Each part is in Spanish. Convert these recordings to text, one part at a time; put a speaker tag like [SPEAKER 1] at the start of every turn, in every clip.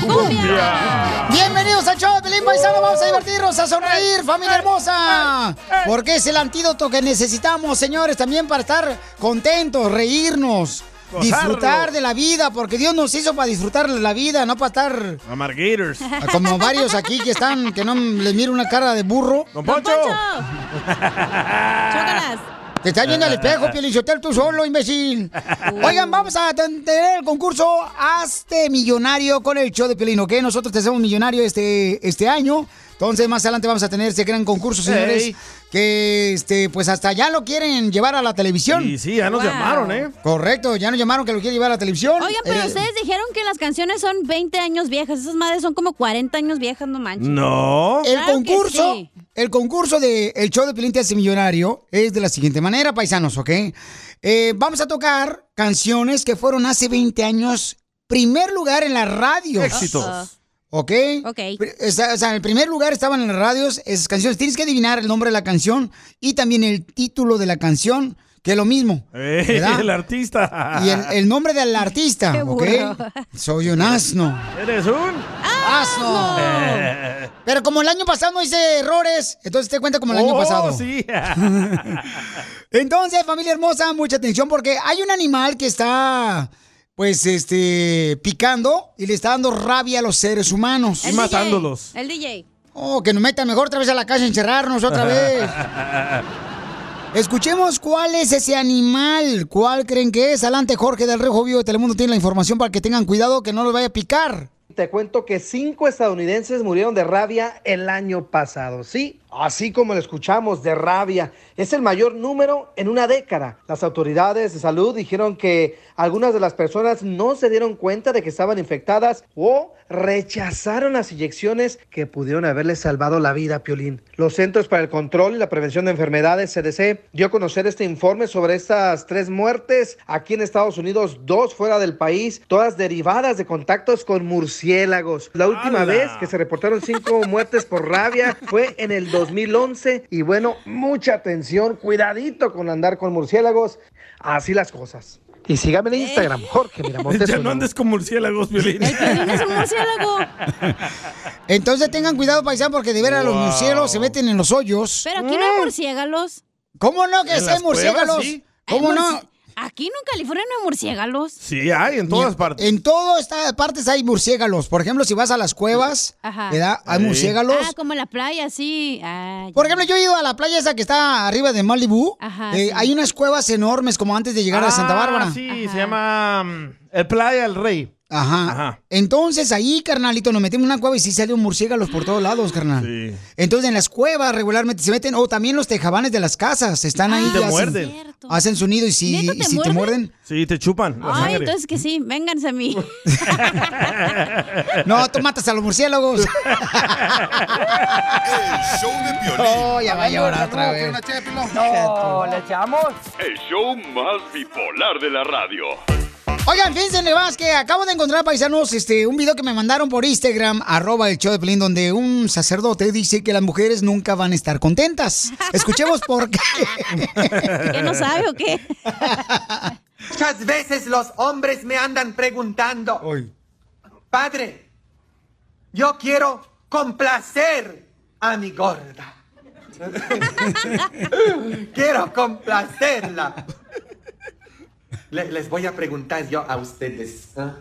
[SPEAKER 1] ¡Cumbia! Bienvenidos al show, Pelín Paisano. Vamos a divertirnos, a sonreír, familia hermosa. Porque es el antídoto que necesitamos, señores, también para estar contentos, reírnos.
[SPEAKER 2] Gozarlo.
[SPEAKER 1] Disfrutar de la vida, porque Dios nos hizo para disfrutar de la vida, no para estar
[SPEAKER 2] Amargators.
[SPEAKER 1] Ah, como varios aquí que están, que no les miro una cara de burro.
[SPEAKER 2] ¡Don Poncho!
[SPEAKER 1] Te estás viendo al espejo, Pielichotel, tú solo, imbécil. Oigan, vamos a ten- tener el concurso Hazte Millonario con el show de Piolín, ¿ok? Nosotros te hacemos millonario este, este año. Entonces, más adelante vamos a tener este gran concurso, señores.
[SPEAKER 2] Ey.
[SPEAKER 1] Que, este, pues hasta ya lo quieren llevar a la televisión.
[SPEAKER 2] Y sí, ya nos Wow. llamaron, ¿eh?
[SPEAKER 1] Correcto, ya nos llamaron que lo quieren llevar a la televisión.
[SPEAKER 3] Oigan, pero
[SPEAKER 1] Eh,
[SPEAKER 3] ustedes dijeron que las canciones son 20 años viejas. Esas madres son como 40 años viejas, no manches.
[SPEAKER 1] El
[SPEAKER 3] Claro que
[SPEAKER 1] concurso,
[SPEAKER 3] sí.
[SPEAKER 1] el concurso de El show de Pelín te hace millonario es de la siguiente manera, paisanos, ¿ok? Eh, vamos a tocar canciones que fueron hace 20 años primer lugar en las radios. Uh-huh.
[SPEAKER 2] Éxitos. Ah.
[SPEAKER 1] ¿Ok? Pr- esa- O sea, en el primer lugar estaban en las radios esas canciones. Tienes que adivinar el nombre de la canción y también el título de la canción, que es lo mismo.
[SPEAKER 2] Eh,
[SPEAKER 1] ¿verdad?
[SPEAKER 2] el artista.
[SPEAKER 1] Y eh, el, el nombre del artista,
[SPEAKER 2] Qué
[SPEAKER 1] ¿ok?
[SPEAKER 2] burro.
[SPEAKER 1] Soy un asno.
[SPEAKER 2] ¿Eres un?
[SPEAKER 1] ¡Asno!
[SPEAKER 2] Eh.
[SPEAKER 1] Pero como el año pasado no hice errores, entonces te cuenta como el año
[SPEAKER 2] Oh,
[SPEAKER 1] pasado.
[SPEAKER 2] sí.
[SPEAKER 1] entonces, familia hermosa, mucha atención porque hay un animal que está, pues, este, picando y le está dando rabia a los seres humanos.
[SPEAKER 3] El DJ, El DJ.
[SPEAKER 1] Oh, que nos metan mejor otra vez a la casa a encerrarnos otra vez. Escuchemos cuál es ese animal, cuál creen que es. Adelante, Jorge del Rejo Vivo de Telemundo tiene la información para que tengan cuidado que no los vaya a picar.
[SPEAKER 4] Te cuento que cinco estadounidenses murieron de rabia el año pasado, ¿sí? Así como lo escuchamos, de rabia. Es el mayor número en una década. Las autoridades de salud dijeron que algunas de las personas no se dieron cuenta de que estaban infectadas o rechazaron las inyecciones que pudieron haberles salvado la vida, Piolín. Los Centros para el Control y la Prevención de Enfermedades, CDC, dio a conocer este informe sobre estas tres muertes aquí en Estados Unidos, dos fuera del país, todas derivadas de contactos con murciélagos. La última
[SPEAKER 5] ¡Hala!
[SPEAKER 4] vez que se reportaron cinco muertes por rabia fue en el 2011. Y bueno, mucha atención, cuidadito con andar con murciélagos. Así las cosas. Y sígame en Instagram, Jorge Miramontes.
[SPEAKER 2] Ya no andes con murciélagos, Violín.
[SPEAKER 1] Entonces tengan cuidado, paisano, porque de veras los
[SPEAKER 2] Wow.
[SPEAKER 1] murciélagos se meten en los hoyos. Mm.
[SPEAKER 3] Pero aquí no hay murciélagos.
[SPEAKER 1] ¿Cómo no que
[SPEAKER 2] En
[SPEAKER 1] sí
[SPEAKER 2] las
[SPEAKER 1] hay murciélagos?
[SPEAKER 2] cuevas, sí.
[SPEAKER 1] ¿Cómo
[SPEAKER 3] Hay
[SPEAKER 1] no?
[SPEAKER 3] murci- Aquí no en California no hay murciélagos.
[SPEAKER 2] Sí, hay en todas partes.
[SPEAKER 1] En todas estas partes hay murciélagos. Por ejemplo, si vas a las cuevas,
[SPEAKER 3] Ajá.
[SPEAKER 1] ¿verdad? hay
[SPEAKER 2] Sí.
[SPEAKER 1] murciélagos.
[SPEAKER 3] Ah, como en la playa, sí. Ah,
[SPEAKER 1] Por ejemplo, yo he ido a la playa esa que está arriba de Malibu.
[SPEAKER 3] Ajá,
[SPEAKER 1] Eh,
[SPEAKER 3] sí.
[SPEAKER 1] Hay unas cuevas enormes como antes de llegar a Santa
[SPEAKER 2] Ah,
[SPEAKER 1] Bárbara.
[SPEAKER 2] Sí, se llama mm, El Playa del Rey.
[SPEAKER 1] Ajá. Entonces ahí, carnalito, nos metimos en una cueva y sí salieron murciélagos por todos lados, carnal. Entonces en las cuevas regularmente se meten, o también los tejabanes de las casas, están ahí.
[SPEAKER 2] Y Ah, te
[SPEAKER 1] hacen-
[SPEAKER 2] muerden.
[SPEAKER 1] Hacen su nido y si,
[SPEAKER 3] ¿Neta
[SPEAKER 1] y
[SPEAKER 3] te
[SPEAKER 1] si te muerden,
[SPEAKER 2] Sí, te chupan la
[SPEAKER 3] Ay,
[SPEAKER 2] sangre.
[SPEAKER 3] entonces que sí, vénganse a mí.
[SPEAKER 1] no, tú matas a los murciélagos. Oh, ya va a llorar otra vez. No, le echamos.
[SPEAKER 6] El show más bipolar de la radio.
[SPEAKER 1] Oigan, fíjense nomás que acabo de encontrar, paisanos, este, un video que me mandaron por Instagram, arroba el show de Pelín, donde un sacerdote dice que las mujeres nunca van a estar contentas. Escuchemos por qué.
[SPEAKER 3] ¿Qué no sabe o qué?
[SPEAKER 7] Muchas veces los hombres me andan preguntando, padre, yo quiero complacer a mi gorda. quiero complacerla. Le- les voy a preguntar yo a ustedes, ¿ah?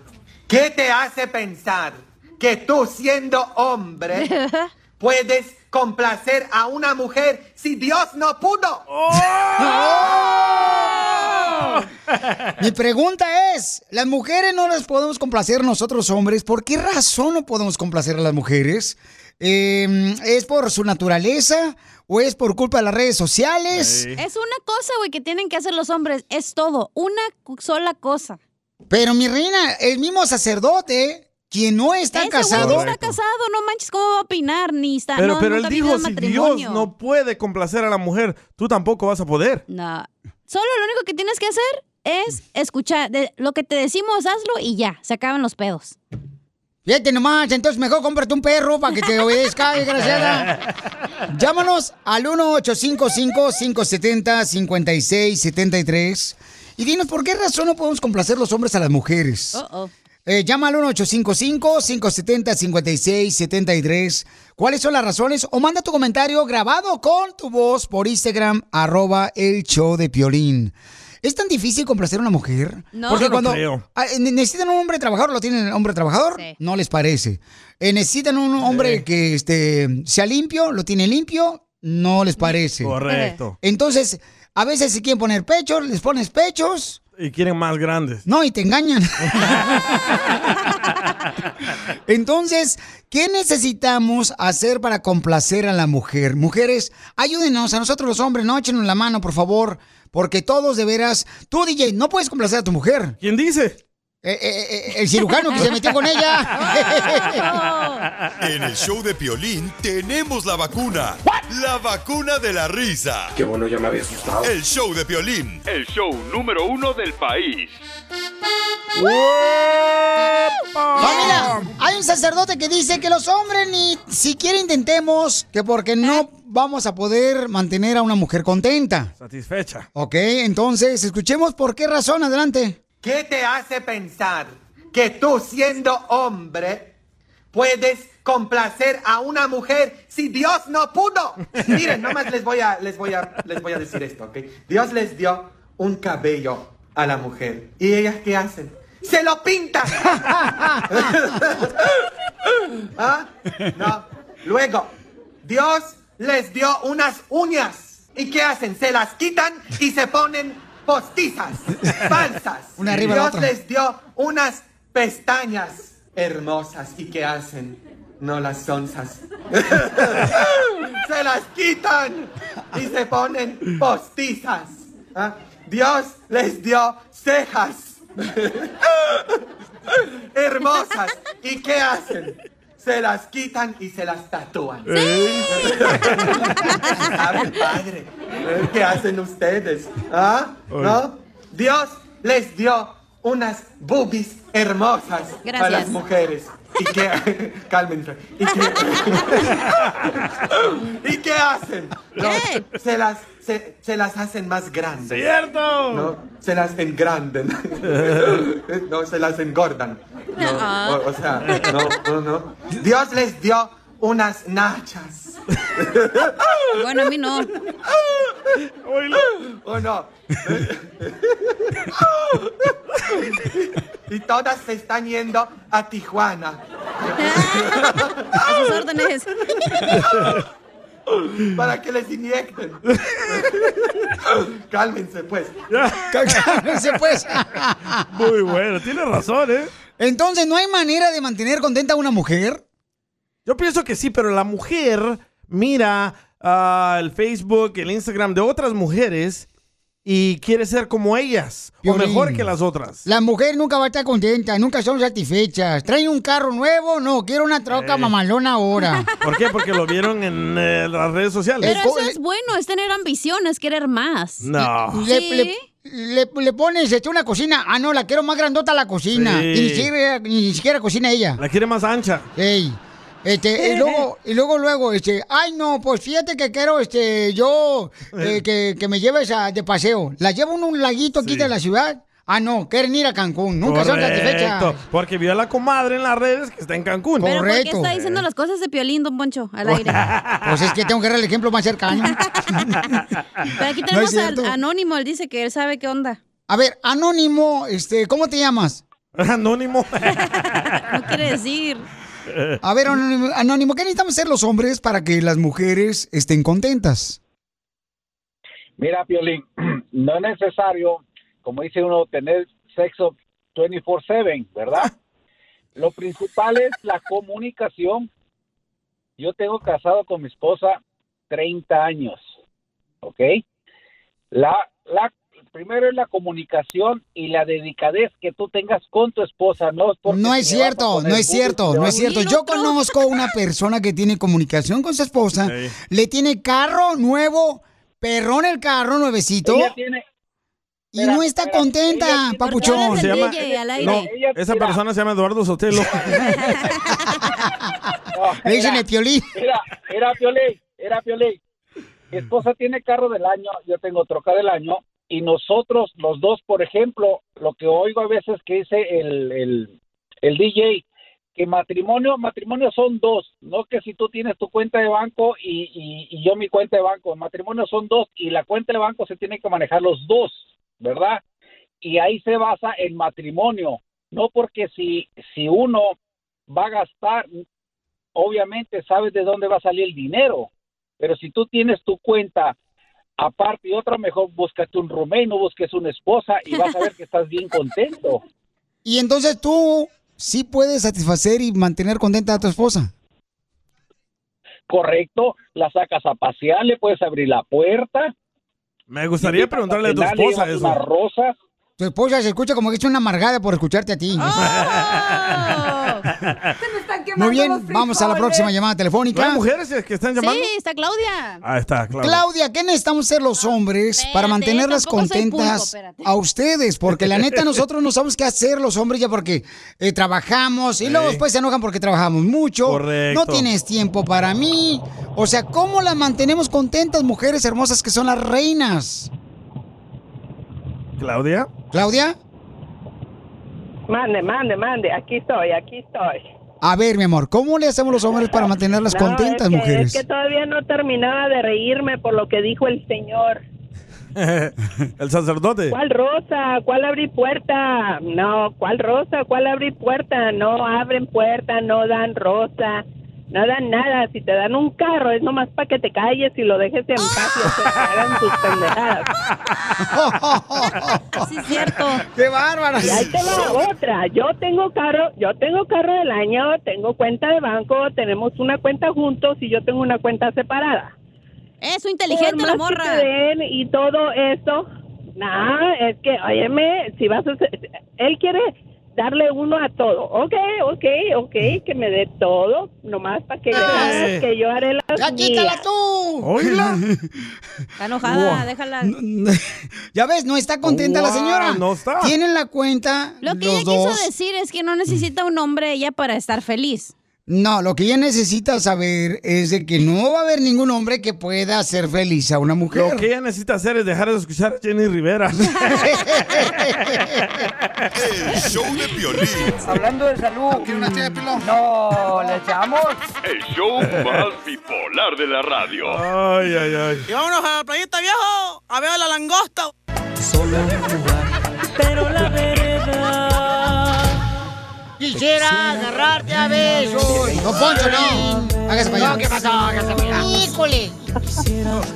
[SPEAKER 7] ¿qué te hace pensar que tú siendo hombre puedes complacer a una mujer si Dios no pudo?
[SPEAKER 1] ¡Oh! Mi pregunta es, las mujeres no las podemos complacer nosotros hombres, ¿por qué razón no podemos complacer a las mujeres? Eh, ¿Es por su naturaleza o es por culpa de las redes sociales?
[SPEAKER 3] Es una cosa, güey, que tienen que hacer los hombres. Es todo. Una cu- sola cosa.
[SPEAKER 1] Pero mi reina, el mismo sacerdote, quien no está
[SPEAKER 3] Ese güey
[SPEAKER 1] casado...
[SPEAKER 3] no está casado, no manches, ¿cómo va a opinar? Ni está.
[SPEAKER 2] Pero,
[SPEAKER 3] no,
[SPEAKER 2] pero él
[SPEAKER 3] nunca vivió
[SPEAKER 2] dijo,
[SPEAKER 3] en
[SPEAKER 2] si
[SPEAKER 3] matrimonio.
[SPEAKER 2] Dios no puede complacer a la mujer, tú tampoco vas a poder.
[SPEAKER 3] No. Solo lo único que tienes que hacer es escuchar. De- lo que te decimos, hazlo y ya. Se acaban los pedos.
[SPEAKER 1] Fíjate nomás, entonces mejor cómprate un perro para que te obedezca, desgraciada. Llámanos al 1-855-570-5673 y dinos por qué razón no podemos complacer los hombres a las mujeres. Eh, llama al 1-855-570-5673. ¿Cuáles son las razones? O manda tu comentario grabado con tu voz por Instagram, arroba el show de Piolín. ¿Es tan difícil complacer a una mujer?
[SPEAKER 8] No.
[SPEAKER 1] Porque
[SPEAKER 8] Yo no
[SPEAKER 1] cuando
[SPEAKER 8] creo.
[SPEAKER 1] ah, eh, necesitan un hombre trabajador, lo tienen el hombre trabajador, no les parece. Eh, necesitan un hombre que este, sea limpio, lo tiene limpio, no les parece.
[SPEAKER 2] Correcto.
[SPEAKER 1] Entonces, a veces si quieren poner pechos, les pones pechos.
[SPEAKER 2] Y quieren más grandes.
[SPEAKER 1] No, y te engañan. Entonces, ¿qué necesitamos hacer para complacer a la mujer? Mujeres, ayúdenos a nosotros los hombres, no échenos la mano, por favor, porque todos de veras, tú DJ, no puedes complacer a tu mujer.
[SPEAKER 2] ¿Quién dice?
[SPEAKER 1] Eh, el cirujano que se metió con ella.
[SPEAKER 9] En el show de Piolín tenemos la vacuna. La vacuna de la risa.
[SPEAKER 10] Qué bueno, ya me había asustado.
[SPEAKER 9] El show de Piolín.
[SPEAKER 10] El show número uno del país.
[SPEAKER 1] No, mira, hay un sacerdote que dice que los hombres ni siquiera intentemos, que porque no vamos a poder mantener a una mujer contenta.
[SPEAKER 2] Satisfecha.
[SPEAKER 1] Ok, entonces escuchemos por qué razón, adelante.
[SPEAKER 11] ¿Qué te hace pensar que tú siendo hombre puedes complacer a una mujer si Dios no pudo? Miren, nomás les voy a, les voy a, les voy a decir esto, ¿ok? Dios les dio un cabello a la mujer. ¿Y ellas qué hacen? ¡Se lo pintan! ¿Ah? No. Luego, Dios les dio unas uñas. ¿Y qué hacen? Se las quitan y se ponen postizas, falsas.
[SPEAKER 1] Una arriba de
[SPEAKER 11] Dios
[SPEAKER 1] otra.
[SPEAKER 11] les dio unas pestañas hermosas. ¿Y qué hacen? No las sonzas. se las quitan y se ponen postizas. ¿Ah? Dios les dio cejas hermosas. ¿Y qué hacen? Se las quitan y se las tatúan. ¿Saben, padre? ¿Qué hacen ustedes? ¿Ah? ¿No? Dios les dio unas boobies hermosas a
[SPEAKER 4] Gracias.
[SPEAKER 11] las mujeres. ¿Y qué? Cálmense. ¿Y qué, ¿Y qué hacen? No, se, las, se, se las hacen más grandes.
[SPEAKER 2] ¡Cierto!
[SPEAKER 11] No, se las engranden. no, se las engordan. No,
[SPEAKER 3] Ah.
[SPEAKER 4] No.
[SPEAKER 11] o, o sea, no, no, no. Dios les dio unas nachas.
[SPEAKER 3] Bueno, a mí no.
[SPEAKER 11] ¿O no? y todas se están yendo a Tijuana.
[SPEAKER 3] A sus órdenes.
[SPEAKER 11] Para que les inyecten. Cálmense, pues.
[SPEAKER 1] Cálmense, pues.
[SPEAKER 2] Muy bueno, tienes razón, ¿eh?
[SPEAKER 1] Entonces, ¿no hay manera de mantener contenta a una mujer?
[SPEAKER 2] Yo pienso que sí, pero la mujer mira ah, el Facebook, el Instagram de otras mujeres y quiere ser como ellas, o
[SPEAKER 1] Piolín.
[SPEAKER 2] mejor que las otras.
[SPEAKER 1] La mujer nunca va a estar contenta, nunca son satisfechas. ¿Traen un carro nuevo? No, quiero una troca
[SPEAKER 2] Eh.
[SPEAKER 1] mamalona ahora.
[SPEAKER 2] ¿Por qué? Porque lo vieron en eh, las redes sociales.
[SPEAKER 3] Pero eso es bueno, este es tener ambición, es querer más.
[SPEAKER 2] No.
[SPEAKER 1] Le,
[SPEAKER 3] Sí.
[SPEAKER 1] le- le- le pones este, una cocina. Ah, no, la quiero más grandota la cocina.
[SPEAKER 2] Sí.
[SPEAKER 1] Y ni siquiera, ni siquiera cocina ella.
[SPEAKER 2] La quiere más ancha.
[SPEAKER 1] Ey. Este, y luego, y luego, luego, este, ay no, pues fíjate que quiero, este, yo, eh, que, que me lleves a- de paseo. La llevo a un laguito aquí de la ciudad. Ah, no, quieren ir a Cancún, nunca son satisfechas.
[SPEAKER 2] Correcto, Porque vio a la comadre en las redes que está en Cancún.
[SPEAKER 3] Pero ¿por qué está diciendo las cosas de Piolín, Don Poncho, al aire?
[SPEAKER 1] Pues es que tengo que dar el ejemplo más cercano.
[SPEAKER 3] Pero aquí
[SPEAKER 1] No es
[SPEAKER 3] tenemos al
[SPEAKER 1] cierto.
[SPEAKER 3] Anónimo, él dice que él sabe qué onda.
[SPEAKER 1] A ver, Anónimo, este, ¿cómo te llamas?
[SPEAKER 2] Anónimo.
[SPEAKER 3] No quiere decir.
[SPEAKER 1] A ver, Anónimo, Anónimo, ¿qué necesitamos ser los hombres para que las mujeres estén contentas?
[SPEAKER 12] Mira, Piolín, no es necesario, como dice uno, tener sexo 24/7, ¿verdad? Lo principal es la comunicación. Yo tengo casado con mi esposa 30 años, ¿ok? La, la, primero es la comunicación y la dedicadez que tú tengas con tu esposa, no es porque
[SPEAKER 1] No
[SPEAKER 12] te
[SPEAKER 1] es
[SPEAKER 12] vas a
[SPEAKER 1] cierto,
[SPEAKER 12] poner
[SPEAKER 1] no
[SPEAKER 12] boobies,
[SPEAKER 1] es cierto,
[SPEAKER 12] te
[SPEAKER 1] no
[SPEAKER 12] vas
[SPEAKER 1] es
[SPEAKER 12] a-
[SPEAKER 1] cierto. Yo conozco una persona que tiene comunicación con su esposa, le tiene carro nuevo, perrón el carro nuevecito.
[SPEAKER 12] Ella tiene-
[SPEAKER 1] Y no está contenta, papuchón.
[SPEAKER 2] Se llama- No,
[SPEAKER 12] Ella-
[SPEAKER 2] esa persona se llama Eduardo Sotelo.
[SPEAKER 1] Le dicen el piolín.
[SPEAKER 12] Era, era Piolín, era Piolín. Mi esposa tiene carro del año, yo tengo troca del año, y nosotros los dos, por ejemplo, lo que oigo a veces que dice el, el, el DJ, que matrimonio, matrimonio son dos, no que si tú tienes tu cuenta de banco y, y- y yo mi cuenta de banco, matrimonio son dos y la cuenta de banco se tiene que manejar los dos, ¿verdad? Y ahí se basa el matrimonio, no porque si, si uno va a gastar, obviamente sabes de dónde va a salir el dinero, pero si tú tienes tu cuenta aparte y otra, mejor búscate un roommate, no busques una esposa y vas a ver que estás bien contento.
[SPEAKER 1] Y entonces tú sí puedes satisfacer y mantener contenta a tu esposa.
[SPEAKER 12] correcto, la sacas a pasear, le puedes abrir la puerta.
[SPEAKER 2] Me gustaría preguntarle a tu esposa
[SPEAKER 12] Unas
[SPEAKER 2] eso.
[SPEAKER 12] rosas.
[SPEAKER 1] Tu esposa se escucha como que es una amargada por escucharte a ti.
[SPEAKER 2] Oh.
[SPEAKER 1] Muy bien, vamos a la próxima llamada telefónica.
[SPEAKER 2] ¿No hay
[SPEAKER 12] eh.
[SPEAKER 2] mujeres que están llamando?
[SPEAKER 3] Sí, está Claudia.
[SPEAKER 2] Ah, está, claro.
[SPEAKER 1] Claudia, ¿qué necesitamos ser los hombres para mantenerlas
[SPEAKER 3] Ah, tampoco soy pulpo,
[SPEAKER 1] contentas
[SPEAKER 3] espérate.
[SPEAKER 1] a ustedes? Porque la neta nosotros no sabemos qué hacer los hombres ya porque eh, trabajamos y luego después se enojan porque trabajamos mucho.
[SPEAKER 2] Correcto.
[SPEAKER 1] No tienes tiempo para mí. O sea, ¿cómo las mantenemos contentas, mujeres hermosas que son las reinas?
[SPEAKER 2] ¿Claudia?
[SPEAKER 1] Claudia,
[SPEAKER 13] Mande, mande, mande. Aquí estoy, aquí estoy.
[SPEAKER 1] a ver, mi amor, ¿cómo le hacemos los hombres para mantenerlas
[SPEAKER 13] No,
[SPEAKER 1] contentas,
[SPEAKER 13] es que,
[SPEAKER 1] mujeres?
[SPEAKER 13] Es que todavía no terminaba de reírme por lo que dijo el señor.
[SPEAKER 2] el sacerdote.
[SPEAKER 13] ¿Cuál rosa? ¿Cuál abrir puerta? No, ¿cuál rosa? ¿Cuál abrir puerta? No abren puerta, no dan rosa, no dan nada. Si te dan un carro es nomás para que te calles y lo dejes en paz y se hagan sus pendejadas.
[SPEAKER 3] Sí, es cierto.
[SPEAKER 1] ¡Qué bárbara!
[SPEAKER 13] Y ahí te va otra. Yo tengo carro, yo tengo carro del año, tengo cuenta de banco, tenemos una cuenta juntos y yo tengo una cuenta separada.
[SPEAKER 3] Es inteligente
[SPEAKER 13] Por
[SPEAKER 3] la
[SPEAKER 13] más que
[SPEAKER 3] morra.
[SPEAKER 13] te den y todo eso, nada, es que, óyeme, si vas a hacer- él quiere darle uno a todo. Ok, ok, ok,
[SPEAKER 1] Mm.
[SPEAKER 13] que me dé todo, nomás para que
[SPEAKER 2] Eh.
[SPEAKER 13] que yo haré las
[SPEAKER 1] Ah. ¡Ya quítala
[SPEAKER 13] mías.
[SPEAKER 1] tú!
[SPEAKER 2] Oíla.
[SPEAKER 3] Está enojada,
[SPEAKER 2] Wow.
[SPEAKER 3] déjala.
[SPEAKER 1] ya ves, no está contenta la
[SPEAKER 2] Wow,
[SPEAKER 1] señora.
[SPEAKER 2] no está.
[SPEAKER 1] Tienen la cuenta
[SPEAKER 3] Lo que
[SPEAKER 1] los
[SPEAKER 3] ella
[SPEAKER 1] dos.
[SPEAKER 3] quiso decir es que no necesita un hombre ella para estar feliz.
[SPEAKER 1] No, lo que ella necesita saber es de que no va a haber ningún hombre que pueda hacer feliz a una mujer.
[SPEAKER 2] Lo que ella necesita hacer es dejar de escuchar a Jenny Rivera.
[SPEAKER 14] El show de Piolín.
[SPEAKER 11] Hablando de salud. No, le echamos.
[SPEAKER 6] El show más bipolar de la radio.
[SPEAKER 2] ay, ay, ay.
[SPEAKER 15] Y vámonos a la playita, viejo, a ver la langosta.
[SPEAKER 11] Pero la vereda.
[SPEAKER 1] Quisiera agarrarte a besos. No, Poncho, no. Hágase para allá. No, ¿qué pasó? Hágase para allá. Híjole.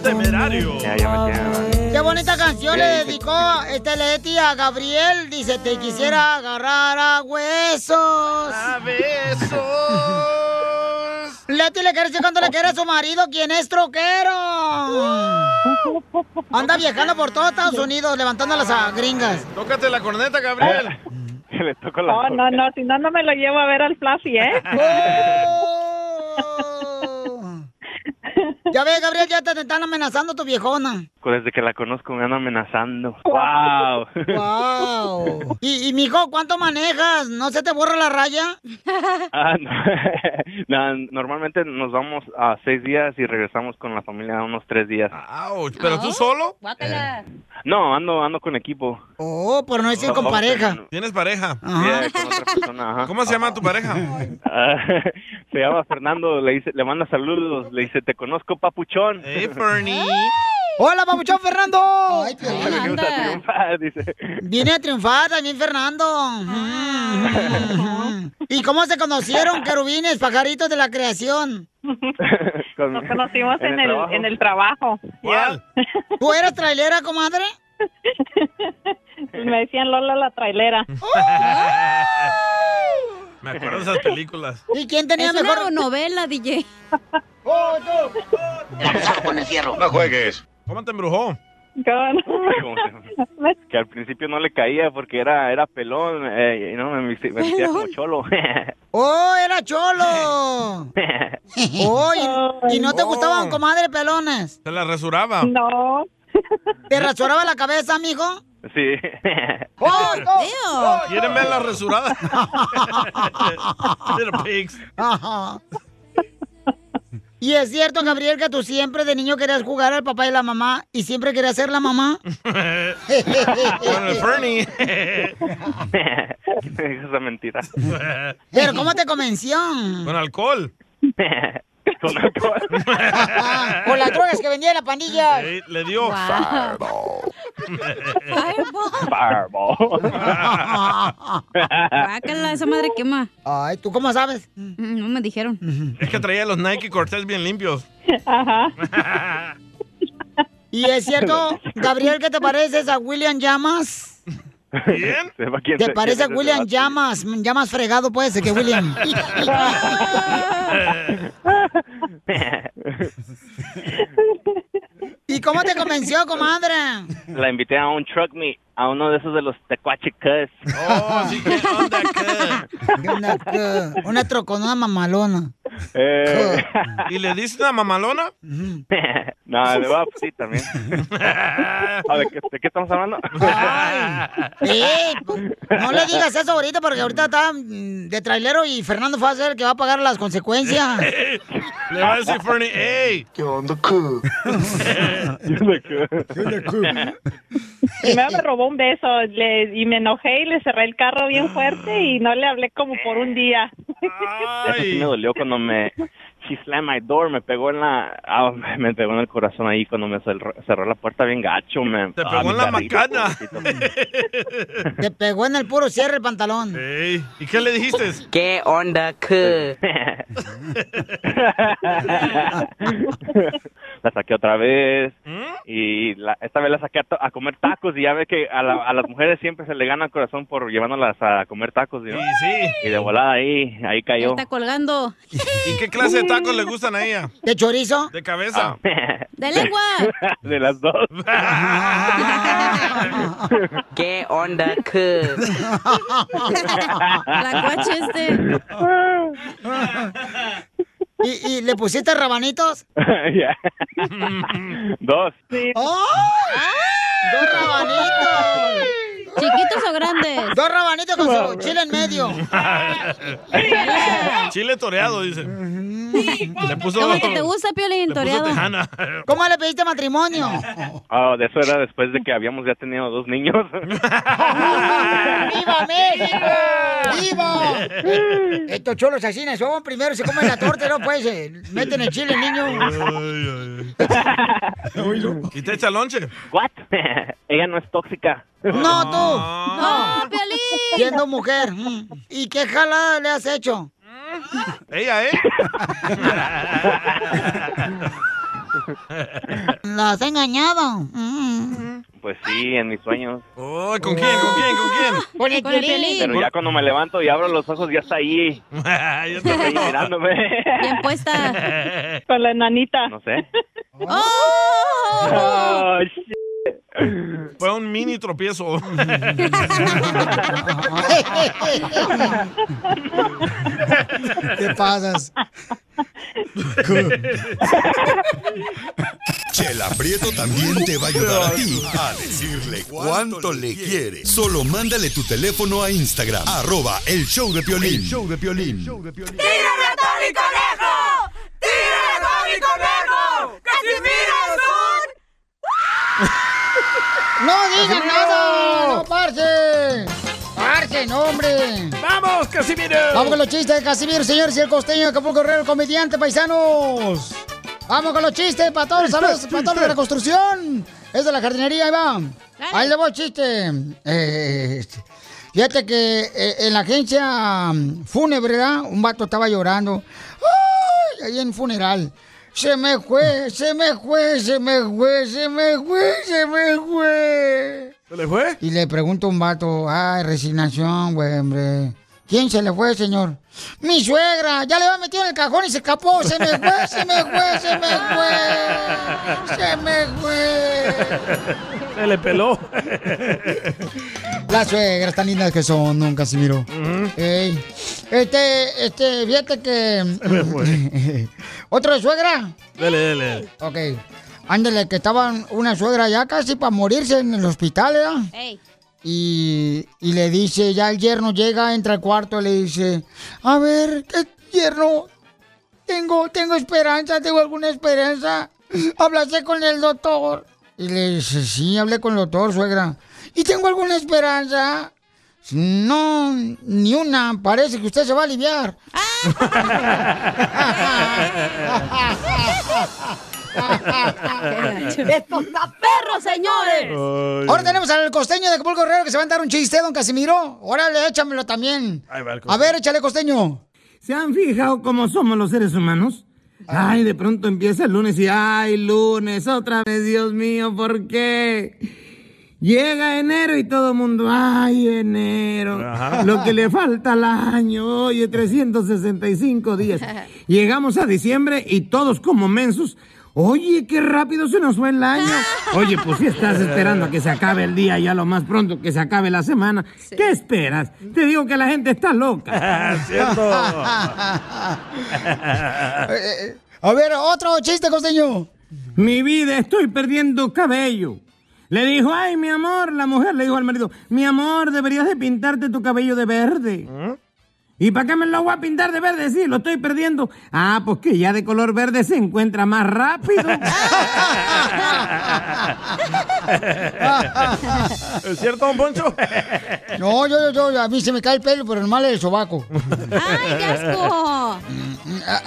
[SPEAKER 2] Temerario.
[SPEAKER 1] Qué bonita canción le dedicó este Leti a Gabriel. Dice, te quisiera agarrar a huesos.
[SPEAKER 2] besos.
[SPEAKER 1] Leti le quiere decir cuando le quiere a su marido, quien es troquero. Anda viajando por todo Estados Unidos, levantando a las ah, gringas.
[SPEAKER 2] Tócate la corneta, Gabriel.
[SPEAKER 1] Ah,
[SPEAKER 16] Le toco la
[SPEAKER 13] Oh, No, no, no, si no, no me lo llevo a ver al Fluffy, ¿eh?
[SPEAKER 1] Oh. Ya ve, Gabriel, ya te están amenazando tu viejona.
[SPEAKER 16] Desde que la conozco me anda amenazando. ¡Wow!
[SPEAKER 1] Wow. Y, y mijo, ¿cuánto manejas? ¿No se te borra la raya?
[SPEAKER 16] Ah, no. No, normalmente nos vamos a seis días y regresamos con la familia a unos tres días.
[SPEAKER 1] Ah.
[SPEAKER 2] Ouch, ¿Pero tú solo?
[SPEAKER 1] Eh.
[SPEAKER 3] Guácala.
[SPEAKER 16] No, ando ando con equipo.
[SPEAKER 1] Oh, por no decir con
[SPEAKER 16] Vamos
[SPEAKER 1] pareja.
[SPEAKER 16] con-
[SPEAKER 2] ¿Tienes pareja?
[SPEAKER 1] Ajá.
[SPEAKER 16] yeah, con otra persona, ajá.
[SPEAKER 2] ¿Cómo se llama tu pareja?
[SPEAKER 16] Ah, se llama Fernando, le, dice, le manda saludos, le dice, te conozco, papuchón.
[SPEAKER 2] Hey, Fernie.
[SPEAKER 1] Hola, papuchón Fernando.
[SPEAKER 16] Pero que gusta
[SPEAKER 3] Anda.
[SPEAKER 16] triunfar, dice.
[SPEAKER 1] Viene a triunfar también Fernando. Mm. ¿Y cómo se conocieron, querubines, pajaritos de la creación?
[SPEAKER 16] Con-
[SPEAKER 13] Nos conocimos en, el,
[SPEAKER 16] trabajo.
[SPEAKER 13] en el trabajo.
[SPEAKER 2] ¿Cuál?
[SPEAKER 1] ¿Tú eras trailera, comadre?
[SPEAKER 13] Pues Me decían Lola la trailera.
[SPEAKER 1] ¡Oh!
[SPEAKER 2] Me acuerdo de esas películas.
[SPEAKER 1] ¿Y quién tenía
[SPEAKER 3] Es una
[SPEAKER 1] mejor? ¡Oh,
[SPEAKER 3] novela, DJ.
[SPEAKER 2] ¿Cómo te embrujó?
[SPEAKER 13] Con-
[SPEAKER 16] Como que- que al principio no le caía porque era era pelón eh, y no me, me vestía como cholo
[SPEAKER 1] ¡Oh, era cholo! ¡Oh, y, y no te
[SPEAKER 2] Oh.
[SPEAKER 1] gustaban, comadre, pelones!
[SPEAKER 2] Se la resuraba.
[SPEAKER 13] No,
[SPEAKER 1] ¿Te rasuraba la cabeza, mijo?
[SPEAKER 16] sí
[SPEAKER 1] ¡Oh,
[SPEAKER 3] Ew.
[SPEAKER 2] ¿Quieren ver la resurada? Little pigs.
[SPEAKER 1] Ajá. Y es cierto, Gabriel, que tú siempre de niño querías jugar al papá y la mamá y siempre querías ser la mamá.
[SPEAKER 2] Con el Fernie.
[SPEAKER 16] me dijo esa mentira.
[SPEAKER 1] Pero ¿cómo te convenció?
[SPEAKER 16] ¿Con alcohol? Con alcohol.
[SPEAKER 1] Con las drogas que vendía la pandilla.
[SPEAKER 16] Sí, le dio.
[SPEAKER 1] Wow.
[SPEAKER 3] Guácala, esa madre quema. Mm,
[SPEAKER 1] Ay, ¿tú cómo sabes?
[SPEAKER 3] No me dijeron.
[SPEAKER 2] Es que traía los Nike Cortez bien limpios.
[SPEAKER 3] Ajá.
[SPEAKER 1] ¿Y es cierto, Gabriel, que te pareces a William Llamas?
[SPEAKER 16] ¿Bien?
[SPEAKER 1] ¿Te parece a William Llamas? Llamas fregado puede ser que William. ¿Y cómo te convenció,
[SPEAKER 3] Ah,
[SPEAKER 1] comadre?
[SPEAKER 16] La invité a un truck meet, a uno de esos de los tecuachicas.
[SPEAKER 1] Una, eh, una troconona mamalona.
[SPEAKER 16] Eh,
[SPEAKER 2] ¿Y le dices una mamalona?
[SPEAKER 16] no, le va a sí también. A ver, ¿qué- ¿de qué estamos hablando?
[SPEAKER 1] Eh, no le digas eso ahorita porque ahorita está mm, de trailero y Fernando fue a ser el que va a pagar las consecuencias.
[SPEAKER 2] Le va a decir Fernie, ¡ey!
[SPEAKER 17] ¿Qué onda, cu?
[SPEAKER 18] Primero me robó un beso le- y me enojé y le cerré el carro bien fuerte y no le hablé como por un día.
[SPEAKER 3] Ah.
[SPEAKER 16] Eso sí me dolió cuando me... She slammed my door, me pegó en la... ah, me pegó en el corazón ahí cuando me cerró, cerró la puerta bien gacho, me... Te
[SPEAKER 2] pegó en la macana.
[SPEAKER 1] Te pegó en el puro cierre el pantalón.
[SPEAKER 2] ¿Y qué le dijiste?
[SPEAKER 1] ¿Qué onda,
[SPEAKER 16] la saqué otra vez
[SPEAKER 2] ¿Mm?
[SPEAKER 16] y la- esta vez la saqué a, to- a comer tacos y ya ve que a, la- a las mujeres siempre se le gana el corazón por llevándolas a comer tacos y, y de volada ahí ahí cayó
[SPEAKER 3] Está colgando.
[SPEAKER 2] ¿Y qué clase de tacos le gustan a ella?
[SPEAKER 1] ¿De chorizo?
[SPEAKER 2] ¿De cabeza?
[SPEAKER 3] De lengua.
[SPEAKER 16] Ah. de las dos
[SPEAKER 19] ¿Qué onda,
[SPEAKER 1] La
[SPEAKER 3] coche este.
[SPEAKER 1] ¿Y, y le pusiste rabanitos?
[SPEAKER 16] Ya. dos
[SPEAKER 1] ¡Dos rabanitos!
[SPEAKER 3] ¿Chiquitos o grandes?
[SPEAKER 1] Dos rabanitos con su chile en medio.
[SPEAKER 2] Chile toreado, dice. Le puso...
[SPEAKER 3] ¿Cómo que te gusta, Piolín,
[SPEAKER 2] Le puso
[SPEAKER 3] toreado?
[SPEAKER 2] tejana.
[SPEAKER 1] ¿Cómo le pediste matrimonio?
[SPEAKER 16] Ah, de eso era después de que habíamos ya tenido dos niños
[SPEAKER 1] ¡Viva México! ¡Viva! Estos cholos asesinos son primero, se comen la torta, no pues, eh, meten el chile, niño.
[SPEAKER 2] ¿Y te echa lonche?
[SPEAKER 16] What? ella no es tóxica
[SPEAKER 1] No, tú. No, Piolín. Siendo mujer. mm. ¿Y qué jalada le has hecho?
[SPEAKER 2] Ella, ¿eh?
[SPEAKER 1] ¿La has engañado? Mm.
[SPEAKER 16] pues sí en mis sueños
[SPEAKER 2] Ay, Oh, ¿Con quién? ¿Con quién? ¿Con quién?
[SPEAKER 1] Con el
[SPEAKER 16] pero
[SPEAKER 1] Piolín.
[SPEAKER 16] ya cuando me levanto y abro los ojos ya está ahí
[SPEAKER 2] ya
[SPEAKER 16] está ahí mirándome
[SPEAKER 3] Bien puesta.
[SPEAKER 18] Con la enanita.
[SPEAKER 16] no sé
[SPEAKER 3] ¡Oh!
[SPEAKER 2] Fue un mini tropiezo.
[SPEAKER 1] ¿Qué pasas?
[SPEAKER 9] Chela Prieto también te va a ayudar a ti a decirle cuánto le quiere. Solo mándale tu teléfono a Instagram, arroba el show de Piolín.
[SPEAKER 11] El
[SPEAKER 9] show de Piolín.
[SPEAKER 11] ¡Tírame a Tony Conejo! ¡Tírame a Tony Conejo! ¡Casimiro es un...
[SPEAKER 1] ¡No digas
[SPEAKER 11] ¡Casimiro!
[SPEAKER 1] nada! ¡No parce! ¡Parce, no, hombre!
[SPEAKER 2] ¡Vamos, Casimiro!
[SPEAKER 1] Vamos con los chistes de Casimiro, señores y el costeño de Acapulco Correo, el comediante, paisanos. Vamos con los chistes para todos, saludos para todos los de la construcción. Es de la jardinería, ahí va. Ahí le voy, chiste. Eh, fíjate que eh, en la agencia mm, fúnebre, ¿verdad? un vato estaba llorando. ¡Ay! Ahí en funeral. Se me fue, se me fue, se me fue, se me fue, se me fue.
[SPEAKER 2] ¿Se le fue?
[SPEAKER 1] Y le pregunto a un vato, ay, resignación, güey, hombre. ¿Quién se le fue, señor? Mi suegra, ya le había metido en el cajón y se escapó. Se me fue, se me fue, se me fue. Se me fue.
[SPEAKER 2] Se le peló.
[SPEAKER 1] Las suegras tan lindas que son, nunca se miró. Ey. Este, este, fíjate que... ¿Otro de suegra?
[SPEAKER 2] Dale, dale.
[SPEAKER 1] Ok. Ándale, que estaban una suegra ya casi para morirse en el hospital, ¿verdad?
[SPEAKER 3] Ey.
[SPEAKER 1] Y, y le dice, ya el yerno llega, entra al cuarto, le dice, a ver, ¿qué yerno? Tengo, tengo esperanza, tengo alguna esperanza. Hablaste con el doctor. Y le dice, sí, hablé con el doctor, suegra. ¿Y tengo alguna esperanza? No, ni una. Parece que usted se va a aliviar.
[SPEAKER 3] ¡Esto está perro, señores!
[SPEAKER 1] Ahora tenemos al costeño de Acapulco Guerrero que se va a dar un chiste, don Casimiro. Órale, échamelo también.
[SPEAKER 2] Ahí va el
[SPEAKER 1] A ver, échale costeño.
[SPEAKER 20] ¿Se han fijado cómo somos los seres humanos? Ay, de pronto empieza el lunes y ay, lunes, otra vez, Dios mío, ¿por qué? Llega enero y todo el mundo, ay, enero,
[SPEAKER 11] Ajá.
[SPEAKER 20] lo que le falta al año, oye, 365 días. Llegamos a diciembre y todos como mensos, oye, qué rápido se nos fue el año. Oye, pues si estás esperando a que se acabe el día ya lo más pronto que se acabe la semana, ¿qué esperas? Te digo que la gente está loca.
[SPEAKER 11] Cierto.
[SPEAKER 20] A ver, otro chiste, costeño. Mi vida, estoy perdiendo cabello. Le dijo, ay, mi amor, la mujer le dijo al marido, mi amor, deberías de pintarte tu cabello de verde. "¿Eh? ¿Y para qué me lo voy a pintar de verde? Sí, lo estoy perdiendo. Ah, pues que ya de color verde se encuentra más rápido.
[SPEAKER 2] ¿Es cierto, don Poncho?
[SPEAKER 1] No, yo, yo, yo, a mí se me cae el pelo, pero normal el sobaco. Mm,
[SPEAKER 2] ¡Ay, qué asco!
[SPEAKER 1] Ah,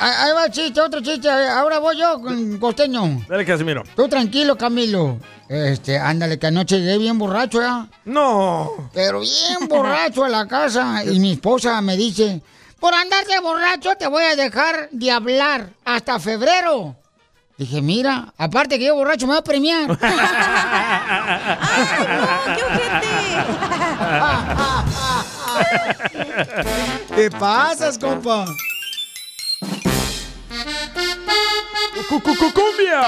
[SPEAKER 1] ah, Ahí va el chiste, otro chiste. Ahora voy yo, con costeño.
[SPEAKER 2] Dale, Casimiro.
[SPEAKER 1] Tú tranquilo, Camilo. Este, ándale, que anoche llegué bien borracho, ¿ya?
[SPEAKER 2] No.
[SPEAKER 1] Pero bien borracho a la casa. Y mi esposa me dice, por andar de borracho te voy a dejar de hablar hasta febrero. Dije, mira, aparte que yo borracho me va a premiar. ¿Qué pasas, compa?
[SPEAKER 2] ¡Cumbia!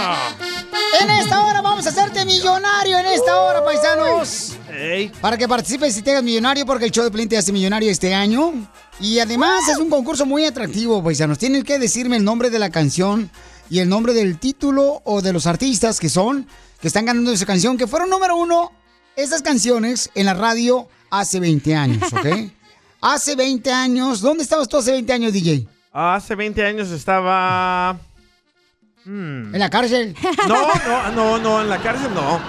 [SPEAKER 1] En esta hora vamos a hacerte millonario, en esta hora, paisanos. Para que participes y tengas millonario, porque el show de Plin te hace millonario este año. Y además es un concurso muy atractivo, paisanos. Tienen que decirme el nombre de la canción y el nombre del título o de los artistas que son, que están ganando esa canción, que fueron número uno esas canciones en la radio hace 20 años, ¿ok? hace 20 años. ¿Dónde estabas tú hace 20 años, DJ?
[SPEAKER 2] Ah, Hace 20 años estaba... hmm.
[SPEAKER 1] En la cárcel.
[SPEAKER 2] No, no, no, no, en la cárcel no.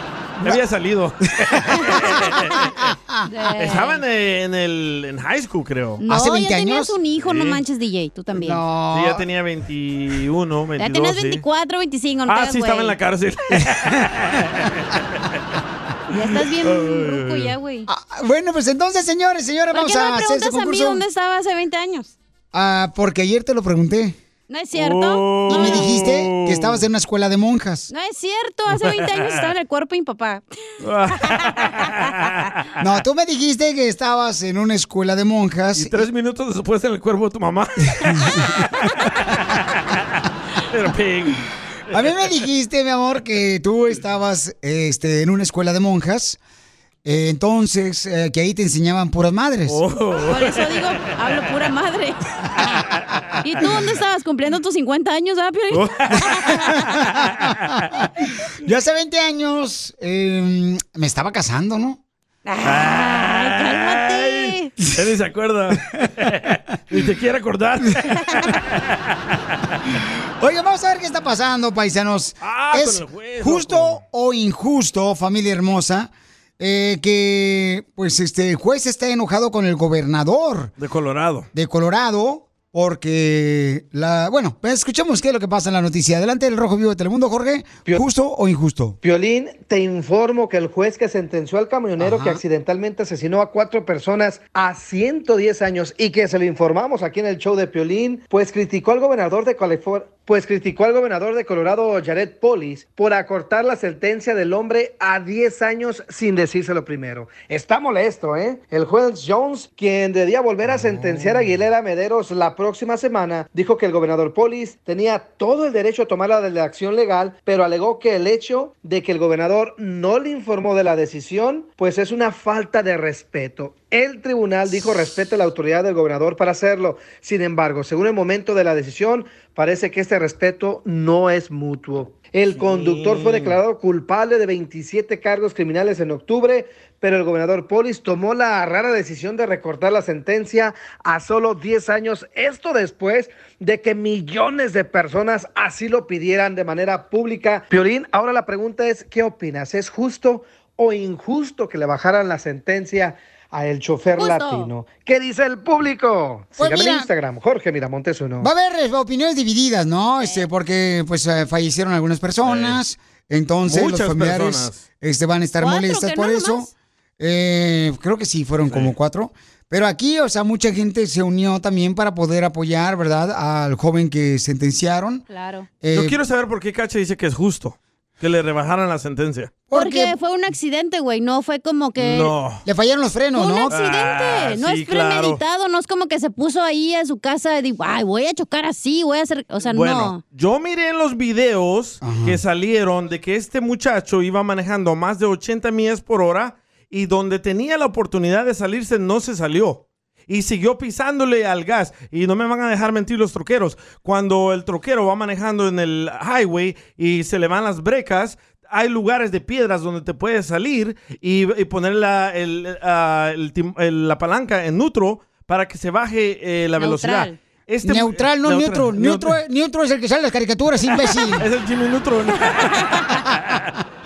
[SPEAKER 2] Ya había salido.
[SPEAKER 3] Eh.
[SPEAKER 2] Estaba en, eh, en el en high school, creo.
[SPEAKER 3] No, ya tenías un hijo, no
[SPEAKER 2] Sí.
[SPEAKER 3] manches, DJ, tú también.
[SPEAKER 2] Sí, ya tenía 21, 22.
[SPEAKER 3] Ya tenías
[SPEAKER 2] sí.
[SPEAKER 3] 24, 25, no te
[SPEAKER 2] Ah,
[SPEAKER 3] hagas,
[SPEAKER 2] sí, estaba
[SPEAKER 3] güey.
[SPEAKER 2] en la cárcel.
[SPEAKER 3] Ya estás bien ruco ya, güey.
[SPEAKER 1] Bueno, pues entonces, señores, señores,
[SPEAKER 3] ¿Por
[SPEAKER 1] vamos
[SPEAKER 3] qué no
[SPEAKER 1] a
[SPEAKER 3] me
[SPEAKER 1] hacer este
[SPEAKER 3] preguntas a mí
[SPEAKER 1] concurso.
[SPEAKER 3] dónde estaba hace 20 años?
[SPEAKER 1] Ah, porque ayer te lo pregunté.
[SPEAKER 3] ¿No es cierto?
[SPEAKER 2] Oh.
[SPEAKER 1] Y me dijiste
[SPEAKER 3] Oh.
[SPEAKER 1] que estabas en una escuela de monjas.
[SPEAKER 3] No es cierto, hace 20 años estaba en el cuerpo de mi papá.
[SPEAKER 1] No, tú me dijiste que estabas en una escuela de monjas. Y
[SPEAKER 2] tres minutos después en el cuerpo de tu mamá. Pero pig.
[SPEAKER 1] A mí me dijiste, mi amor, que tú estabas este, en una escuela de monjas. eh, entonces, eh, que ahí te enseñaban puras madres.
[SPEAKER 2] Oh.
[SPEAKER 3] Por eso digo, hablo pura madre. ¿Y tú dónde estabas cumpliendo tus 50 años, ah, Piolín?
[SPEAKER 2] Oh.
[SPEAKER 1] Yo hace 20 años eh, me estaba casando, ¿no?
[SPEAKER 2] Ay, ya ni se acuerda. Ni te quiere acordar.
[SPEAKER 1] Oiga, vamos a ver qué está pasando, paisanos.
[SPEAKER 2] Ah,
[SPEAKER 1] es
[SPEAKER 2] con el juez,
[SPEAKER 1] justo o injusto, familia hermosa, eh, que pues este el juez está enojado con el gobernador
[SPEAKER 2] De Colorado.
[SPEAKER 1] de Colorado porque la bueno, pues, escuchemos qué es lo que pasa en la noticia. Adelante el Rojo Vivo de Telemundo, Jorge. ¿Justo o injusto?
[SPEAKER 4] Piolín, te informo que el juez que sentenció al camionero
[SPEAKER 1] Ajá.
[SPEAKER 4] que accidentalmente asesinó a cuatro personas a 110 años y que se lo informamos aquí en el show de Piolín, pues criticó al gobernador de California. Pues criticó al gobernador de Colorado, Jared Polis, por acortar la sentencia del hombre a 10 años sin decírselo primero. Está molesto, ¿eh? El juez Jones, quien debía volver a sentenciar a Aguilera Mederos la próxima semana, dijo que el gobernador Polis tenía todo el derecho a tomar la, de la acción legal, pero alegó que el hecho de que el gobernador no le informó de la decisión, pues es una falta de respeto. El tribunal dijo respeta la autoridad del gobernador para hacerlo. Sin embargo, según el momento de la decisión, parece que este respeto no es mutuo. El conductor fue declarado culpable de 27 cargos criminales en octubre, pero el gobernador Polis tomó la rara decisión de recortar la sentencia a solo 10 años. Esto después de que millones de personas así lo pidieran de manera pública. Piorín, ahora la pregunta es, ¿qué opinas? ¿Es justo o injusto que le bajaran la sentencia a El Chofer
[SPEAKER 1] Justo.
[SPEAKER 4] Latino. ¿Qué dice el público?
[SPEAKER 1] Pues
[SPEAKER 4] Síganme en
[SPEAKER 1] mira.
[SPEAKER 4] Instagram, Jorge Miramontes uno.
[SPEAKER 1] Va a haber eh, opiniones divididas, ¿no? Este, porque pues eh, fallecieron algunas personas, entonces
[SPEAKER 2] Muchas
[SPEAKER 1] los familiares
[SPEAKER 2] personas.
[SPEAKER 1] este, van a estar
[SPEAKER 2] ¿Cuatro
[SPEAKER 1] molestas
[SPEAKER 2] que
[SPEAKER 1] por
[SPEAKER 2] nada
[SPEAKER 1] eso.
[SPEAKER 2] más?
[SPEAKER 1] Eh, creo que sí, fueron como cuatro. Pero aquí, o sea, mucha gente se unió también para poder apoyar, ¿verdad? Al joven que sentenciaron.
[SPEAKER 3] Claro.
[SPEAKER 1] Eh,
[SPEAKER 2] Yo quiero saber por qué Cacha dice que es justo que le rebajaran la sentencia.
[SPEAKER 3] Porque fue un accidente, güey. No fue como que.
[SPEAKER 2] No.
[SPEAKER 1] Le fallaron los frenos,
[SPEAKER 3] Un
[SPEAKER 1] ¿no?
[SPEAKER 3] accidente.
[SPEAKER 2] Ah,
[SPEAKER 3] no
[SPEAKER 2] sí,
[SPEAKER 3] es
[SPEAKER 2] claro.
[SPEAKER 3] premeditado. No es como que se puso ahí a su casa y dijo, ay, voy a chocar así, voy a hacer. O sea,
[SPEAKER 2] Bueno, yo miré en los videos que salieron de que este muchacho iba manejando a más de 80 millas por hora y donde tenía la oportunidad de salirse no se salió. Y siguió pisándole al gas. Y no me van a dejar mentir los troqueros. Cuando el troquero va manejando en el highway y se le van las brecas, hay lugares de piedras donde te puedes salir y, y poner la, el, ah, el tim- el- la palanca en neutro para que se baje eh, la velocidad. Este-
[SPEAKER 1] neutral, no
[SPEAKER 2] Neutral,
[SPEAKER 1] neutro. Neutro,
[SPEAKER 2] neutral. este
[SPEAKER 1] neutro es el que sale en las caricaturas, imbécil.
[SPEAKER 2] Es el Jimmy Neutron.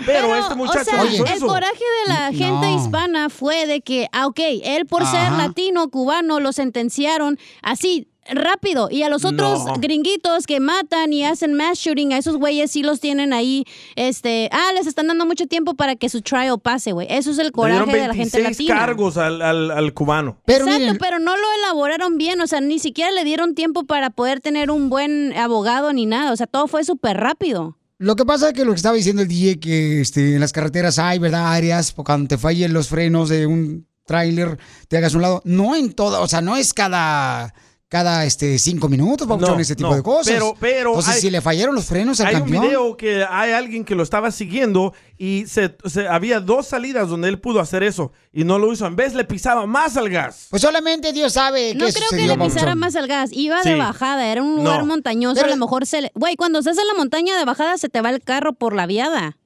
[SPEAKER 2] Pero, este muchacho
[SPEAKER 3] O sea,
[SPEAKER 2] hizo
[SPEAKER 3] el
[SPEAKER 2] eso.
[SPEAKER 3] coraje de la gente hispana fue de que, ah, ok, él por ser
[SPEAKER 2] Ajá.
[SPEAKER 3] latino, cubano, lo sentenciaron así, rápido. Y a los otros
[SPEAKER 21] No.
[SPEAKER 3] gringuitos que matan y hacen mass shooting, a esos güeyes sí los tienen ahí, este, ah, les están dando mucho tiempo para que su trial pase, güey. Eso es el
[SPEAKER 2] Le dieron
[SPEAKER 3] coraje de la gente
[SPEAKER 2] 26
[SPEAKER 3] latina.
[SPEAKER 2] cargos al, al- al cubano.
[SPEAKER 3] Exacto, pero no lo elaboraron bien, o sea, ni siquiera le dieron tiempo para poder tener un buen abogado ni nada, o sea, todo fue súper rápido.
[SPEAKER 1] Lo que pasa es que lo que estaba diciendo el DJ, que este, en las carreteras hay, ¿verdad? Áreas, por cuando te fallen los frenos de un tráiler, te hagas a un lado. No en toda, o sea, no es cada, cada este, cinco minutos, papuchón,
[SPEAKER 2] No,
[SPEAKER 1] ese tipo
[SPEAKER 2] no,
[SPEAKER 1] de cosas.
[SPEAKER 2] pero- pero
[SPEAKER 1] Entonces,
[SPEAKER 2] hay-
[SPEAKER 1] si le fallaron los frenos al
[SPEAKER 2] Hay un
[SPEAKER 1] campeón.
[SPEAKER 2] video que hay alguien que lo estaba siguiendo y se, se- había dos salidas donde él pudo hacer eso y no lo hizo. En vez le pisaba más al gas.
[SPEAKER 1] Pues solamente Dios sabe
[SPEAKER 3] No creo que le pisara más al gas. Iba de
[SPEAKER 2] Sí.
[SPEAKER 3] bajada, era un lugar
[SPEAKER 2] No.
[SPEAKER 3] montañoso.
[SPEAKER 2] Pero-
[SPEAKER 3] a lo mejor se le. Güey, cuando estás en la montaña de bajada, se te va el carro por la viada.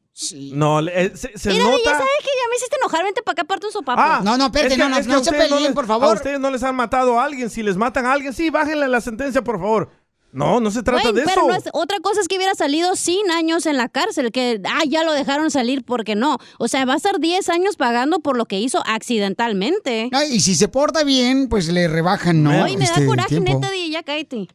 [SPEAKER 2] No, le- eh, se, se
[SPEAKER 3] Mira,
[SPEAKER 2] nota.
[SPEAKER 3] ya sabes que ya me hiciste enojar. Vente para acá, parte un sopapo.
[SPEAKER 2] Ah, es que- es que a ustedes les- A ustedes no les han matado a alguien. Si les matan a alguien, sí, bájenle la sentencia, por favor. No, no se trata
[SPEAKER 3] Güey,
[SPEAKER 2] de
[SPEAKER 3] pero
[SPEAKER 2] eso.
[SPEAKER 3] no es- otra cosa es que hubiera salido 100 años en la cárcel, que ah, ya lo dejaron salir porque no. O sea, va a estar 10 años pagando por lo que hizo accidentalmente.
[SPEAKER 1] Ay, y si se porta bien, pues le rebajan, ¿no?
[SPEAKER 3] Ay, me
[SPEAKER 1] Este,
[SPEAKER 3] da coraje,
[SPEAKER 1] tiempo.
[SPEAKER 3] neta, y ya cállate.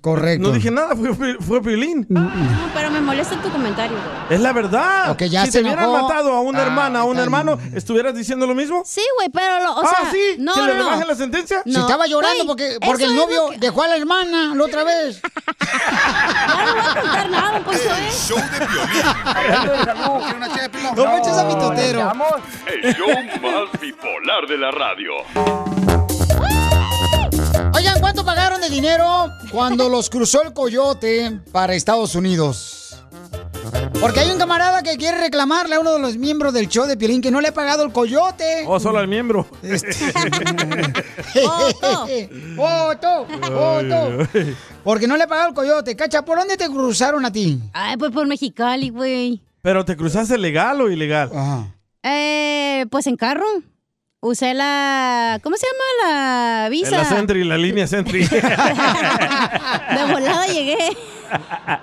[SPEAKER 1] Correcto.
[SPEAKER 2] No dije nada, fue, fue Piolín.
[SPEAKER 1] Mm.
[SPEAKER 3] No, pero me molesta tu comentario, güey.
[SPEAKER 2] Es la verdad.
[SPEAKER 1] Ok, ya
[SPEAKER 2] si
[SPEAKER 1] se
[SPEAKER 2] te hubieran
[SPEAKER 1] enojó.
[SPEAKER 2] matado a una
[SPEAKER 1] Ah,
[SPEAKER 2] hermana, a un
[SPEAKER 1] está
[SPEAKER 2] hermano, ¿estuvieras diciendo lo mismo?
[SPEAKER 3] Sí, güey, pero lo, o
[SPEAKER 2] ah,
[SPEAKER 3] sea,
[SPEAKER 2] sí,
[SPEAKER 3] no,
[SPEAKER 2] que le
[SPEAKER 3] no, no.
[SPEAKER 2] rebajen la sentencia.
[SPEAKER 1] Si estaba llorando
[SPEAKER 3] Güey,
[SPEAKER 1] porque, porque
[SPEAKER 3] eso es
[SPEAKER 1] el
[SPEAKER 3] lo
[SPEAKER 1] novio dejó a la hermana la otra vez.
[SPEAKER 3] pues, ¿eh?
[SPEAKER 9] El show de Piolín.
[SPEAKER 1] No manches a mi totero.
[SPEAKER 6] El show más bipolar de la radio.
[SPEAKER 1] Oigan, ¿cuánto pagaron de dinero cuando los cruzó el coyote para Estados Unidos? Porque hay un camarada que quiere reclamarle a uno de los miembros del show de Piolín que no le ha pagado el coyote.
[SPEAKER 2] O solo al miembro.
[SPEAKER 1] ¡Foto! ¡Foto!
[SPEAKER 3] Oh,
[SPEAKER 1] ¡Foto!
[SPEAKER 2] Ay, ay.
[SPEAKER 1] Porque no le ha pagado el coyote. Cacha, ¿por dónde te cruzaron a ti?
[SPEAKER 3] Ay, pues por Mexicali, güey.
[SPEAKER 2] Pero te cruzaste legal o ilegal.
[SPEAKER 3] Eh, pues en carro. Usé la. ¿Cómo se llama la visa?
[SPEAKER 2] La Sentry, la línea Sentry.
[SPEAKER 3] De volada llegué.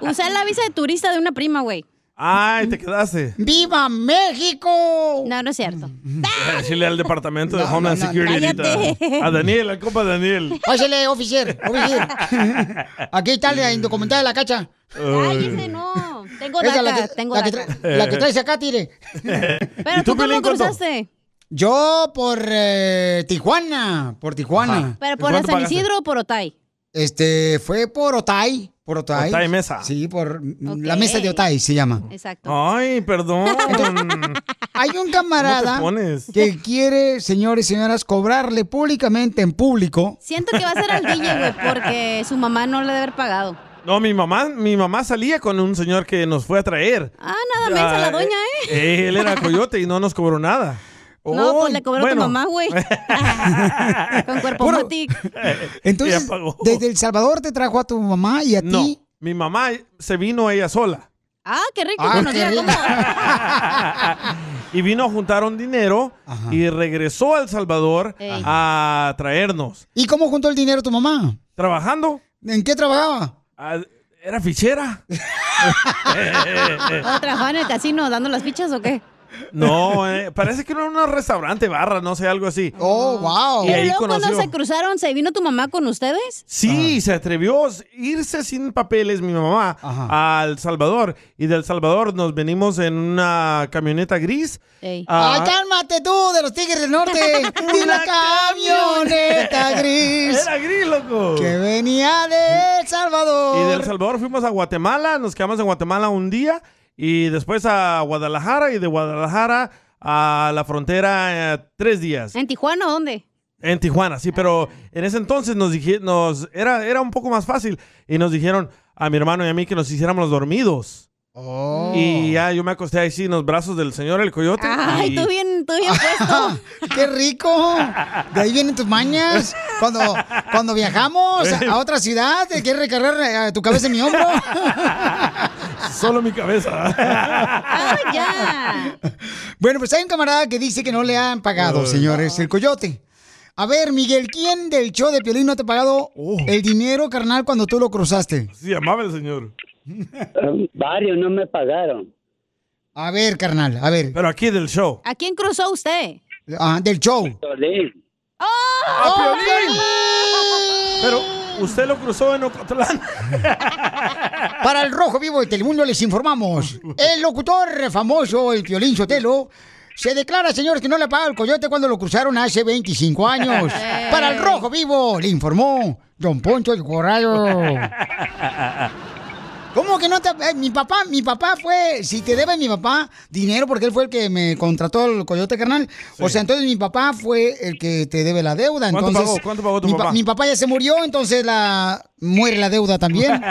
[SPEAKER 3] Usé la visa de turista de una prima, güey.
[SPEAKER 2] Ay, te quedaste.
[SPEAKER 1] ¡Viva México!
[SPEAKER 3] No, no es cierto.
[SPEAKER 2] Voy a Decirle al departamento de Homeland
[SPEAKER 1] no, no,
[SPEAKER 2] Security.
[SPEAKER 1] cállate.
[SPEAKER 2] ahorita. A Daniel, al compa Daniel.
[SPEAKER 1] Pásale, oficial, oficial. Aquí está la indocumentada de la cacha.
[SPEAKER 2] Ay.
[SPEAKER 3] No, tengo
[SPEAKER 1] Esa
[SPEAKER 3] daca,
[SPEAKER 1] es la que-
[SPEAKER 3] tengo
[SPEAKER 1] la que
[SPEAKER 3] daca.
[SPEAKER 1] tra- la que traes acá, tire.
[SPEAKER 3] Pero tú, cómo cruzaste?
[SPEAKER 1] Yo por eh, Tijuana, por Tijuana.
[SPEAKER 3] Pero por la San Isidro o por Otay.
[SPEAKER 1] Este, fue por Otay, por Otay.
[SPEAKER 2] Otay Mesa.
[SPEAKER 1] Sí, por la mesa de Otay se llama.
[SPEAKER 3] Exacto.
[SPEAKER 2] Ay, perdón.
[SPEAKER 1] Hay un camarada
[SPEAKER 2] ¿Cómo te pones?
[SPEAKER 1] que quiere, señores y señoras, cobrarle públicamente en público.
[SPEAKER 3] Siento que va a ser al DJ, güey, porque su mamá no le debe haber pagado.
[SPEAKER 2] No, mi mamá, mi mamá salía con un señor que nos fue a traer.
[SPEAKER 3] Ah, nada menos la
[SPEAKER 2] Ah,
[SPEAKER 3] doña, ¿eh?
[SPEAKER 2] eh, Él era coyote y no nos cobró nada.
[SPEAKER 3] No,
[SPEAKER 2] Oh,
[SPEAKER 3] pues le cobró
[SPEAKER 2] bueno.
[SPEAKER 3] tu mamá, güey. Con cuerpo
[SPEAKER 2] Puro-
[SPEAKER 3] matic.
[SPEAKER 1] Entonces, desde El Salvador te trajo a tu mamá y a
[SPEAKER 2] Oh. No,
[SPEAKER 1] ti.
[SPEAKER 2] mi mamá se vino ella sola.
[SPEAKER 3] Ah, qué rico.
[SPEAKER 1] Ah,
[SPEAKER 3] bueno,
[SPEAKER 1] qué
[SPEAKER 3] mira
[SPEAKER 1] rico.
[SPEAKER 3] cómo-
[SPEAKER 2] Y vino a juntaron dinero y regresó a El Salvador
[SPEAKER 1] Ey.
[SPEAKER 2] a traernos.
[SPEAKER 1] ¿Y cómo juntó el dinero tu mamá?
[SPEAKER 2] ¿Trabajando?
[SPEAKER 1] ¿En qué trabajaba?
[SPEAKER 2] Ah, Era fichera.
[SPEAKER 1] Eh,
[SPEAKER 3] ¿O trabajaba en el casino dando las fichas o qué?
[SPEAKER 2] No, eh, parece que era un restaurante, barra, no sé, algo así.
[SPEAKER 1] Oh, wow.
[SPEAKER 2] Y
[SPEAKER 3] Pero
[SPEAKER 2] ahí
[SPEAKER 3] luego
[SPEAKER 2] conoció.
[SPEAKER 3] cuando se cruzaron, ¿se vino tu mamá con ustedes?
[SPEAKER 2] Sí,
[SPEAKER 1] Ah.
[SPEAKER 2] se atrevió a irse sin papeles mi mamá a El Salvador. Y del Salvador nos venimos en una camioneta gris. Ah.
[SPEAKER 1] ¡Ay, cálmate tú de los Tigres del Norte! ¡Y la camioneta gris!
[SPEAKER 2] Era gris, loco.
[SPEAKER 1] Que venía de El Salvador.
[SPEAKER 2] Y del Salvador fuimos a Guatemala, nos quedamos en Guatemala un día y después a Guadalajara y de Guadalajara a la frontera eh, tres días.
[SPEAKER 3] ¿En Tijuana o dónde?
[SPEAKER 2] En Tijuana, sí, pero en ese entonces nos dijeron, nos, era, era un poco más fácil y nos dijeron a mi hermano y a mí que nos hiciéramos los dormidos.
[SPEAKER 1] Oh.
[SPEAKER 2] Y ya yo me acosté ahí sí en los brazos del señor el coyote.
[SPEAKER 3] Ay,
[SPEAKER 2] y-
[SPEAKER 3] tú bien, tú bien puesto.
[SPEAKER 1] ¡Qué rico! De ahí vienen tus mañas. Cuando, cuando viajamos
[SPEAKER 2] Eh.
[SPEAKER 1] a otra ciudad, ¿te quieres recargar eh, tu cabeza en mi hombro?
[SPEAKER 2] Solo mi cabeza.
[SPEAKER 3] Ah,
[SPEAKER 1] Bueno, pues hay un camarada que dice que no le han pagado,
[SPEAKER 2] Ay.
[SPEAKER 1] señores, el coyote. A ver, Miguel, ¿quién del show de Piolín no te ha pagado
[SPEAKER 2] Oh.
[SPEAKER 1] el dinero, carnal, cuando tú lo cruzaste?
[SPEAKER 2] Sí, amaba el señor.
[SPEAKER 21] Em, Varios no me pagaron.
[SPEAKER 1] A ver, carnal, a ver. Ah,
[SPEAKER 2] Pero aquí del show.
[SPEAKER 3] ¿A quién cruzó usted? ¡Oh!
[SPEAKER 1] del show.
[SPEAKER 21] Piolín.
[SPEAKER 2] ¡Ah, Piolín! Pero usted lo cruzó en Ocotlán.
[SPEAKER 1] Para el Rojo Vivo de Telemundo les informamos. El locutor famoso, el Piolín Sotelo, se declara, señores, que no le paga el coyote cuando lo cruzaron hace 25 años.
[SPEAKER 11] Eh.
[SPEAKER 1] Para el Rojo Vivo, le informó Don Poncho el Corrado. ¿Cómo que no te.? eh, mi papá, mi papá fue. Si te debe mi papá dinero, porque él fue el que me contrató el coyote carnal. O sea, entonces mi papá fue el que te debe la deuda.
[SPEAKER 2] ¿Cuánto
[SPEAKER 1] entonces,
[SPEAKER 2] pagó? ¿Cuánto pagó tu
[SPEAKER 1] mi pa-
[SPEAKER 2] papá?
[SPEAKER 1] mi papá ya se murió, entonces la muere la deuda también.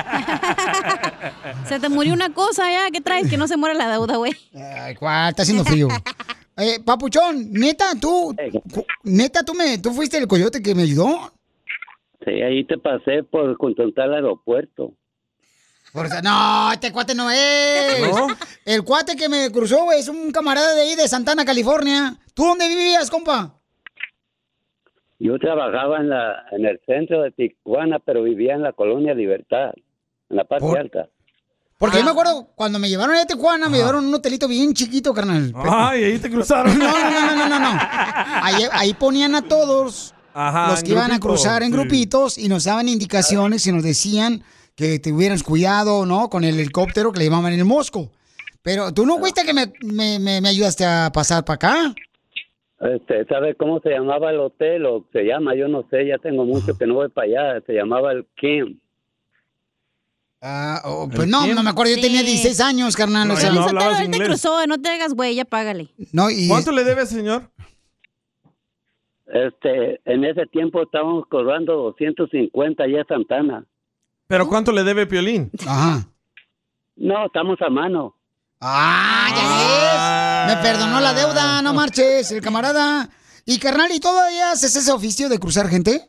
[SPEAKER 3] Se te murió una cosa ya, ¿qué traes? Que no se muera la deuda, güey.
[SPEAKER 1] Ay, cuál, está haciendo frío. Eh, Papuchón, neta, tú. cu- Neta, tú me, tú fuiste el coyote que me ayudó.
[SPEAKER 21] Sí, ahí te pasé por contratar al aeropuerto.
[SPEAKER 1] Por eso- no, este cuate no es.
[SPEAKER 21] ¿No?
[SPEAKER 1] El cuate que me cruzó, güey, es un camarada de ahí de Santana, California. ¿Tú dónde vivías, compa?
[SPEAKER 21] Yo trabajaba en, la, en el centro de Tijuana, pero vivía en la colonia Libertad, en la parte alta.
[SPEAKER 1] Porque yo me acuerdo, cuando me llevaron a Tijuana, me llevaron a un hotelito bien chiquito, carnal.
[SPEAKER 2] Ay, ahí te cruzaron.
[SPEAKER 1] Ah, No, no, no, no, no, no. Ahí, ahí ponían a todos
[SPEAKER 2] Ajá,
[SPEAKER 1] los
[SPEAKER 2] en
[SPEAKER 1] que iban a
[SPEAKER 2] grupito,
[SPEAKER 1] cruzar en
[SPEAKER 2] sí.
[SPEAKER 1] grupitos y nos daban indicaciones y nos decían que tuvieras cuidado, ¿no? Con el helicóptero que le llamaban el Mosco. Pero tú no fuiste que me, me- me- me ayudaste a pasar para acá.
[SPEAKER 21] Este, ¿Sabe cómo se llamaba el hotel o se llama? Yo no sé, ya tengo mucho que no voy para allá. Se llamaba el Kim.
[SPEAKER 1] Ah, oh, Pues no, no me acuerdo, yo tenía
[SPEAKER 3] Sí.
[SPEAKER 1] 16 años, carnal. o
[SPEAKER 3] Pero
[SPEAKER 1] sea,
[SPEAKER 3] Sotelo, él te cruzó, no te hagas güey, ya págale.
[SPEAKER 1] No, y
[SPEAKER 2] ¿Cuánto le debe, señor?
[SPEAKER 21] Este, en ese tiempo estábamos cobrando 250 allá a Santana.
[SPEAKER 2] ¿Pero cuánto le debe Piolín?
[SPEAKER 1] Ajá.
[SPEAKER 21] No, estamos a mano.
[SPEAKER 1] Ah, ya ves. Me perdonó la deuda, no marches, el camarada. Y carnal, ¿y todavía haces ese oficio de cruzar gente?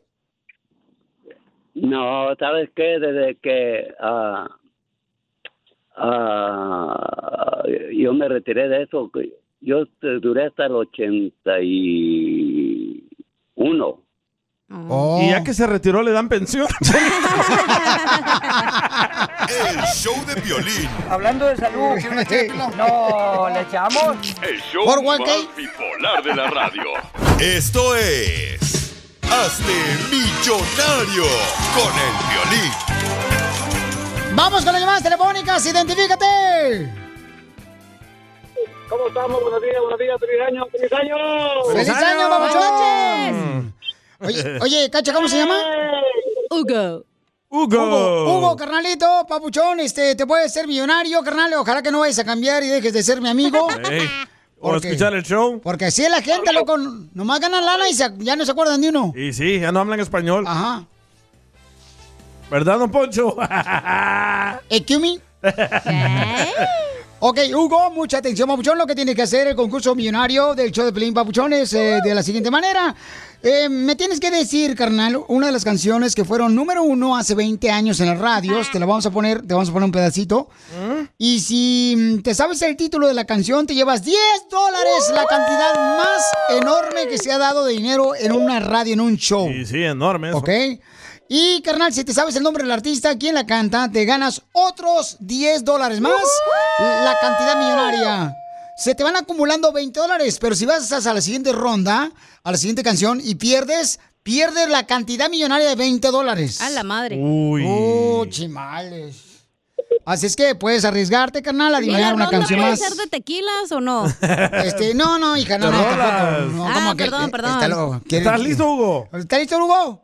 [SPEAKER 21] No, ¿sabes qué? Desde que ah, ah, yo me retiré de eso, que yo eh, duré hasta el 81.
[SPEAKER 2] Y ya que se retiró, le dan pensión.
[SPEAKER 9] El show de violín.
[SPEAKER 17] Hablando de salud, ¿quiere una chela de pilón? No, ¿le echamos?
[SPEAKER 6] El show
[SPEAKER 17] Por
[SPEAKER 6] más
[SPEAKER 17] Juan K.
[SPEAKER 6] bipolar de la radio.
[SPEAKER 9] Esto es. Hazte millonario con el violín.
[SPEAKER 1] Vamos con las llamadas telefónicas, identifícate.
[SPEAKER 22] ¿Cómo estamos? Buenos días, buenos días, feliz año, feliz año.
[SPEAKER 1] ¡Feliz año, babuchón! Oye, oye, Cacha, ¿cómo se llama?
[SPEAKER 3] Hugo.
[SPEAKER 2] Hugo.
[SPEAKER 1] Hugo, carnalito, papuchón, este, te puedes ser millonario, carnal. Ojalá que no vayas a cambiar y dejes de ser mi amigo.
[SPEAKER 2] Ey, ¿O
[SPEAKER 1] Porque-
[SPEAKER 2] escuchar el show?
[SPEAKER 1] Porque así es la gente, loco. Nomás ganan lana y se- ya no se acuerdan de uno.
[SPEAKER 2] Y sí, ya no hablan español.
[SPEAKER 1] Ajá.
[SPEAKER 2] ¿Verdad, don Poncho?
[SPEAKER 1] ¿Excuse me? Ok, Hugo, mucha atención, Papuchón. Lo que tienes que hacer el concurso millonario del show de Pelín Papuchón es eh, de la siguiente manera. Eh, me tienes que decir, carnal, una de las canciones que fueron número uno hace 20 años en las radios. Te la vamos a poner, te vamos a poner un pedacito. Y si mm, te sabes el título de la canción, te llevas 10 dólares, la cantidad más enorme que se ha dado de dinero en una radio, en un show.
[SPEAKER 2] Y sí, enorme. eso.
[SPEAKER 1] ¿Ok? Y carnal, si te sabes el nombre del artista, quién la canta, te ganas otros 10 dólares más, la cantidad millonaria. se te van acumulando 20 dólares. Pero si vas hasta la siguiente ronda, a la siguiente canción y pierdes, pierdes la cantidad millonaria de 20 dólares.
[SPEAKER 3] A la madre.
[SPEAKER 1] Uy. Oh, chimales. Así es que puedes arriesgarte, carnal, a
[SPEAKER 3] ¿Y la
[SPEAKER 1] adivinar una
[SPEAKER 3] ronda
[SPEAKER 1] canción
[SPEAKER 3] puede
[SPEAKER 1] más.
[SPEAKER 3] ser de tequilas o no?
[SPEAKER 1] Este, no, no, hija, no, no,
[SPEAKER 3] Rolas.
[SPEAKER 1] tampoco. No,
[SPEAKER 3] Ah,
[SPEAKER 1] como que-
[SPEAKER 3] perdón,
[SPEAKER 1] eh,
[SPEAKER 3] perdón.
[SPEAKER 1] está loco. ¿Quieren-
[SPEAKER 2] ¿Estás listo, Hugo?
[SPEAKER 1] ¿Está listo, Hugo?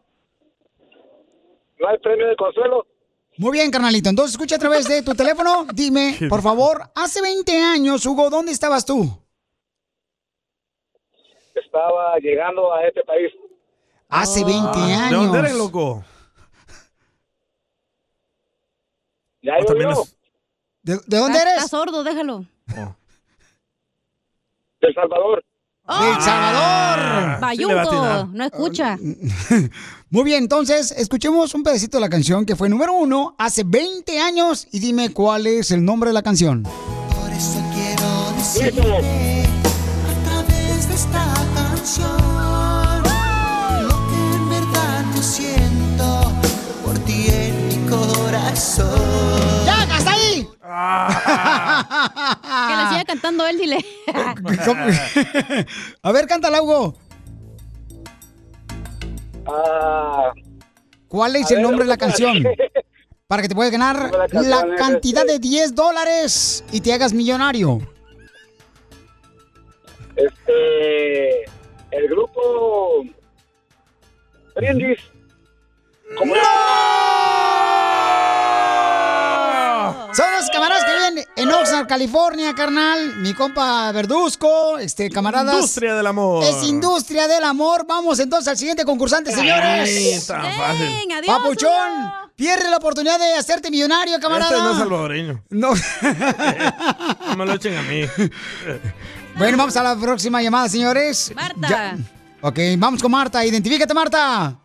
[SPEAKER 22] ¿No hay premio de consuelo?
[SPEAKER 1] Muy bien, carnalito. Entonces, escucha a través de tu teléfono. Dime, por favor, hace 20 años, Hugo, ¿dónde estabas tú?
[SPEAKER 22] Estaba llegando a este país.
[SPEAKER 1] Hace 20 años.
[SPEAKER 11] Ah.
[SPEAKER 2] ¿De dónde eres, loco?
[SPEAKER 22] Ya
[SPEAKER 1] Ah,
[SPEAKER 2] O también es-
[SPEAKER 1] ¿De, de dónde
[SPEAKER 3] Está-
[SPEAKER 1] eres?
[SPEAKER 3] Está Ah, sordo, déjalo.
[SPEAKER 22] Oh. El Salvador.
[SPEAKER 1] ¡El Salvador!
[SPEAKER 3] Bayunco, ¡Oh! Ah, no escucha.
[SPEAKER 1] Muy bien, entonces, escuchemos un pedacito de la canción que fue número uno hace 20 años y dime cuál es el nombre de la canción.
[SPEAKER 11] Por eso quiero decirte a través de esta canción lo que en verdad yo siento por ti en mi corazón.
[SPEAKER 1] Oh, ¡Ya, hasta ahí!
[SPEAKER 3] Que la siga cantando él, dile.
[SPEAKER 1] ¿Cómo? a ver, cántala, Hugo. ¿Cuál es
[SPEAKER 11] a
[SPEAKER 1] el
[SPEAKER 11] ver,
[SPEAKER 1] nombre de la
[SPEAKER 11] ¿cómo la
[SPEAKER 1] canción?
[SPEAKER 11] dije?
[SPEAKER 1] Para que te puedas ganar
[SPEAKER 11] ¿Cómo la canción
[SPEAKER 1] la
[SPEAKER 11] es,
[SPEAKER 1] cantidad
[SPEAKER 11] este?
[SPEAKER 1] de 10 dólares y te hagas millonario.
[SPEAKER 22] Este. El grupo. Brindis. ¿Cómo
[SPEAKER 1] Son los camaradas que viven en Oxnard, California, carnal. Mi compa Verduzco, este, camaradas.
[SPEAKER 2] Industria del amor.
[SPEAKER 1] Es industria del amor. Vamos entonces al siguiente concursante,
[SPEAKER 2] Sí,
[SPEAKER 1] señores.
[SPEAKER 2] tan fácil.
[SPEAKER 1] Papuchón, pierde la oportunidad de hacerte millonario, camarada.
[SPEAKER 2] Este no es salvadoreño.
[SPEAKER 1] No.
[SPEAKER 2] No me lo echen a mí.
[SPEAKER 1] Bueno, vamos a la próxima llamada, señores.
[SPEAKER 3] Marta.
[SPEAKER 1] Ok, vamos con Marta. Identifícate, Marta.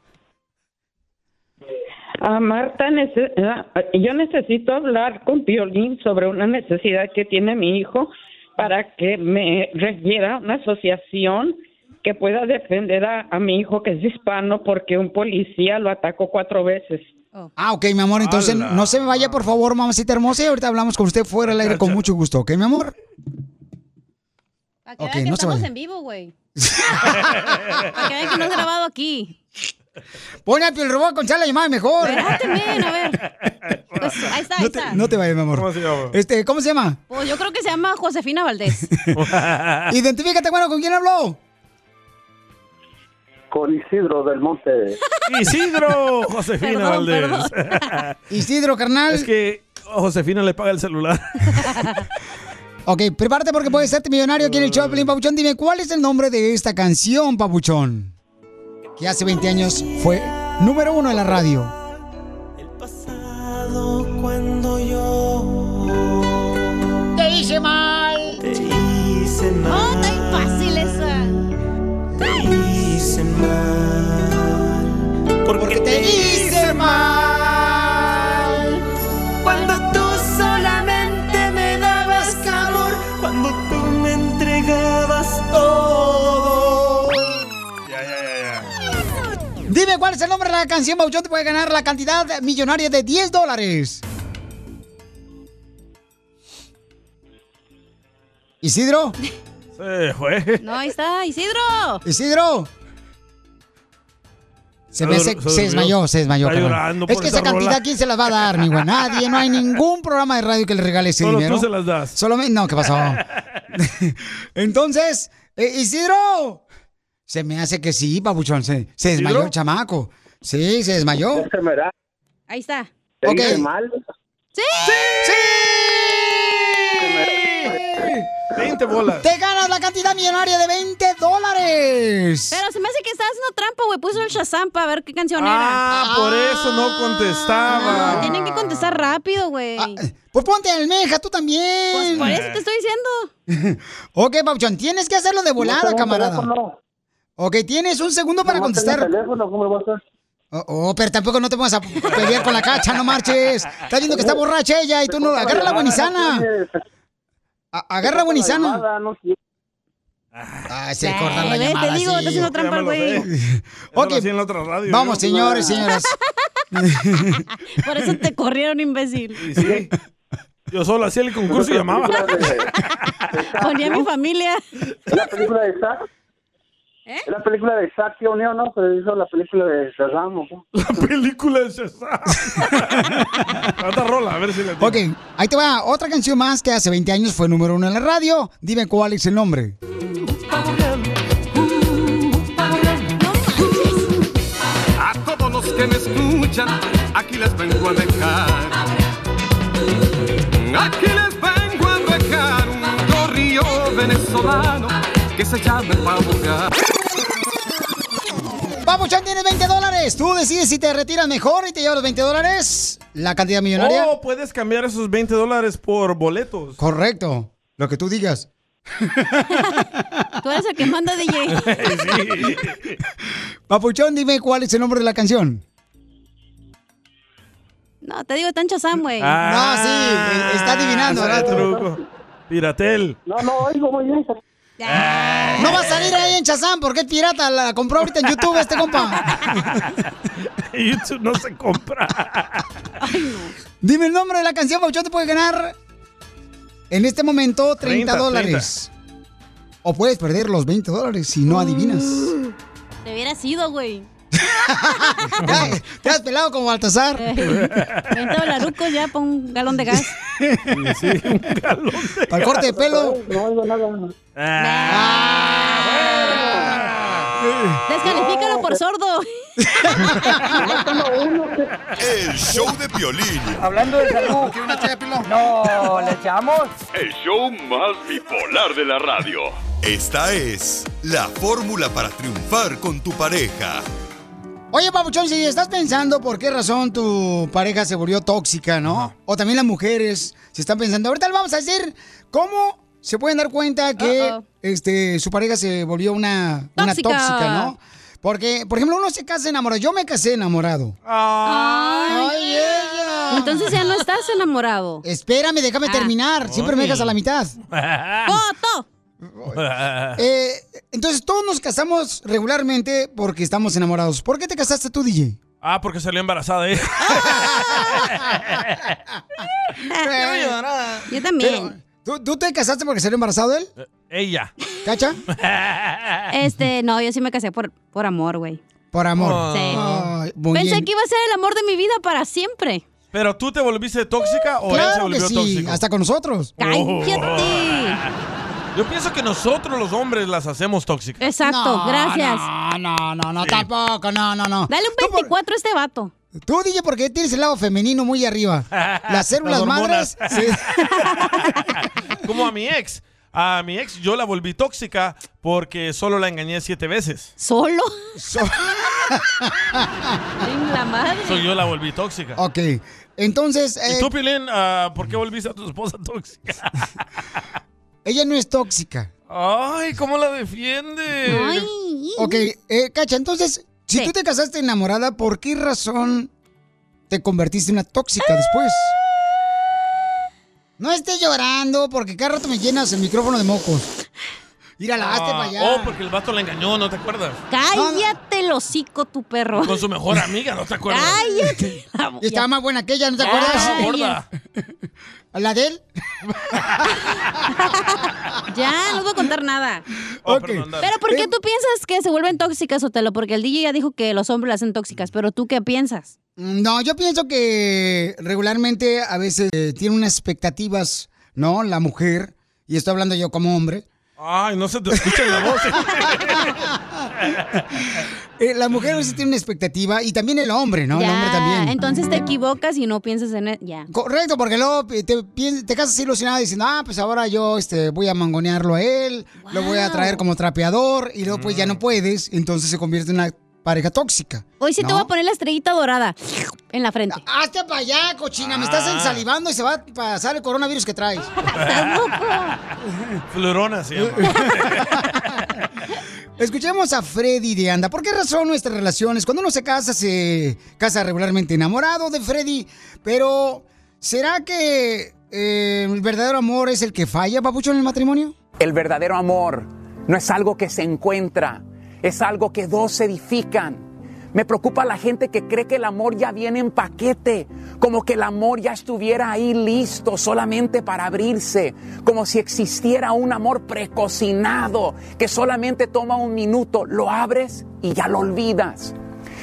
[SPEAKER 23] Ah, Marta, nece- ah, yo necesito hablar con Piolín sobre una necesidad que tiene mi hijo para que me refiera a una asociación que pueda defender a, a mi hijo que es hispano porque un policía lo atacó cuatro veces.
[SPEAKER 1] Ah, ok, mi amor. Entonces,
[SPEAKER 23] Ala.
[SPEAKER 1] no se me vaya, por favor, mamacita hermosa. Y ahorita hablamos con usted fuera del aire con mucho gusto, ¿ok, mi amor?
[SPEAKER 3] Para que
[SPEAKER 1] Ok,
[SPEAKER 3] vean que
[SPEAKER 1] no se
[SPEAKER 3] estamos
[SPEAKER 1] vaya.
[SPEAKER 3] en vivo, güey. Para que vean que no es grabado aquí.
[SPEAKER 1] Pon a Piel Robot con la llamada mejor.
[SPEAKER 3] Espérate, men, a ver. Pues, ahí está, ahí
[SPEAKER 1] No te,
[SPEAKER 3] está.
[SPEAKER 1] no te vayas, mi amor. ¿Cómo se llama? Este, ¿Cómo se llama?
[SPEAKER 3] Pues yo creo que se llama Josefina Valdés.
[SPEAKER 1] Identifícate, bueno, ¿con quién habló?
[SPEAKER 22] Con Isidro del Monte.
[SPEAKER 2] Isidro Josefina
[SPEAKER 1] Perdón,
[SPEAKER 2] Valdés.
[SPEAKER 1] Isidro, carnal.
[SPEAKER 2] Es que Josefina le paga el celular.
[SPEAKER 1] Ok, prepárate porque puedes serte millonario aquí en el show, de Pelín Papuchón. Dime, ¿cuál es el nombre de esta canción, Papuchón? Que hace 20 años fue número uno en la radio.
[SPEAKER 11] Cuando yo
[SPEAKER 1] te hice mal,
[SPEAKER 11] te hice mal.
[SPEAKER 3] Oh, está fácil esa.
[SPEAKER 11] Te hice mal. Porque te hice mal. Cuando tú solamente me dabas calor. Cuando tú me entregabas todo.
[SPEAKER 1] Dime, ¿cuál es el nombre de la canción, Papuchón? Te puede ganar la cantidad millonaria de 10 dólares. Isidro,
[SPEAKER 2] Se fue.
[SPEAKER 3] No, ahí está, Isidro.
[SPEAKER 1] Isidro. Se, me hace-
[SPEAKER 2] dur-
[SPEAKER 1] se
[SPEAKER 2] durmió.
[SPEAKER 1] desmayó, se desmayó.
[SPEAKER 2] Está
[SPEAKER 1] carnal.
[SPEAKER 2] llorando
[SPEAKER 1] es
[SPEAKER 2] por
[SPEAKER 1] que
[SPEAKER 2] esa
[SPEAKER 1] esa cantidad,
[SPEAKER 2] rola.
[SPEAKER 1] ¿quién se las va a dar, mi güey? Nadie, no hay ningún programa de radio que le regale ese
[SPEAKER 2] Solo
[SPEAKER 1] dinero.
[SPEAKER 2] tú se las das.
[SPEAKER 1] Solamente, no, ¿qué pasó? Entonces, eh, Isidro, se me hace que sí, babuchón, se, se desmayó
[SPEAKER 3] ¿Isidro?
[SPEAKER 1] el chamaco. Sí, se desmayó.
[SPEAKER 3] Ahí está.
[SPEAKER 1] ¿Te Ok. hice mal?
[SPEAKER 3] ¡Sí!
[SPEAKER 1] ¡Sí!
[SPEAKER 2] 20 bolas.
[SPEAKER 1] Te ganas la cantidad millonaria de 20 dólares.
[SPEAKER 3] Pero se me hace que está haciendo trampa, güey. Puso el Shazam para ver qué canción
[SPEAKER 2] Ah, por eso no
[SPEAKER 3] era.
[SPEAKER 2] contestaba.
[SPEAKER 3] No, tienen que contestar rápido, güey.
[SPEAKER 1] Pues ponte almeja, tú también.
[SPEAKER 3] Pues por eso te estoy diciendo.
[SPEAKER 1] Ok, Papuchón, tienes que hacerlo de volada,
[SPEAKER 3] tengo
[SPEAKER 1] camarada.
[SPEAKER 3] teléfono.
[SPEAKER 1] Ok, tienes un segundo para contestar. Oh, oh, pero tampoco no te pongas a pelear con la cacha, no marches. Estás viendo que está borracha ella y tú no. Agarra la buenizana. A- Agarra Ah, la buenizana. Ay, se corta la
[SPEAKER 3] Ay, ve,
[SPEAKER 1] llamada.
[SPEAKER 3] te digo,
[SPEAKER 1] sí.
[SPEAKER 3] está haciendo trampa el güey.
[SPEAKER 1] Ok, vamos,
[SPEAKER 2] yo.
[SPEAKER 1] señores, señoras.
[SPEAKER 3] Por eso te corrieron, imbécil.
[SPEAKER 2] Yo solo hacía el concurso y llamaba.
[SPEAKER 3] Ponía mi familia.
[SPEAKER 22] ¿La película de Zack? La película de Zack se unió, ¿no? Se hizo la película de Shazam. ¿o qué?
[SPEAKER 2] Película de Shazam. Otra rola, a ver si la
[SPEAKER 1] Ok, ahí te va otra canción más que hace 20 años fue número uno en la radio. Dime cuál es el nombre.
[SPEAKER 11] A todos los que me escuchan, aquí les vengo a dejar. Aquí les vengo a dejar un corrillo venezolano que se llama Pavogar.
[SPEAKER 1] Papuchón, tienes 20 dólares. Tú decides si te retiras mejor y te llevas los 20 dólares. La cantidad millonaria.
[SPEAKER 2] O Oh, puedes cambiar esos 20 dólares por boletos.
[SPEAKER 1] Correcto. Lo que tú digas.
[SPEAKER 3] Tú eres el que manda DJ.
[SPEAKER 1] Papuchón, dime cuál es el nombre de la canción.
[SPEAKER 3] No, te digo, está en Shazam, güey.
[SPEAKER 2] Ah.
[SPEAKER 1] No, sí, eh, está adivinando,
[SPEAKER 2] ese
[SPEAKER 1] ¿verdad?
[SPEAKER 2] truco. Piratel.
[SPEAKER 22] No, no, oigo muy bien.
[SPEAKER 1] No va a salir ahí en Chazán porque es pirata. La compró ahorita en YouTube este compa.
[SPEAKER 2] YouTube no se compra.
[SPEAKER 1] Dime el nombre de la canción, Papuchón, te puedes ganar en este momento 30,
[SPEAKER 11] 30
[SPEAKER 1] dólares. O puedes perder los 20 dólares si no adivinas.
[SPEAKER 3] Te hubiera sido, güey.
[SPEAKER 1] Te has pelado como Baltasar.
[SPEAKER 3] Vente balaruco ya pon un galón de gas.
[SPEAKER 1] Para el corte de pelo.
[SPEAKER 22] No oigo nada.
[SPEAKER 17] Ah,
[SPEAKER 3] Ah, Descalifícalo por sordo.
[SPEAKER 9] El show de Piolín.
[SPEAKER 17] Hablando de salud, ¿quiere una ché No, ¿le echamos?
[SPEAKER 6] El show más bipolar de la radio.
[SPEAKER 9] Esta es la fórmula para triunfar con tu pareja.
[SPEAKER 1] Oye, Papuchón, si estás pensando por qué razón tu pareja se volvió tóxica, ¿no? O también las mujeres se están pensando. Ahorita le vamos a decir cómo se pueden dar cuenta que este, su pareja se volvió una tóxica. una
[SPEAKER 11] Tóxica.
[SPEAKER 1] tóxica, ¿no? Porque, por ejemplo, uno se casa enamorado. Yo me casé enamorado.
[SPEAKER 3] Ah. Ay, Entonces ya no estás enamorado.
[SPEAKER 1] Espérame, déjame terminar. Siempre me
[SPEAKER 3] Ay.
[SPEAKER 1] dejas a la mitad.
[SPEAKER 3] ¡Foto!
[SPEAKER 1] Eh, entonces, todos nos casamos regularmente porque estamos enamorados. ¿Por qué te casaste tú, DJ?
[SPEAKER 2] Ah, porque salió embarazada, ¿eh?
[SPEAKER 3] Yo también.
[SPEAKER 1] Pero, ¿tú, tú te casaste porque salió embarazado él?
[SPEAKER 2] Ella.
[SPEAKER 1] ¿Cacha?
[SPEAKER 3] Este, no, yo sí me casé por, por amor, güey.
[SPEAKER 1] Por amor.
[SPEAKER 2] Ah.
[SPEAKER 3] Sí.
[SPEAKER 1] Ay, muy
[SPEAKER 3] Pensé
[SPEAKER 1] bien.
[SPEAKER 3] que iba a ser el amor de mi vida para siempre.
[SPEAKER 2] ¿Pero tú te volviste tóxica o él se
[SPEAKER 1] Claro que
[SPEAKER 2] volvió
[SPEAKER 1] sí,
[SPEAKER 2] tóxico? Oh.
[SPEAKER 1] hasta con nosotros.
[SPEAKER 3] ¡Cállate!
[SPEAKER 2] Yo pienso que nosotros los hombres las hacemos tóxicas.
[SPEAKER 3] Exacto,
[SPEAKER 1] No,
[SPEAKER 3] gracias.
[SPEAKER 1] No, no, no, no, tampoco, no, no, no.
[SPEAKER 3] Dale un 24 a este vato.
[SPEAKER 1] Tú, DJ, porque tienes el lado femenino muy arriba. Las células madres.
[SPEAKER 2] hormonas.
[SPEAKER 1] sí.
[SPEAKER 2] Como a mi ex. A mi ex yo la volví tóxica porque solo la engañé siete veces.
[SPEAKER 3] ¿Solo? En la madre.
[SPEAKER 2] So, yo la volví tóxica.
[SPEAKER 1] Ok. Entonces, eh,
[SPEAKER 2] ¿Y tú, Pilín, ah, por qué volviste a tu esposa tóxica?
[SPEAKER 1] ella no es tóxica.
[SPEAKER 2] Ay, ¿cómo la defiende?
[SPEAKER 1] Ok, eh, Cacha, entonces, si tú te casaste enamorada, ¿por qué razón te convertiste en una tóxica después? No estés llorando, porque cada rato me llenas el micrófono de mocos. Mírala, hazte
[SPEAKER 2] Ah,
[SPEAKER 1] para allá.
[SPEAKER 2] Oh, porque el vato la engañó, ¿no te acuerdas?
[SPEAKER 3] Cállate el hocico, tu perro.
[SPEAKER 2] Con su mejor amiga, ¿no te acuerdas?
[SPEAKER 3] Cállate.
[SPEAKER 1] Y estaba más buena que ella, ¿no te
[SPEAKER 3] Ay.
[SPEAKER 1] acuerdas?
[SPEAKER 2] Estaba gorda.
[SPEAKER 1] ¿La de él?
[SPEAKER 3] Ya, no os voy a contar nada.
[SPEAKER 2] Oh, perdón, dale.
[SPEAKER 3] Pero ¿por
[SPEAKER 1] Em.
[SPEAKER 3] qué tú piensas que se vuelven tóxicas, Otelo? Porque el DJ ya dijo que los hombres las hacen tóxicas, pero ¿tú qué piensas?
[SPEAKER 1] No, yo pienso que regularmente a veces eh, tiene unas expectativas, ¿no? La mujer, y estoy hablando yo como hombre.
[SPEAKER 2] Ay, no se te escucha la voz.
[SPEAKER 1] Eh, la mujer a veces tiene una expectativa y también el hombre, ¿no? el
[SPEAKER 3] Ya,
[SPEAKER 1] hombre también.
[SPEAKER 3] Entonces te equivocas y no piensas en... e- Ya.
[SPEAKER 1] Correcto, porque luego te, pien- te casas ilusionada diciendo, ah, pues ahora yo este, voy a mangonearlo a él, lo voy a traer como trapeador, y luego pues ya
[SPEAKER 2] Mm.
[SPEAKER 1] no puedes, entonces se convierte en una pareja tóxica.
[SPEAKER 3] Hoy sí te
[SPEAKER 1] ¿no? Ah,
[SPEAKER 3] voy a poner la estrellita dorada en la frente.
[SPEAKER 1] Hazte para allá, cochina, me
[SPEAKER 2] Ah.
[SPEAKER 1] estás ensalivando y se va a pasar el coronavirus que traes.
[SPEAKER 2] Florona se llama.
[SPEAKER 1] Escuchemos a Freddy de Anda. ¿Por qué razón nuestras relaciones? Cuando uno se casa, se casa regularmente enamorado de Freddy, pero ¿será que eh, el verdadero amor es el que falla, papucho, en el matrimonio?
[SPEAKER 19] El verdadero amor no es algo que se encuentra, es algo que dos edifican.
[SPEAKER 24] Me preocupa la gente que cree que el amor ya viene en paquete, como que el amor ya estuviera ahí listo solamente para abrirse, como si existiera un amor precocinado que solamente toma un minuto, lo abres y ya lo olvidas.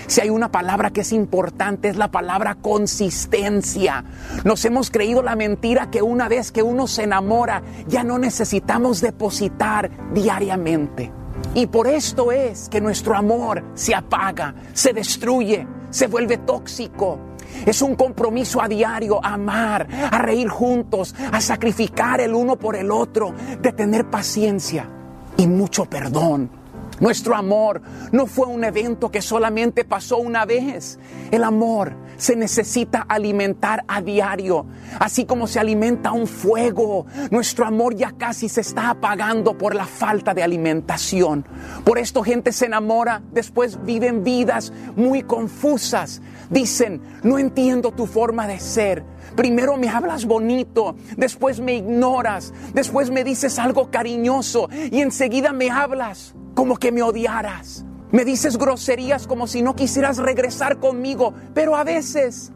[SPEAKER 24] Si hay una palabra que es importante es la palabra consistencia. Nos hemos creído la mentira que una vez que uno se enamora ya no necesitamos depositar diariamente. Y por esto es que nuestro amor se apaga, se destruye, se vuelve tóxico. Es un compromiso a diario, a amar, a reír juntos, a sacrificar el uno por el otro, de tener paciencia y mucho perdón. Nuestro amor no fue un evento que solamente pasó una vez. El amor se necesita alimentar a diario, así como se alimenta un fuego. Nuestro amor ya casi se está apagando por la falta de alimentación. Por esto gente se enamora, después viven vidas muy confusas. Dicen, no entiendo tu forma de ser. Primero me hablas bonito, después me ignoras, después me dices algo cariñoso y enseguida me hablas como que me odiaras. Me dices groserías como si no quisieras regresar conmigo, pero a veces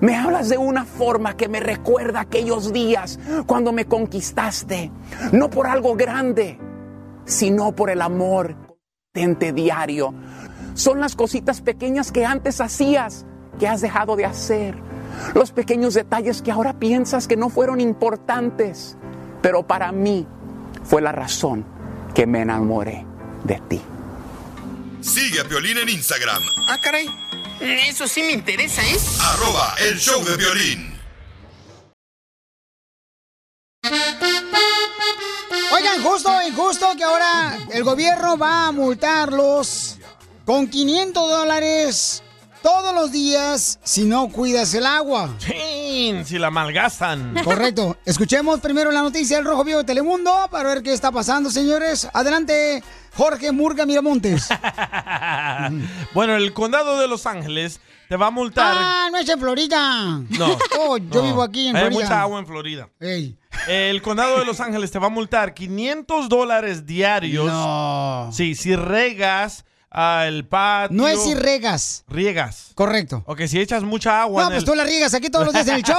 [SPEAKER 24] me hablas de una forma que me recuerda aquellos días cuando me conquistaste, no por algo grande, sino por el amor consistente diario. Son las cositas pequeñas que antes hacías que has dejado de hacer los pequeños detalles que ahora piensas que no fueron importantes, pero para mí fue la razón que me enamoré de ti.
[SPEAKER 9] Sigue a Violín en Instagram.
[SPEAKER 25] Ah, caray. Eso sí me interesa, ¿eh?
[SPEAKER 9] Arroba el show de violín.
[SPEAKER 1] Oigan, justo, injusto que ahora el gobierno va a multarlos con 500 dólares todos los días si no cuidas el agua.
[SPEAKER 2] Chin, Si la malgastan.
[SPEAKER 1] Correcto. Escuchemos primero la noticia del Rojo Vivo de Telemundo para ver qué está pasando, señores. Adelante, Jorge Murga Miramontes.
[SPEAKER 2] bueno, el condado de Los Ángeles te va a multar.
[SPEAKER 1] Ah, no es en Florida.
[SPEAKER 2] No.
[SPEAKER 1] Oh, yo
[SPEAKER 2] no.
[SPEAKER 1] vivo aquí en
[SPEAKER 2] Hay
[SPEAKER 1] Florida.
[SPEAKER 2] mucha agua en Florida.
[SPEAKER 1] Ey.
[SPEAKER 2] El condado de Los Ángeles te va a multar 500 dólares diarios.
[SPEAKER 1] No.
[SPEAKER 2] Sí, si regas ah, el patio.
[SPEAKER 1] No es si regas.
[SPEAKER 2] Riegas.
[SPEAKER 1] Correcto.
[SPEAKER 2] Ok, si echas mucha agua.
[SPEAKER 1] No,
[SPEAKER 2] en
[SPEAKER 1] pues
[SPEAKER 2] el-
[SPEAKER 1] tú la riegas aquí todos los días en el show.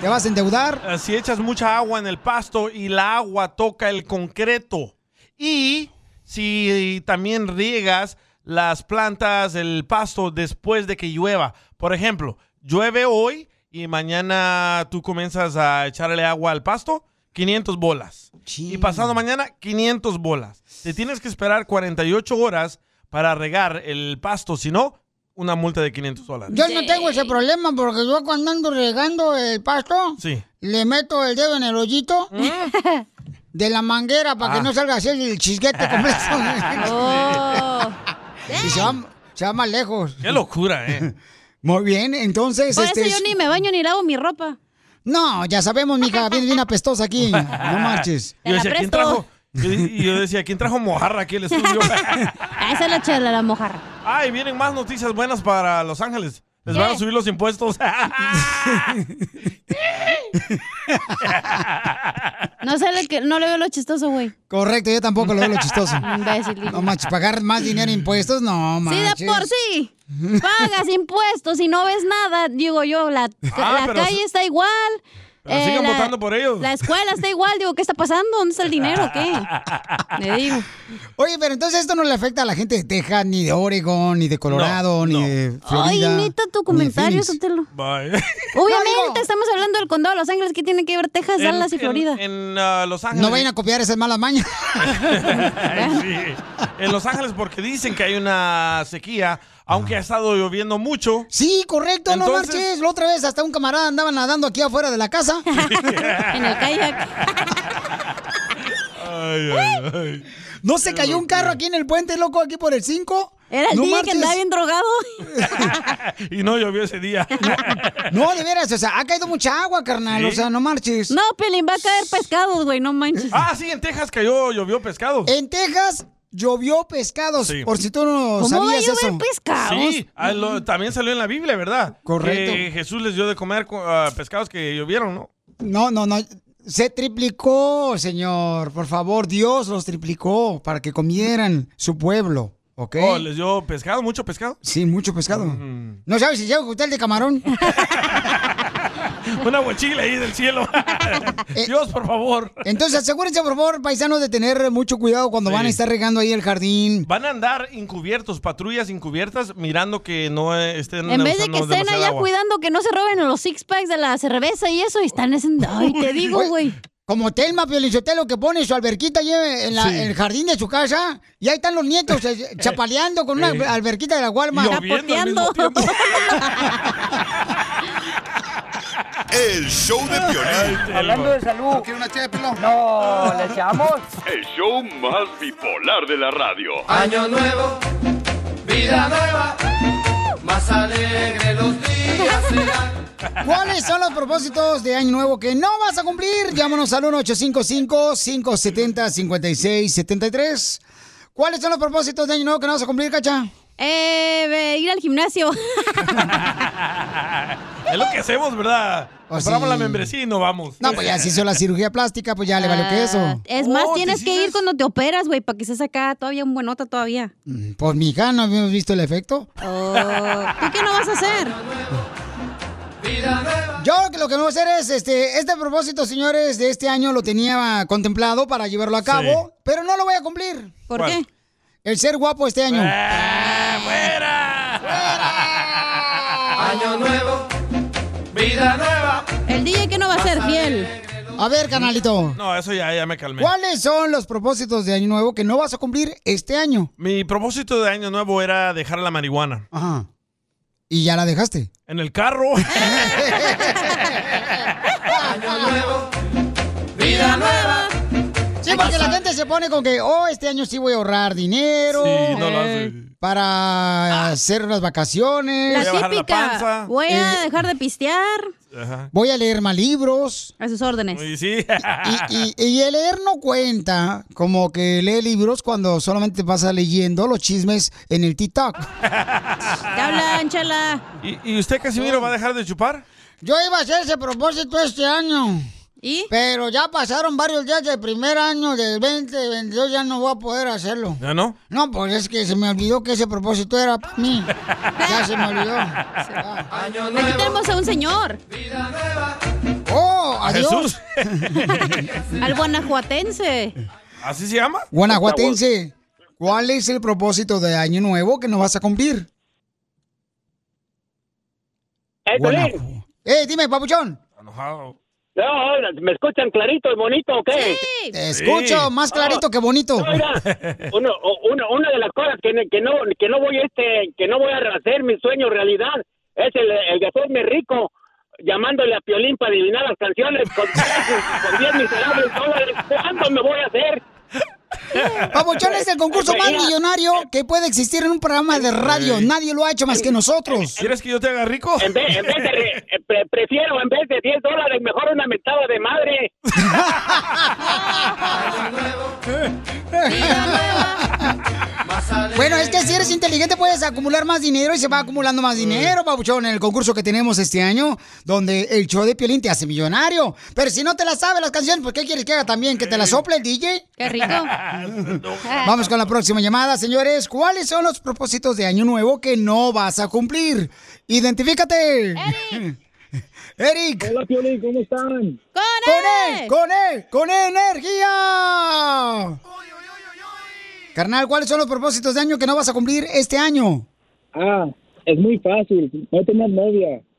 [SPEAKER 1] Te vas a endeudar.
[SPEAKER 2] Ah, Si echas mucha agua en el pasto y la agua toca el concreto. Y si también riegas las plantas, el pasto después de que llueva. Por ejemplo, llueve hoy y mañana tú comienzas a echarle agua al pasto, 500 bolas. Y pasado mañana, 500 bolas. Te tienes que esperar 48 horas para regar el pasto, si no, una multa de 500 dólares.
[SPEAKER 1] Yo no tengo ese problema porque yo cuando ando regando el pasto,
[SPEAKER 2] Sí. Mm.
[SPEAKER 1] le meto el dedo en el hoyito de la manguera para que
[SPEAKER 2] Ah.
[SPEAKER 1] no salga así el chisguete completo.
[SPEAKER 2] Oh.
[SPEAKER 1] y se va, se va más lejos.
[SPEAKER 2] Qué locura, ¿eh?
[SPEAKER 1] Muy bien, entonces...
[SPEAKER 3] Por
[SPEAKER 1] este,
[SPEAKER 3] eso yo
[SPEAKER 1] es-
[SPEAKER 3] ni me baño ni lavo mi ropa.
[SPEAKER 1] No, ya sabemos, mija, viene bien apestosa aquí. No marches.
[SPEAKER 2] Yo decía, ¿quién trajo? Yo, y yo decía, ¿quién trajo mojarra aquí al estudio?
[SPEAKER 3] Esa es la charla, la mojarra.
[SPEAKER 2] Ay, vienen más noticias buenas para Los Ángeles. Les van a
[SPEAKER 3] ¿Qué?
[SPEAKER 2] subir los impuestos.
[SPEAKER 3] No sé le que, no le veo lo chistoso, güey.
[SPEAKER 1] Correcto, yo tampoco lo veo lo chistoso.
[SPEAKER 3] Imbécil.
[SPEAKER 1] No manches, pagar más dinero en impuestos, no
[SPEAKER 3] Sí,
[SPEAKER 1] manches.
[SPEAKER 3] de por sí. Pagas impuestos y no ves nada. Digo yo, la,
[SPEAKER 2] Ah,
[SPEAKER 3] la
[SPEAKER 2] pero
[SPEAKER 3] calle
[SPEAKER 2] se-
[SPEAKER 3] está igual. eh,
[SPEAKER 2] pero sigan
[SPEAKER 3] la-
[SPEAKER 2] votando por ellos.
[SPEAKER 3] La escuela está igual. Digo, ¿qué está pasando? ¿Dónde está el dinero? o ¿Qué? Le digo.
[SPEAKER 1] Oye, pero entonces esto no le afecta a la gente de Texas, ni de Oregon, ni de Colorado, ni de Florida.
[SPEAKER 3] Ay, neta, tu
[SPEAKER 1] ni de
[SPEAKER 3] comentario,
[SPEAKER 1] Phoenix.
[SPEAKER 3] Sotelo. Obviamente, estamos hablando del condado de Los Ángeles. ¿Qué tiene que ver Texas, Dallas y Florida?
[SPEAKER 2] En, ah, Los Ángeles.
[SPEAKER 1] No vayan a copiar esas malas mañas.
[SPEAKER 2] Ay, sí. En Los Ángeles porque dicen que hay una sequía, aunque ha estado lloviendo mucho.
[SPEAKER 1] Sí, correcto, no
[SPEAKER 2] Entonces-
[SPEAKER 1] marches. La otra vez hasta un camarada andaba nadando aquí afuera de la casa.
[SPEAKER 3] en el kayak.
[SPEAKER 2] Ay, ay, ay.
[SPEAKER 1] No se cayó un carro aquí en el puente, loco, aquí por el 5.
[SPEAKER 3] Era el
[SPEAKER 1] no
[SPEAKER 3] día
[SPEAKER 1] marches.
[SPEAKER 3] que andaba bien drogado.
[SPEAKER 2] Y no llovió ese día.
[SPEAKER 1] No, de veras, o sea, ha caído mucha agua, carnal,
[SPEAKER 2] Sí.
[SPEAKER 1] o sea, no marches.
[SPEAKER 3] No, Pelín, va a caer pescados, güey, no manches.
[SPEAKER 2] Ah, sí, en Texas cayó, llovió pescado.
[SPEAKER 1] En Texas llovió pescados,
[SPEAKER 2] Sí.
[SPEAKER 1] por si tú no
[SPEAKER 3] ¿Cómo va a
[SPEAKER 1] sabías
[SPEAKER 3] llover
[SPEAKER 1] eso.
[SPEAKER 3] pescados?
[SPEAKER 2] Sí, ah, lo- también salió en la Biblia, ¿verdad?
[SPEAKER 1] Correcto.
[SPEAKER 2] Que Jesús les dio de comer co- ah, pescados que llovieron, ¿no?
[SPEAKER 1] No, no, no. Se triplicó, señor. Por favor, Dios los triplicó para que comieran su pueblo. Ok.
[SPEAKER 2] Oh, les dio pescado, mucho pescado.
[SPEAKER 1] Sí, mucho pescado. ¿No sabes si llevo cóctel de camarón?
[SPEAKER 2] Una mochila ahí del cielo.
[SPEAKER 3] Eh.
[SPEAKER 2] Dios, por favor.
[SPEAKER 1] Entonces, asegúrense, por favor, paisanos, de tener mucho cuidado cuando van a estar regando ahí el jardín.
[SPEAKER 2] Van a andar encubiertos, patrullas encubiertas, mirando que no eh, estén
[SPEAKER 3] En vez de
[SPEAKER 2] usando
[SPEAKER 3] que estén
[SPEAKER 2] demasiada
[SPEAKER 3] allá
[SPEAKER 2] agua.
[SPEAKER 3] cuidando que no se roben los six packs de la cerveza y eso, y están haciendo. Ay, te digo,
[SPEAKER 1] Oye,
[SPEAKER 3] güey.
[SPEAKER 1] Como Telma Piolichotelo que pone su alberquita ahí en, la-
[SPEAKER 3] Sí.
[SPEAKER 1] en el jardín de su casa. Y ahí están los nietos eh, chapaleando con una
[SPEAKER 11] Sí.
[SPEAKER 1] alberquita de la Walmart.
[SPEAKER 11] Lloviendo al mismo Chapoteando.
[SPEAKER 9] El show de Piolín.
[SPEAKER 17] Hablando de salud. ¿No quiere una ché de pilón? No, Oh, ¿le echamos?
[SPEAKER 6] El show más bipolar de la radio.
[SPEAKER 17] Año nuevo, vida nueva, más alegre los días serán.
[SPEAKER 1] ¿Cuáles son los propósitos de Año Nuevo que no vas a cumplir? Llámanos al 1-855-570-5673. ¿Cuáles son los propósitos de Año Nuevo que no vas a cumplir, Cacha?
[SPEAKER 3] Eh, ve, ir al gimnasio.
[SPEAKER 2] Es lo que hacemos, ¿verdad?
[SPEAKER 3] Oh,
[SPEAKER 1] Pues
[SPEAKER 2] Compramos
[SPEAKER 1] sí.
[SPEAKER 2] la membresía y no vamos.
[SPEAKER 1] No, pues ya se hizo la cirugía plástica, pues ya le valió que eso.
[SPEAKER 3] Ah, Es más,
[SPEAKER 2] Oh,
[SPEAKER 3] tienes que ir cuando te operas, güey, para que estés acá todavía un buenota todavía.
[SPEAKER 1] Pues mi hija, ¿no habíamos visto el efecto?
[SPEAKER 3] Oh, ¿Tú qué no vas a hacer?
[SPEAKER 1] Yo lo que me voy a hacer es, este, este propósito, señores, de este año lo tenía contemplado para llevarlo a cabo,
[SPEAKER 11] Sí.
[SPEAKER 1] pero no lo voy a cumplir.
[SPEAKER 11] ¿Por ¿Cuál?
[SPEAKER 1] qué? El ser guapo este año.
[SPEAKER 2] Eh.
[SPEAKER 17] Año nuevo, vida nueva.
[SPEAKER 3] El DJ que no va a ser fiel.
[SPEAKER 1] A ver, canalito.
[SPEAKER 2] No, eso ya, ya me calmé.
[SPEAKER 1] ¿Cuáles son los propósitos de año nuevo que no vas a cumplir este año?
[SPEAKER 2] Mi propósito de año nuevo era dejar la marihuana.
[SPEAKER 1] Ajá. ¿Y ya la dejaste?
[SPEAKER 2] En el carro.
[SPEAKER 17] Año nuevo, vida nueva.
[SPEAKER 1] Sí,
[SPEAKER 3] pues,
[SPEAKER 1] porque
[SPEAKER 3] eh.
[SPEAKER 1] la gente se pone con que, oh, este año sí voy a ahorrar dinero.
[SPEAKER 2] Sí, no lo
[SPEAKER 1] eh, Para hacer las vacaciones.
[SPEAKER 3] La típica. Voy a
[SPEAKER 1] Eh,
[SPEAKER 3] dejar de pistear.
[SPEAKER 1] voy a leer más libros.
[SPEAKER 3] A sus órdenes.
[SPEAKER 2] Y sí.
[SPEAKER 1] Y, y el leer no cuenta como que lee libros cuando solamente pasa leyendo los chismes en el TikTok.
[SPEAKER 3] Te hablan, chala.
[SPEAKER 2] ¿Y, y usted, Casimiro, va a dejar de chupar?
[SPEAKER 1] Oh. Yo iba a hacer ese propósito este año.
[SPEAKER 3] ¿Y?
[SPEAKER 1] Pero ya pasaron varios días del primer año, del 2022, ya no voy a poder hacerlo.
[SPEAKER 2] ¿Ya no?
[SPEAKER 1] No, pues es que se me olvidó que ese propósito era para mí. Ya se me olvidó.
[SPEAKER 3] Aquí tenemos a un señor.
[SPEAKER 1] ¡Oh! ¡Adiós!
[SPEAKER 3] Al guanajuatense.
[SPEAKER 2] ¿Así se llama?
[SPEAKER 1] Guanajuatense, ¿cuál es el propósito de año nuevo que no vas a cumplir?
[SPEAKER 12] ¡Eh,
[SPEAKER 1] Guanajuato.
[SPEAKER 12] Piolín!
[SPEAKER 1] Eh, dime, papuchón.
[SPEAKER 12] No, ¿me escuchan clarito y bonito o qué?
[SPEAKER 1] Te escucho más clarito que bonito.
[SPEAKER 12] Ah, Uno, o- uno- una de las cosas que, ne- que no que no voy este que no voy a hacer mi sueño realidad es el, el de hacerme rico llamándole a Piolín para adivinar las canciones con, con 10 miserables dólares. ¿Cuándo me voy a hacer?
[SPEAKER 1] Papuchón es el concurso más millonario que puede existir en un programa de radio. Nadie lo ha hecho más que nosotros.
[SPEAKER 2] ¿Quieres que yo te haga rico?
[SPEAKER 12] En vez, en vez de re- eh, pre- prefiero en vez de 10 dólares mejor una mentada de madre.
[SPEAKER 1] Bueno, es que si eres inteligente puedes acumular más dinero y se va acumulando más dinero, Papuchón, en el concurso que tenemos este año, donde el show de Piolín te hace millonario. Pero si no te las sabe las canciones, ¿por qué quieres que haga también? ¿Que te las sople el DJ?
[SPEAKER 3] Qué rico.
[SPEAKER 1] Vamos con la próxima llamada, señores. ¿Cuáles son los propósitos de Año Nuevo que no vas a cumplir? Identifícate. Eric. Hola, Piolín, ¿cómo están?
[SPEAKER 3] ¡Con
[SPEAKER 1] él! ¡Con él! ¡Con E, energía! Carnal, ¿cuáles son los propósitos de año que no vas a cumplir este año?
[SPEAKER 12] Ah, es muy fácil. No tener novia.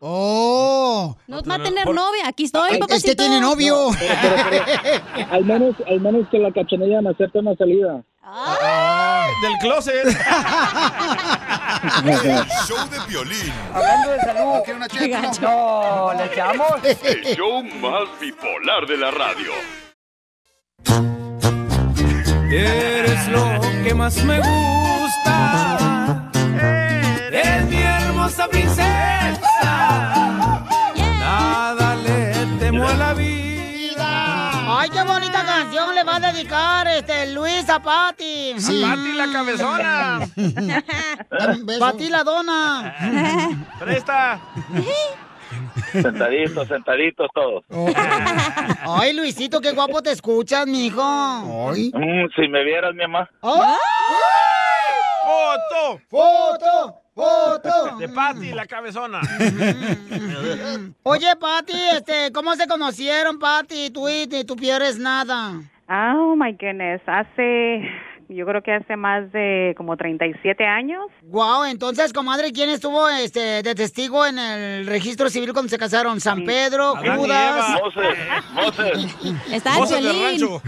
[SPEAKER 1] Oh.
[SPEAKER 3] No va a tener novia. Aquí estoy, papacito.
[SPEAKER 1] Es que este tiene novio.
[SPEAKER 12] Al menos, al menos que la cachanilla me acepte una salida.
[SPEAKER 2] Del closet.
[SPEAKER 9] El show de Piolín.
[SPEAKER 17] Hablando de salud. ¿No quiere una ché de pilón? No, Oh, ¿le echamos?
[SPEAKER 6] El show más bipolar de la radio.
[SPEAKER 11] Eres lo que más me gusta. Eres mi hermosa princesa. Nada le temo a la vida.
[SPEAKER 1] Ay, qué bonita canción le va a dedicar este Luis Zapati.
[SPEAKER 2] Pati la cabezona.
[SPEAKER 1] Pati la dona.
[SPEAKER 2] Presta.
[SPEAKER 7] Sentaditos, sentaditos todos.
[SPEAKER 1] Oh, Ay, Luisito, qué guapo te escuchas, mijo. Oh. Ay.
[SPEAKER 7] Mm, si me vieras, mi mamá.
[SPEAKER 1] ¡Foto! ¡Foto! ¡Foto!
[SPEAKER 2] De Patty, la cabezona.
[SPEAKER 1] Oye, Pati, este, ¿cómo se conocieron, Pati? Tú y y tú pierdes nada.
[SPEAKER 13] Oh my goodness, hace yo creo que hace más de como 37 años.
[SPEAKER 1] Wow, entonces, comadre, ¿quién estuvo este, de testigo en el registro civil cuando se casaron? San Pedro,
[SPEAKER 7] Adán y
[SPEAKER 1] Judas.
[SPEAKER 7] Eva. Moses, Moses.
[SPEAKER 1] Está el Moses del Piolín.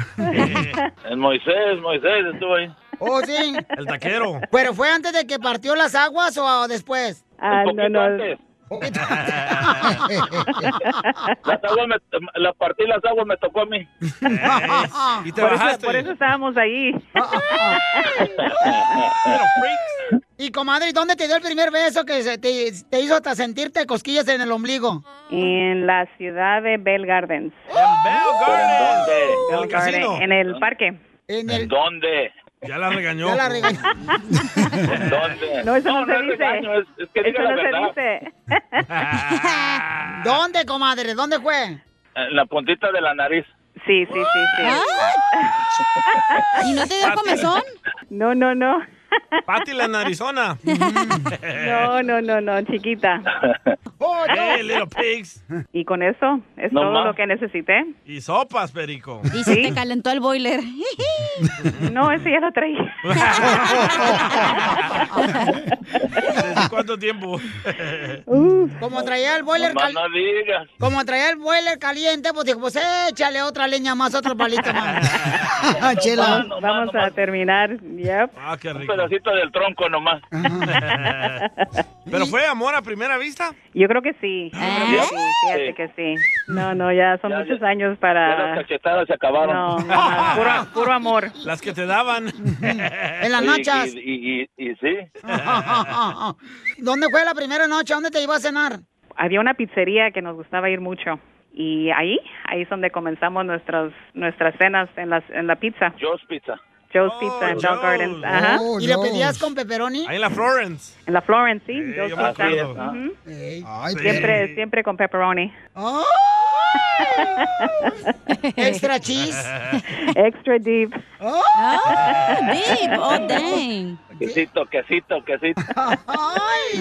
[SPEAKER 7] El Moisés, Moisés estuvo ahí.
[SPEAKER 1] Oh, sí.
[SPEAKER 7] El taquero.
[SPEAKER 1] ¿Pero fue antes de que partió las aguas o ah, después?
[SPEAKER 7] Ah, Un no, poquito no. antes. Las, aguas me- la partí las aguas me tocó a mí.
[SPEAKER 1] Ah.
[SPEAKER 2] Y te
[SPEAKER 13] por,
[SPEAKER 2] bajaste.
[SPEAKER 13] Eso, por eso estábamos ahí.
[SPEAKER 1] Y comadre, ¿dónde te dio el primer beso que se te, te hizo hasta sentirte cosquillas en el ombligo?
[SPEAKER 13] en la ciudad de Bell Gardens.
[SPEAKER 7] ¿En
[SPEAKER 13] Bell Garden, En el parque.
[SPEAKER 1] En
[SPEAKER 7] ¿En dónde?
[SPEAKER 2] Ya la regañó.
[SPEAKER 13] Ya la
[SPEAKER 1] regañó.
[SPEAKER 7] ¿En dónde?
[SPEAKER 13] No, eso no, se
[SPEAKER 7] es
[SPEAKER 13] dice.
[SPEAKER 7] regaño, es- es que
[SPEAKER 13] eso
[SPEAKER 7] diga la
[SPEAKER 13] no
[SPEAKER 7] verdad.
[SPEAKER 13] se dice.
[SPEAKER 1] ¿Dónde, comadre? ¿Dónde fue?
[SPEAKER 7] En la puntita de la nariz.
[SPEAKER 13] Sí, sí, sí, sí.
[SPEAKER 3] ¿Y no te dio comezón?
[SPEAKER 13] No, no, no.
[SPEAKER 2] Patty, la narizona.
[SPEAKER 13] No, no, no, no, chiquita.
[SPEAKER 2] Hey, little pigs.
[SPEAKER 13] Y con eso es
[SPEAKER 2] No
[SPEAKER 13] todo
[SPEAKER 2] más.
[SPEAKER 13] lo que necesité.
[SPEAKER 2] Y sopas, Perico.
[SPEAKER 13] Y se te
[SPEAKER 3] Calentó el boiler.
[SPEAKER 13] No, ese ya lo traía.
[SPEAKER 2] ¿Desde cuánto tiempo?
[SPEAKER 1] Como traía el boiler
[SPEAKER 7] Mamá,
[SPEAKER 1] cal-
[SPEAKER 7] no digas.
[SPEAKER 1] Como traía el boiler caliente, pues dijo, pues échale otra leña más, otro palito más. Chela.
[SPEAKER 13] Vamos, vamos a terminar. Yep.
[SPEAKER 2] Ah, qué
[SPEAKER 7] Un pedacito del tronco nomás.
[SPEAKER 2] ¿Pero fue amor a primera vista?
[SPEAKER 13] Yo creo que sí. Yo
[SPEAKER 3] ¿Eh?
[SPEAKER 13] creo que Ah, sí, fíjate
[SPEAKER 7] Sí.
[SPEAKER 13] que sí. No, no, ya son muchos años
[SPEAKER 7] Ya las
[SPEAKER 13] para...
[SPEAKER 7] cachetadas se acabaron.
[SPEAKER 13] Ah. No, no, puro, puro amor.
[SPEAKER 2] Las que te daban.
[SPEAKER 1] En las
[SPEAKER 7] Y-
[SPEAKER 1] nachas.
[SPEAKER 7] Y, y, y- y sí.
[SPEAKER 1] ¿Dónde fue la primera noche? ¿A ¿Dónde te iba a cenar?
[SPEAKER 13] Había una pizzería que nos gustaba ir mucho. Y ahí, ahí es donde comenzamos nuestras nuestras cenas en, las, en la pizza.
[SPEAKER 7] Joe's Pizza.
[SPEAKER 13] Joe's
[SPEAKER 7] Oh,
[SPEAKER 13] Pizza en
[SPEAKER 1] Oh,
[SPEAKER 13] Bell Gardens. Ajá.
[SPEAKER 1] ¿Y le pedías con pepperoni?
[SPEAKER 2] Ahí en la Florence.
[SPEAKER 13] En la Florence, sí. Joe's
[SPEAKER 2] yo
[SPEAKER 13] Pizza.
[SPEAKER 2] me acuerdo.
[SPEAKER 13] Ujú.
[SPEAKER 1] Ay,
[SPEAKER 13] siempre, siempre con pepperoni.
[SPEAKER 1] Extra cheese.
[SPEAKER 13] Extra deep.
[SPEAKER 3] deep. Oh, dang.
[SPEAKER 7] Quesito, quesito, quesito.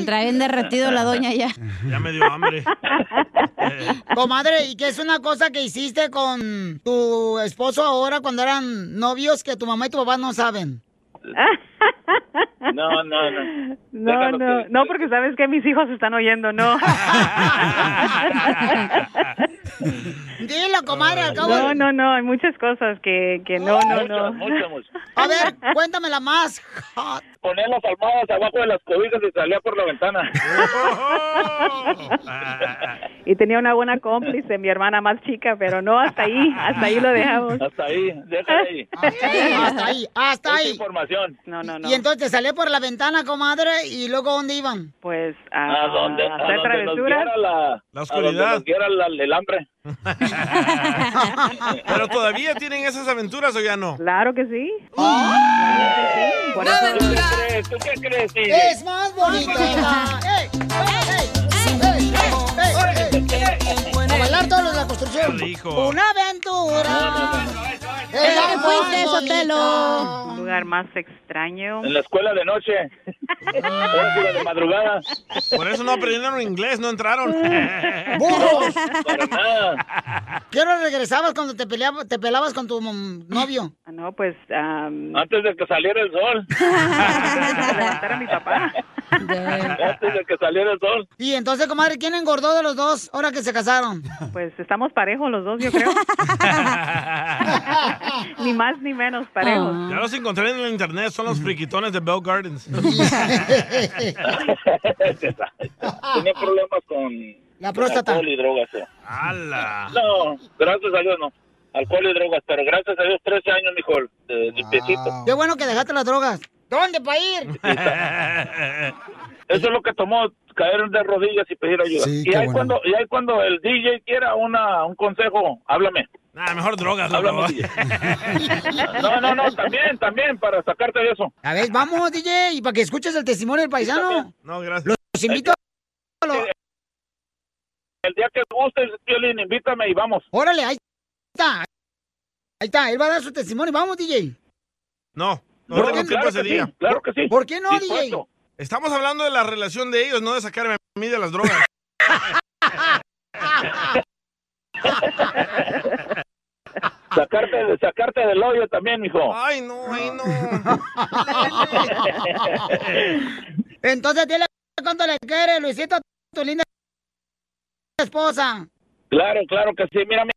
[SPEAKER 3] Trae bien derretido la doña ya.
[SPEAKER 2] Ya me dio hambre.
[SPEAKER 1] Comadre, ¿y qué es una cosa que hiciste con tu esposo ahora cuando eran novios que tu mamá y tu papá no saben?
[SPEAKER 7] No, no, no.
[SPEAKER 13] No, no, no, porque sabes que mis hijos están oyendo, no.
[SPEAKER 1] Dilo, comadre, al cabo.
[SPEAKER 13] No, no, no, hay muchas cosas que, que no, no, no.
[SPEAKER 7] Mucho, mucho.
[SPEAKER 1] A ver, cuéntamela más.
[SPEAKER 7] Poner las almohadas abajo de las cobijas y salía por la ventana.
[SPEAKER 13] Y tenía una buena cómplice, mi hermana más chica, pero no, hasta ahí, hasta ahí lo dejamos.
[SPEAKER 7] Hasta ahí, déjala ahí.
[SPEAKER 1] Hasta ahí, hasta
[SPEAKER 7] Mucha
[SPEAKER 1] ahí.
[SPEAKER 7] información.
[SPEAKER 13] No, no, no.
[SPEAKER 1] Y entonces te salí por la ventana, comadre, y luego ¿dónde iban?
[SPEAKER 13] Pues
[SPEAKER 7] A donde, a
[SPEAKER 13] hacer
[SPEAKER 7] donde nos
[SPEAKER 13] travesuras.
[SPEAKER 7] diera la,
[SPEAKER 2] La
[SPEAKER 7] A donde
[SPEAKER 2] oscuridad.
[SPEAKER 7] nos diera la- el hambre.
[SPEAKER 2] ¿Pero todavía tienen esas aventuras o ya no? ¡Oh!
[SPEAKER 13] Claro que sí. Por
[SPEAKER 7] ¿Tú
[SPEAKER 13] eso-
[SPEAKER 7] qué crees? ¿Tú qué crees? DJ?
[SPEAKER 1] Es más bonita. ¡Ey! ¡Ey! ¡Ey! ¡Ey! ¡Ey! ¡Ey! A bailar todos los de la construcción. Una aventura.
[SPEAKER 13] Es la que
[SPEAKER 1] más
[SPEAKER 13] fuiste,
[SPEAKER 1] bonita.
[SPEAKER 13] Sotelo. Un lugar más extraño.
[SPEAKER 7] En la escuela de noche. Ópera de madrugada.
[SPEAKER 2] Por eso no aprendieron inglés, no entraron.
[SPEAKER 1] ¡Burros!
[SPEAKER 7] Para nada.
[SPEAKER 1] ¿Qué hora regresabas cuando te, peleaba- te pelabas con tu mm, novio?
[SPEAKER 13] No, pues... am,
[SPEAKER 7] Antes de que saliera el sol. Antes de que saliera el sol.
[SPEAKER 1] Y entonces, comadre, ¿quién engordó de los dos ahora que se casaron?
[SPEAKER 13] Pues estamos parejos los dos, yo creo. ni más ni menos parejos.
[SPEAKER 1] Ah.
[SPEAKER 2] Ya los encontré en el internet, son los friquitones de Bell Gardens.
[SPEAKER 7] Tenía problemas con.
[SPEAKER 1] La
[SPEAKER 2] próstata.
[SPEAKER 7] Alcohol y drogas. sí.
[SPEAKER 2] ¡Hala!
[SPEAKER 7] No, gracias a Dios no. Alcohol y drogas, pero gracias a Dios 13 años, mijo, de limpiecito.
[SPEAKER 1] Qué bueno que dejaste las drogas. ¿Dónde para ir?
[SPEAKER 7] Eso es lo que tomó caer de rodillas y pedir ayuda.
[SPEAKER 2] Sí,
[SPEAKER 7] y,
[SPEAKER 2] qué
[SPEAKER 7] ahí
[SPEAKER 2] bueno.
[SPEAKER 7] cuando, y ahí cuando el DJ quiera una, un consejo, háblame.
[SPEAKER 2] Nah, mejor drogas,
[SPEAKER 7] Háblame,
[SPEAKER 2] loco.
[SPEAKER 7] DJ. No, no, no, también, también, para sacarte de eso.
[SPEAKER 1] A ver, vamos, DJ, y para que escuches el testimonio del paisano.
[SPEAKER 2] No, gracias.
[SPEAKER 1] Los invito a...
[SPEAKER 7] El día que gustes, Piolín, invítame y vamos.
[SPEAKER 1] Órale, ahí está. Ahí está, él va a dar su testimonio. Vamos, DJ.
[SPEAKER 2] No, no
[SPEAKER 1] ¿Por
[SPEAKER 2] tengo tiempo
[SPEAKER 1] qué? Claro
[SPEAKER 2] ese
[SPEAKER 1] que
[SPEAKER 2] día.
[SPEAKER 1] sí, claro que sí. ¿Por qué no,
[SPEAKER 2] Dispuesto.
[SPEAKER 1] DJ?
[SPEAKER 2] Estamos hablando de la relación de ellos, no de sacarme a mí de las drogas.
[SPEAKER 7] Sacarte, sacarte del hoyo también, mijo.
[SPEAKER 2] Ay, no, ay, no.
[SPEAKER 1] Entonces dile cuánto le quiere, Luisito, a tu linda esposa.
[SPEAKER 7] Claro, claro que sí. Mira, mi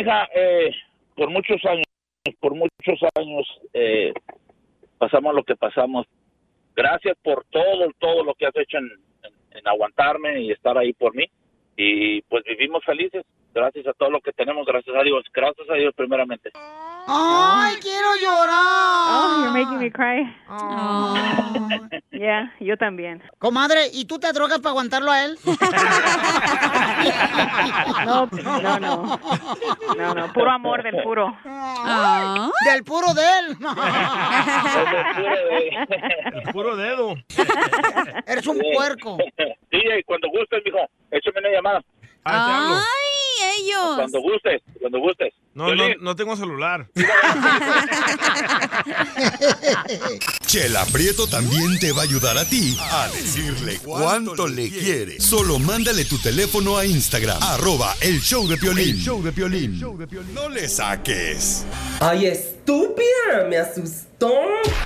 [SPEAKER 7] hija, eh, por muchos años, por muchos años eh, pasamos lo que pasamos. Gracias por todo, todo lo que has hecho en, en- en aguantarme y estar ahí por mí. Y pues vivimos felices, gracias a todo lo que tenemos, gracias a Dios, gracias a Dios primeramente.
[SPEAKER 1] ¡Ay, quiero llorar!
[SPEAKER 26] Oh, you're making me cry. Yeah, yo también.
[SPEAKER 1] Comadre, ¿y tú te drogas para aguantarlo a él?
[SPEAKER 26] No, no, no. No, no, puro amor del puro.
[SPEAKER 1] Ay, Del puro de él.
[SPEAKER 2] El puro dedo.
[SPEAKER 1] Eres un
[SPEAKER 7] puerco. DJ, cuando gustes, mijo, échame una llamada.
[SPEAKER 3] ¡Ay, ellos!
[SPEAKER 7] Cuando gustes, cuando gustes.
[SPEAKER 2] No, no, no tengo celular.
[SPEAKER 9] Chela Prieto también te va a ayudar a ti a decirle cuánto le quiere. Solo mándale tu teléfono a Instagram, arroba el show de Piolín.
[SPEAKER 5] El
[SPEAKER 9] show de Piolín. No le saques.
[SPEAKER 5] Ay, estúpida, me asustó.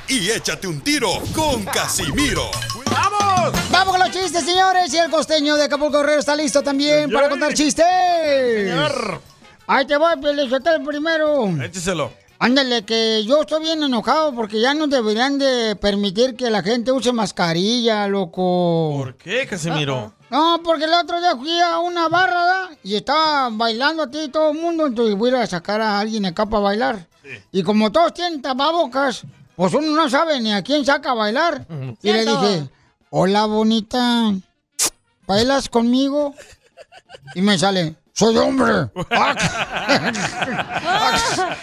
[SPEAKER 9] Y échate un tiro con Casimiro.
[SPEAKER 1] ¡Vamos! ¡Vamos con los chistes, señores! Y el costeño de Acapulco Guerrero está listo también para contar chistes.
[SPEAKER 2] Señor.
[SPEAKER 1] Ahí te voy, el primero.
[SPEAKER 2] Écheselo.
[SPEAKER 1] Ándale, que yo estoy bien enojado porque ya no deberían de permitir que la gente use mascarilla, loco.
[SPEAKER 2] ¿Por qué, Casimiro?
[SPEAKER 1] No, porque el otro día fui a una barra ¿da? y estaba bailando a ti todo el mundo, entonces voy a ir a sacar a alguien acá para bailar. Y como todos tienen tapabocas, pues uno no sabe ni a quién saca a bailar. Y le
[SPEAKER 11] Cierto.
[SPEAKER 1] dije, hola bonita, ¿bailas conmigo? Y me sale, soy hombre.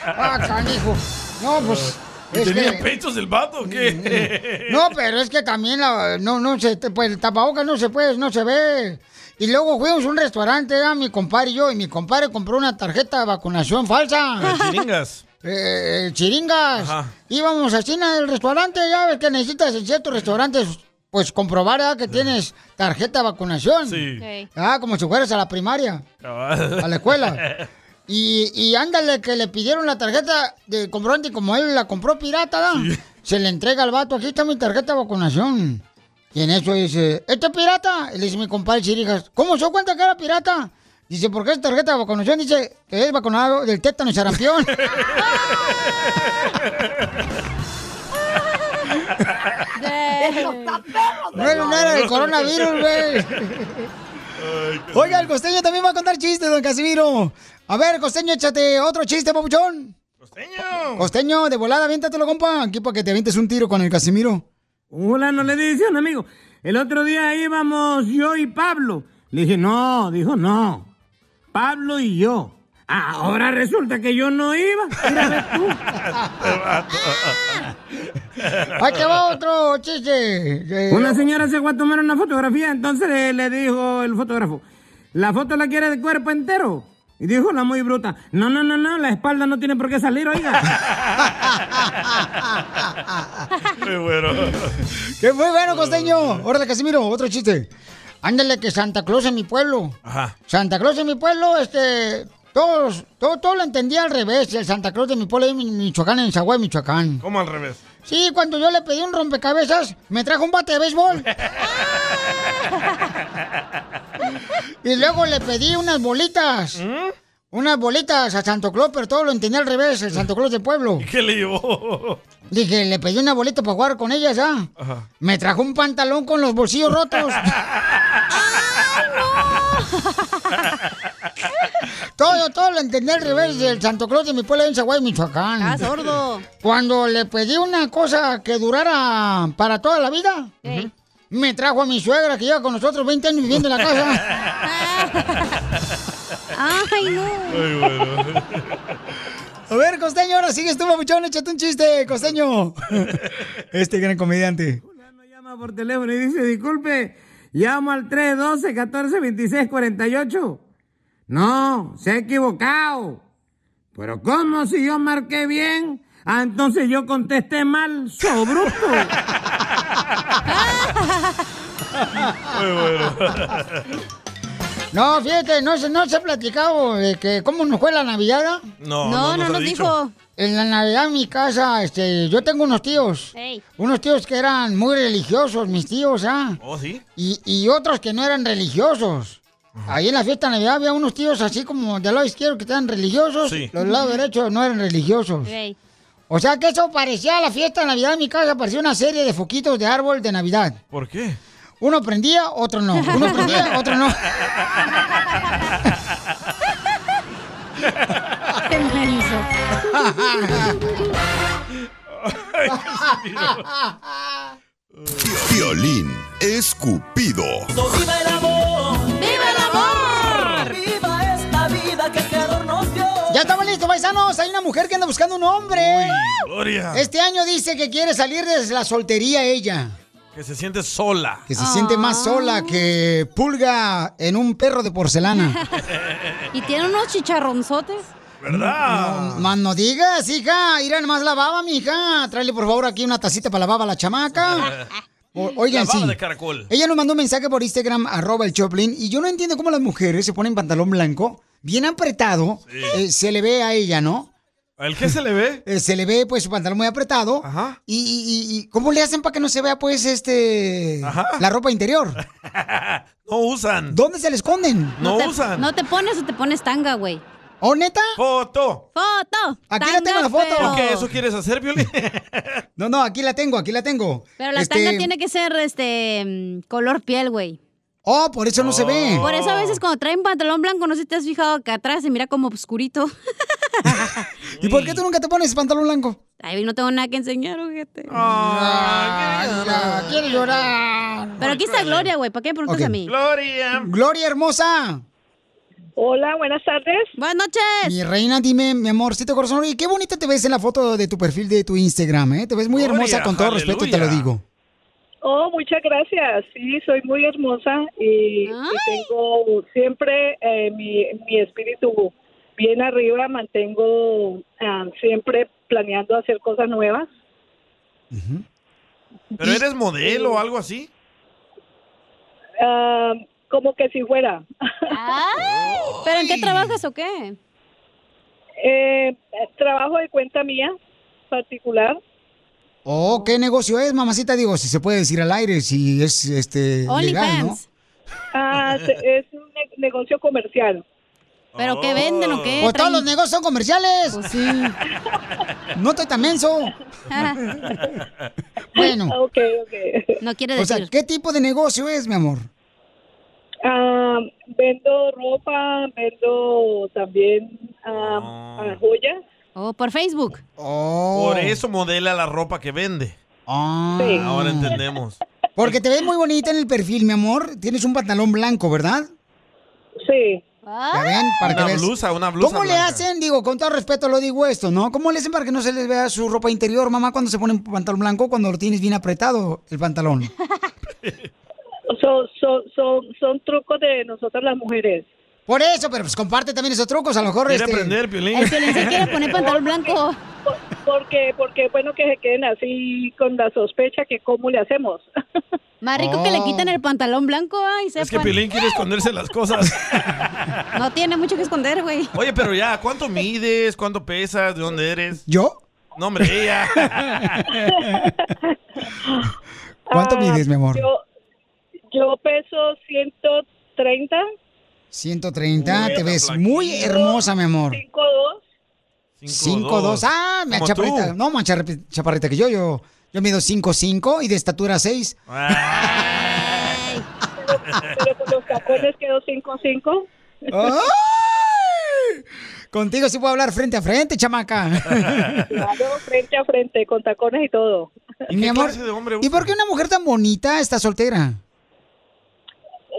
[SPEAKER 1] ¡Ah, canijo! No, pues...
[SPEAKER 2] ¿Y
[SPEAKER 1] es
[SPEAKER 2] ¿Tenía
[SPEAKER 1] que-
[SPEAKER 2] pechos el vato o qué?
[SPEAKER 1] no, pues. pero es que también la, no, no se, te- pues el tapabocas no se puede, no se ve. Y luego fuimos a un restaurante, a mi compadre y yo, y mi compadre compró una tarjeta de vacunación falsa.
[SPEAKER 2] Las chiringas.
[SPEAKER 1] Eh, eh, chiringas.
[SPEAKER 2] Ajá.
[SPEAKER 1] Íbamos así en el restaurante, ya ves que necesitas en ciertos restaurantes, pues comprobar ¿verdad? que tienes tarjeta de vacunación.
[SPEAKER 11] Sí.
[SPEAKER 1] Ah, como si fueras a la primaria.
[SPEAKER 11] A
[SPEAKER 1] la escuela. Y, y ándale, que le pidieron la tarjeta de comprobante y como él la compró pirata, ¿da? se le entrega al vato, aquí está mi tarjeta de vacunación. Y en eso dice, ¿este es pirata? Y le dice mi compadre Chirijas, ¿cómo se dio cuenta que era pirata? Dice, ¿por qué es tarjeta de vacunación? Dice, que es vacunado del tétano y sarampión. bueno, no era el coronavirus, güey. Oiga, el costeño también va a contar chistes, don Casimiro. A ver, costeño, échate otro chiste, papuchón. Costeño. Costeño, de volada, aviéntatelo, compa. Aquí para que te avientes un tiro con el Casimiro.
[SPEAKER 20] Hola, no le dice a un amigo. El otro día íbamos yo y Pablo. Le dije, no, dijo, no. Pablo y yo. Ahora resulta que yo no iba. Mira, ve tú.
[SPEAKER 1] Aquí va otro chiste. Eh,
[SPEAKER 20] Una señora se fue a tomar una fotografía, entonces eh, le dijo el fotógrafo, ¿la foto la quiere de cuerpo entero? Y dijo la muy bruta, no, no, no, no, la espalda no tiene por qué salir, oiga.
[SPEAKER 2] Muy bueno.
[SPEAKER 1] ¡Qué muy bueno, costeño! Órale, Casimiro, otro chiste. Ándale, que Santa Claus en mi pueblo.
[SPEAKER 2] Ajá.
[SPEAKER 1] Santa Claus en mi pueblo, este. Todos, todo, todo lo entendía al revés. El Santa Claus de mi pueblo en Michoacán, en Zaguay, Michoacán.
[SPEAKER 2] ¿Cómo al revés?
[SPEAKER 1] Sí, cuando yo le pedí un rompecabezas, me trajo un bate de béisbol. Y luego le pedí unas bolitas. Unas bolitas a Santo Claus, pero todo lo entendía al revés, el Santo Claus del pueblo.
[SPEAKER 2] ¿Qué le llevó?
[SPEAKER 1] Dije, le pedí una bolita para jugar con ellas, ¿ah?
[SPEAKER 2] Ajá.
[SPEAKER 1] Me trajo un pantalón con los bolsillos rotos. Todo, todo lo entendí al revés del Santo Claus de mi pueblo en Zaguay, Michoacán.
[SPEAKER 11] Ah, sordo.
[SPEAKER 1] Cuando le pedí una cosa que durara para toda la vida, me trajo a mi suegra que lleva con nosotros 20 años viviendo en la casa.
[SPEAKER 3] ¡Ay, no!
[SPEAKER 1] A ver, costeño, ahora sigues tú, papuchón, échate un chiste, costeño. Este gran comediante.
[SPEAKER 20] Ah, Llama por teléfono y dice, disculpe, Llamo al 312-1426-48. No, se ha equivocado. Pero ¿cómo si yo marqué bien? Ah, entonces yo contesté mal, sobruto.
[SPEAKER 11] Muy
[SPEAKER 1] No, fíjate, no se, no se ha platicado de que cómo nos fue la Navidad. ¿verdad?
[SPEAKER 11] No, No, no nos no nos ha dicho. dijo.
[SPEAKER 1] En la Navidad en mi casa, este, yo tengo unos tíos.
[SPEAKER 11] Ey.
[SPEAKER 1] Unos tíos que eran muy religiosos, mis tíos, ¿ah?
[SPEAKER 2] ¿Oh, sí?
[SPEAKER 1] Y, y otros que no eran religiosos. Ahí en la fiesta de Navidad había unos tíos así como del lado izquierdo que eran religiosos,
[SPEAKER 11] Sí.
[SPEAKER 1] los del lado derecho no eran religiosos. O sea que eso parecía la fiesta de Navidad en mi casa, parecía una serie de foquitos de árbol de Navidad.
[SPEAKER 2] ¿Por qué?
[SPEAKER 1] Uno prendía, otro no. Uno prendía, otro no.
[SPEAKER 9] Violín escupido.
[SPEAKER 11] ¡Viva el amor! ¡Viva el amor! ¡Viva esta vida que creador nos dio!
[SPEAKER 1] Ya estamos listos, paisanos. Hay una mujer que anda buscando un hombre.
[SPEAKER 2] Gloria.
[SPEAKER 1] Este año dice que quiere salir desde la soltería ella.
[SPEAKER 2] Que se siente sola.
[SPEAKER 1] Que se siente
[SPEAKER 11] Ah.
[SPEAKER 1] más sola que pulga en un perro de porcelana.
[SPEAKER 3] y tiene unos chicharronzotes.
[SPEAKER 11] Ah.
[SPEAKER 1] No, más no digas, hija. Ir nomás la baba, mija. Tráele, por favor, aquí una tacita para la baba a la chamaca. O- oigan,
[SPEAKER 11] La baba
[SPEAKER 1] sí.
[SPEAKER 11] de caracol.
[SPEAKER 1] Ella nos mandó un mensaje por Instagram, arroba el Choplin, y yo no entiendo cómo las mujeres se ponen pantalón blanco, bien apretado, eh, se le ve a ella, ¿no?
[SPEAKER 2] ¿El qué se le ve?
[SPEAKER 1] Eh, se le ve, pues, su pantalón muy apretado. Ajá. Y, y- y- y ¿cómo le hacen para que no se vea, pues, este... La ropa interior?
[SPEAKER 2] no usan.
[SPEAKER 1] ¿Dónde se le esconden?
[SPEAKER 3] te, No te pones o te pones tanga, güey.
[SPEAKER 1] ¿O neta?
[SPEAKER 2] Foto.
[SPEAKER 3] Foto.
[SPEAKER 1] Aquí la tengo la foto.
[SPEAKER 3] Pero,
[SPEAKER 2] ¿Qué eso quieres hacer, Violín?
[SPEAKER 1] No, no, aquí la tengo, aquí la tengo.
[SPEAKER 3] pero la
[SPEAKER 1] Este,
[SPEAKER 3] tanga tiene que ser este mm, color piel, güey.
[SPEAKER 1] Oh, por eso no se ve.
[SPEAKER 3] Por eso a veces cuando traen pantalón blanco, no sé si te has fijado que atrás se mira como oscurito.
[SPEAKER 1] ¿Y por qué tú nunca te pones pantalón blanco?
[SPEAKER 3] Ay, no tengo nada que enseñar, ojete.
[SPEAKER 2] Ah,
[SPEAKER 1] Ah, ya, quiero llorar.
[SPEAKER 3] Pero aquí está Gloria, güey. ¿Para qué me preguntas
[SPEAKER 1] Ok.
[SPEAKER 3] a mí?
[SPEAKER 2] Gloria.
[SPEAKER 1] Gloria hermosa.
[SPEAKER 13] Hola, buenas tardes.
[SPEAKER 3] Buenas noches.
[SPEAKER 1] Mi reina, dime, mi amorcito corazón, y qué bonita te ves en la foto de tu perfil de tu Instagram, ¿eh? Te ves muy hermosa,
[SPEAKER 13] Gloria,
[SPEAKER 1] con todo respeto te lo
[SPEAKER 13] aleluya.
[SPEAKER 1] digo.
[SPEAKER 13] Oh, muchas gracias. Sí, soy muy hermosa y, y tengo siempre eh, mi, mi espíritu bien arriba. Mantengo ah, siempre planeando hacer cosas nuevas.
[SPEAKER 2] ¿Pero eres modelo o algo así?
[SPEAKER 13] Ah, como que si fuera.
[SPEAKER 3] ¿Pero en qué trabajas o qué?
[SPEAKER 13] Eh, trabajo de cuenta mía particular.
[SPEAKER 1] Oh, ¿qué negocio es, mamacita? Digo, si se puede decir al aire, si es, este, legal, ¿no?
[SPEAKER 13] Ah, se- es un ne- negocio comercial.
[SPEAKER 3] ¿Pero qué venden o qué?
[SPEAKER 1] Pues todos los negocios son comerciales.
[SPEAKER 3] Pues sí.
[SPEAKER 1] No estoy tan menso. Bueno.
[SPEAKER 13] Ok, ok.
[SPEAKER 3] No quiere
[SPEAKER 1] O sea, ¿qué tipo de negocio es, mi amor?
[SPEAKER 13] Ah, vendo ropa, vendo también ah, ah, joyas.
[SPEAKER 3] Oh, por Facebook.
[SPEAKER 1] Oh.
[SPEAKER 2] Por eso modela la ropa que vende.
[SPEAKER 1] Sí.
[SPEAKER 2] Ahora entendemos.
[SPEAKER 1] Porque te ves muy bonita en el perfil, mi amor. Tienes un pantalón blanco, ¿verdad?
[SPEAKER 13] Sí. Ah.
[SPEAKER 1] ¿Ya ven? Para que
[SPEAKER 2] una
[SPEAKER 1] veas.
[SPEAKER 2] blusa, una blusa.
[SPEAKER 1] ¿Cómo le
[SPEAKER 2] blanca.
[SPEAKER 1] hacen? Digo, con todo respeto lo digo esto, ¿no? ¿Cómo le hacen para que no se les vea su ropa interior, mamá, cuando se ponen pantalón blanco, cuando lo tienes bien apretado el pantalón?
[SPEAKER 13] Son, son, son, son trucos de nosotras las mujeres.
[SPEAKER 1] Por eso, pero pues comparte también esos trucos, a lo mejor
[SPEAKER 2] Quiere
[SPEAKER 1] este...
[SPEAKER 2] aprender, Piolín. El Piolín se quiere poner
[SPEAKER 13] pantalón
[SPEAKER 3] blanco.
[SPEAKER 13] Porque, porque bueno que se queden así con la sospecha que cómo le hacemos.
[SPEAKER 3] Más rico que le
[SPEAKER 13] Oh.
[SPEAKER 3] quitan el pantalón blanco, ay,
[SPEAKER 2] Es que
[SPEAKER 3] sepan.
[SPEAKER 2] Piolín quiere esconderse las cosas.
[SPEAKER 3] No tiene mucho que esconder, güey.
[SPEAKER 2] Oye, pero ya, ¿cuánto mides? ¿Cuánto pesas? ¿De dónde eres?
[SPEAKER 1] ¿Yo?
[SPEAKER 2] No, hombre, ella.
[SPEAKER 1] ¿Cuánto
[SPEAKER 13] Ah,
[SPEAKER 1] mides, mi amor?
[SPEAKER 13] Yo, yo peso 130,
[SPEAKER 1] 130,
[SPEAKER 13] Uy,
[SPEAKER 1] te
[SPEAKER 13] está
[SPEAKER 1] ves muy hermosa, mi amor.
[SPEAKER 13] 5'2".
[SPEAKER 1] 5'2, ah, me
[SPEAKER 13] Como tú.
[SPEAKER 1] chaparrita. No, más charre- chaparrita que yo, yo, yo mido 5'5 y de estatura 6.
[SPEAKER 2] Ah.
[SPEAKER 13] pero con los tacones quedó 5'5".
[SPEAKER 1] Ah. ¡Ay! Contigo sí puedo hablar frente a frente, chamaca.
[SPEAKER 13] Claro, frente a frente, con tacones y todo.
[SPEAKER 1] Mi amor, ¿y por qué una mujer tan bonita está soltera?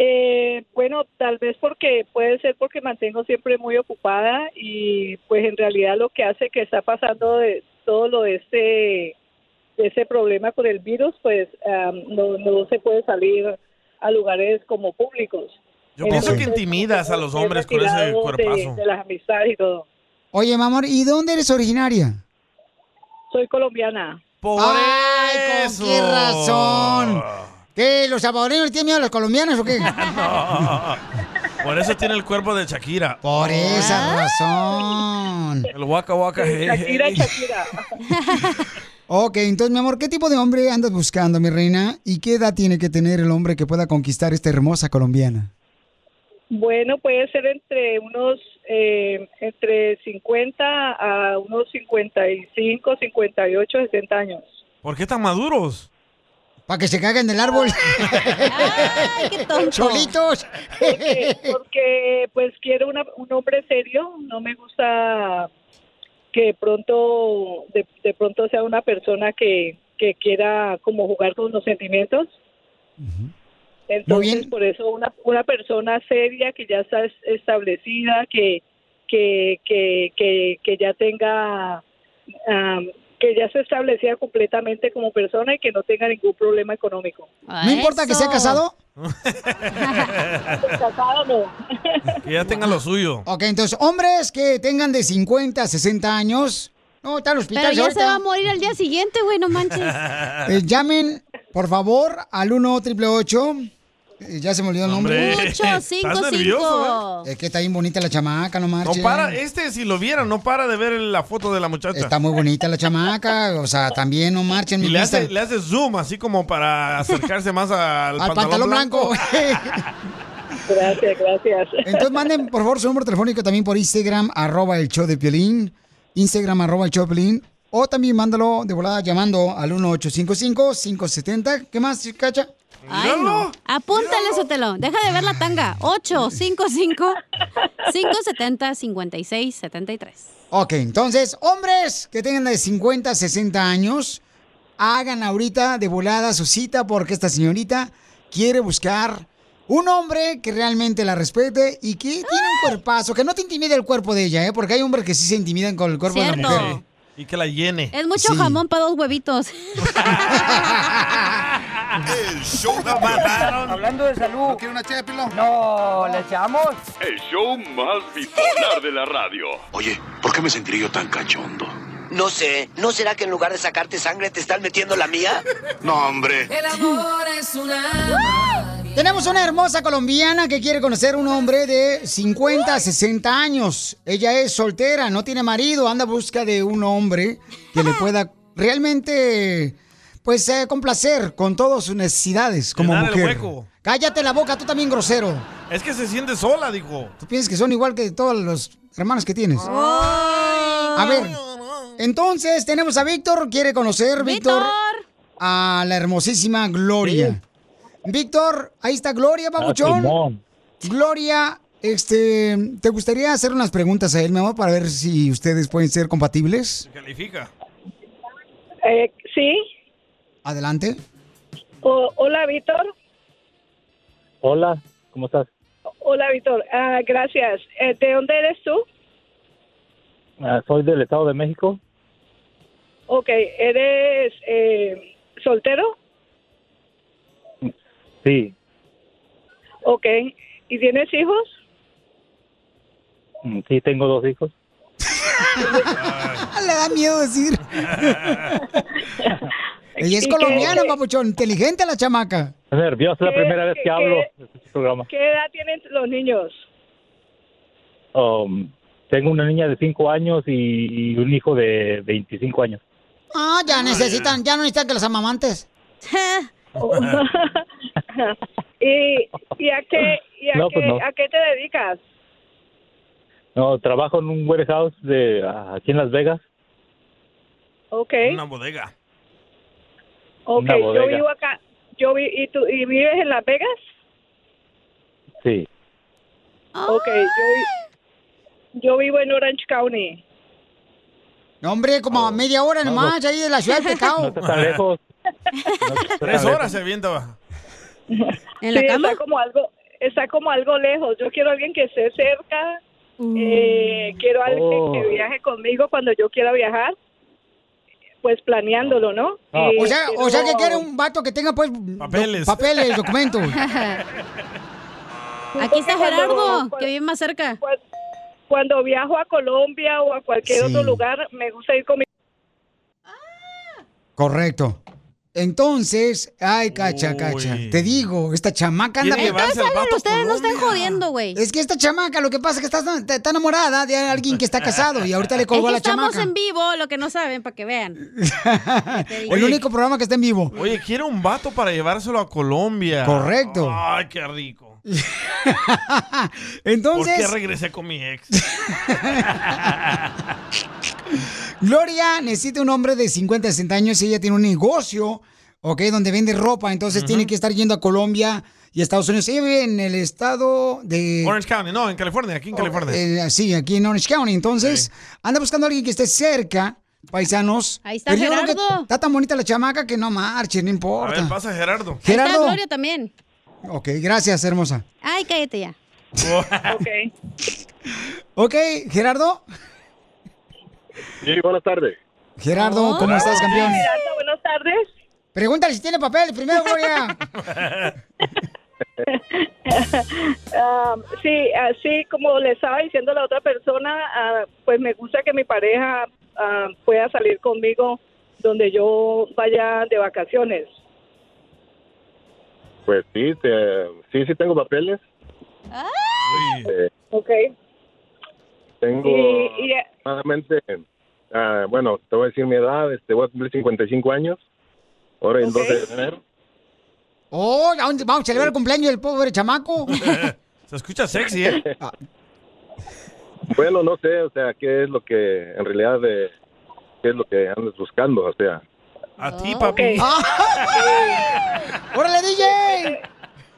[SPEAKER 13] Eh, bueno, tal vez porque puede ser porque mantengo siempre muy ocupada y pues en realidad lo que hace que está pasando de todo lo de este de ese problema con el virus, pues am, no, no se puede salir a lugares como públicos.
[SPEAKER 2] Yo pienso que
[SPEAKER 13] Entonces,
[SPEAKER 2] intimidas a los hombres con ese
[SPEAKER 13] retirado de-
[SPEAKER 2] cuerpazo.
[SPEAKER 13] de las amistades y todo.
[SPEAKER 1] Oye, mi amor, ¿y dónde eres originaria?
[SPEAKER 13] Soy colombiana.
[SPEAKER 1] ¡Ay, con qué razón! ¿Qué, los salvadoreños tienen miedo a los colombianos o qué?
[SPEAKER 2] Por eso tiene el cuerpo de Shakira.
[SPEAKER 1] Por esa razón.
[SPEAKER 2] El waka waka. hey, hey.
[SPEAKER 1] Ok, entonces, mi amor, ¿qué tipo de hombre andas buscando, mi reina? ¿Y qué edad tiene que tener el hombre que pueda conquistar esta hermosa colombiana?
[SPEAKER 13] Bueno, puede ser entre unos eh, entre 50 a unos 55, 58, 60 años.
[SPEAKER 2] ¿Por qué tan maduros?
[SPEAKER 1] Para que se caguen del árbol.
[SPEAKER 13] ¡Ay,
[SPEAKER 1] qué tonto! Solitos.
[SPEAKER 13] Porque, porque, pues quiero una- un hombre serio, no me gusta que de pronto de, de pronto sea una persona que, que quiera como jugar con los sentimientos. Entonces, por eso una, una persona seria que ya está es- establecida, que que, que, que, que ya tenga am, que ya se establecida completamente como persona y que no tenga ningún problema económico.
[SPEAKER 1] ¿No importa que sea casado?
[SPEAKER 13] Casado no.
[SPEAKER 2] Que ya tenga lo suyo.
[SPEAKER 1] Ok, entonces, hombres que tengan de 50 a 60 años, no, están en
[SPEAKER 3] Pero
[SPEAKER 1] hospitales
[SPEAKER 3] ya
[SPEAKER 1] ahorita.
[SPEAKER 3] se va a morir al día siguiente, güey, no manches.
[SPEAKER 1] Eh, llamen, por favor, al 1 888 Eh, ya se me olvidó el nombre.
[SPEAKER 2] Hombre, Ocho, estás cinco, nervioso,
[SPEAKER 1] Es que está bien bonita la chamaca, no
[SPEAKER 2] No
[SPEAKER 1] marches.
[SPEAKER 2] para, este si lo viera, no para de ver la foto de la muchacha.
[SPEAKER 1] Está muy bonita la chamaca, o sea, también no marchen.
[SPEAKER 2] y
[SPEAKER 1] mi
[SPEAKER 2] le
[SPEAKER 1] lista.
[SPEAKER 2] hace, le hace zoom, así como para acercarse más al,
[SPEAKER 1] Al pantalón blanco.
[SPEAKER 13] gracias, gracias.
[SPEAKER 1] Entonces manden, por favor, su número telefónico también por Instagram, arroba el show de Piolín, Instagram, arroba el show de Piolín, o también mándalo de volada llamando al 1855-570, ¿qué más, Cacha?
[SPEAKER 3] Ay, no. Apúntale, Sotelo. Deja de ver la tanga. 855 570 5673
[SPEAKER 1] Ok, entonces, hombres que tengan de 50 a 60 años, hagan ahorita de volada su cita porque esta señorita quiere buscar un hombre que realmente la respete y que tiene un cuerpazo, que no te intimide el cuerpo de ella, ¿eh? porque hay hombres que sí se intimidan con el cuerpo de la mujer.
[SPEAKER 2] Y que la llene.
[SPEAKER 3] Es mucho jamón para dos huevitos.
[SPEAKER 9] El show de
[SPEAKER 17] Hablando de salud. ¿No quiere una ché, Pilón? No, ¿le echamos?
[SPEAKER 6] El show más bipolar de la radio.
[SPEAKER 16] Oye, ¿por qué me sentiré yo tan cachondo?
[SPEAKER 25] No sé, ¿no será que en lugar de sacarte sangre te están metiendo la mía?
[SPEAKER 16] No, hombre.
[SPEAKER 25] El amor es una...
[SPEAKER 1] Tenemos una hermosa colombiana que quiere conocer un hombre de 50 a 60 años. Ella es soltera, no tiene marido, anda en busca de un hombre que
[SPEAKER 2] Ah.
[SPEAKER 1] le pueda realmente, pues, eh, complacer con todas sus necesidades como
[SPEAKER 2] Llenar el
[SPEAKER 1] mujer.
[SPEAKER 2] hueco.
[SPEAKER 1] Cállate la boca, tú también grosero.
[SPEAKER 2] Es que se siente sola, dijo. Oh.
[SPEAKER 1] Tú piensas que son igual que todos los hermanos que tienes. A ver, entonces tenemos a Víctor, quiere conocer, Víctor, a la hermosísima Gloria. Víctor, ahí está Gloria,
[SPEAKER 18] Ah,
[SPEAKER 1] babuchón.
[SPEAKER 18] Simón.
[SPEAKER 1] Gloria, este, ¿te gustaría hacer unas preguntas a él, mi amor, para ver si ustedes pueden ser compatibles?
[SPEAKER 2] Califica.
[SPEAKER 13] Eh, sí.
[SPEAKER 1] Adelante.
[SPEAKER 13] O- hola, Víctor.
[SPEAKER 18] Hola, ¿cómo estás?
[SPEAKER 13] Hola, Víctor. Ah, gracias. Eh, ¿De dónde eres tú?
[SPEAKER 18] Ah, soy del Estado de México.
[SPEAKER 13] Ok, ¿eres eh, soltero?
[SPEAKER 18] Sí,
[SPEAKER 13] Ok. ¿Y tienes hijos?
[SPEAKER 18] mm, sí, tengo dos hijos.
[SPEAKER 1] Le da miedo decir. Ella es
[SPEAKER 18] ¿Y qué-
[SPEAKER 1] colombiana, papuchón, inteligente la chamaca.
[SPEAKER 18] Es nervioso, es la
[SPEAKER 13] ¿Qué-
[SPEAKER 18] primera vez
[SPEAKER 13] qué-
[SPEAKER 18] que hablo
[SPEAKER 13] qué-
[SPEAKER 18] de este programa.
[SPEAKER 13] ¿Qué edad tienen los niños?
[SPEAKER 18] Um, tengo una niña de 5 años y, y un hijo de 25 años.
[SPEAKER 1] Ah, ya necesitan, ya no necesitan que los amamantes.
[SPEAKER 13] ¿Y, y a, qué, y a,
[SPEAKER 18] No,
[SPEAKER 13] qué,
[SPEAKER 18] pues no.
[SPEAKER 13] a qué te dedicas?
[SPEAKER 18] No, trabajo en un warehouse de, ah, aquí en Las Vegas.
[SPEAKER 13] Ok.
[SPEAKER 2] Una bodega.
[SPEAKER 13] Ok,
[SPEAKER 18] Una
[SPEAKER 13] yo
[SPEAKER 18] bodega.
[SPEAKER 13] vivo acá. Yo vi, ¿y, tú, ¿Y vives en Las Vegas?
[SPEAKER 18] Sí.
[SPEAKER 13] Ok, yo, vi- yo vivo en Orange County.
[SPEAKER 1] No, hombre, como a media hora
[SPEAKER 18] No,
[SPEAKER 1] nomás,
[SPEAKER 18] no.
[SPEAKER 1] ahí de la ciudad del pecado.
[SPEAKER 18] Está tan lejos.
[SPEAKER 2] Tres horas se avienta.
[SPEAKER 13] ¿En la Está como, algo, está como algo lejos. Yo quiero a alguien que esté cerca. Eh, quiero a alguien
[SPEAKER 18] Oh.
[SPEAKER 13] que viaje conmigo cuando yo quiera viajar. pues planeándolo, ¿no?
[SPEAKER 1] Ah.
[SPEAKER 13] Eh,
[SPEAKER 1] O sea, o
[SPEAKER 13] pero-
[SPEAKER 1] sea que quiere un vato que tenga pues
[SPEAKER 2] Papeles.
[SPEAKER 1] do- papeles, documentos.
[SPEAKER 3] Aquí está
[SPEAKER 13] Cuando-
[SPEAKER 3] Gerardo,
[SPEAKER 1] pues.
[SPEAKER 13] cuando-
[SPEAKER 3] que vive más cerca.
[SPEAKER 13] Cuando viajo a Colombia o a cualquier
[SPEAKER 1] Sí.
[SPEAKER 13] otro lugar, me gusta ir con mi
[SPEAKER 1] Correcto. Entonces, ay, cacha, cacha. Te digo, esta chamaca anda
[SPEAKER 3] Entonces, háganlo
[SPEAKER 1] pues,
[SPEAKER 3] ustedes no están jodiendo, güey.
[SPEAKER 1] Es que esta chamaca, lo que pasa es que está, tan- está enamorada de alguien que está casado y ahorita le
[SPEAKER 3] Es
[SPEAKER 1] colgó
[SPEAKER 3] que
[SPEAKER 1] a la
[SPEAKER 3] estamos
[SPEAKER 1] chamaca.
[SPEAKER 3] en vivo, lo que no saben, para que vean.
[SPEAKER 1] El único programa que está en vivo.
[SPEAKER 2] Oye, quiere un vato para llevárselo a Colombia. Ah.
[SPEAKER 1] Correcto.
[SPEAKER 2] Ay, qué rico.
[SPEAKER 1] Entonces,
[SPEAKER 2] ¿Por qué regresé con mi ex?
[SPEAKER 1] Gloria necesita un hombre de 50, 60 años y ella tiene un negocio, ¿ok? Donde vende ropa, entonces tiene que estar yendo a Colombia y a Estados Unidos. Ella vive en el estado de...
[SPEAKER 2] Orange County, no, en California, aquí en California.
[SPEAKER 1] Eh, sí, aquí en Orange County. Entonces, anda buscando a alguien que esté cerca, paisanos.
[SPEAKER 3] Ahí está
[SPEAKER 1] Pero yo creo que
[SPEAKER 3] Gerardo.
[SPEAKER 1] Está tan bonita la chamaca que no marche, no
[SPEAKER 2] a
[SPEAKER 1] importa.
[SPEAKER 2] ver, pasa Gerardo.
[SPEAKER 3] Ahí está
[SPEAKER 1] Gerardo.
[SPEAKER 3] Gloria también.
[SPEAKER 1] Ok, gracias, hermosa.
[SPEAKER 3] Ay, cállate ya.
[SPEAKER 2] Oh. ok.
[SPEAKER 1] Ok, Gerardo.
[SPEAKER 17] Sí, buenas tardes.
[SPEAKER 1] Gerardo,
[SPEAKER 17] Oh.
[SPEAKER 1] ¿cómo estás, campeón?
[SPEAKER 13] Gerardo, buenas tardes.
[SPEAKER 1] Pregúntale si tiene papel primero, Gloria.
[SPEAKER 13] Um, sí, así como le estaba diciendo la otra persona, ah, pues me gusta que mi pareja ah, pueda salir conmigo donde yo vaya de vacaciones.
[SPEAKER 17] Pues sí, te- sí, sí tengo papeles.
[SPEAKER 1] Ah.
[SPEAKER 17] Eh,
[SPEAKER 13] ¿Ok?
[SPEAKER 17] tengo
[SPEAKER 13] Y, y,
[SPEAKER 17] aproximadamente, ah, bueno, te voy a decir mi edad, este, voy a cumplir 55 años, ahora en 12 de enero.
[SPEAKER 1] Oh, ¿a dónde vamos a celebrar el cumpleaños del pobre chamaco.
[SPEAKER 17] Se escucha sexy, ¿eh?
[SPEAKER 1] Ah,
[SPEAKER 17] bueno, no sé, o sea, qué es lo que en realidad, de, qué es lo que andas buscando, o sea.
[SPEAKER 2] A ti,
[SPEAKER 13] Ah, ok.
[SPEAKER 1] ¡Órale, DJ!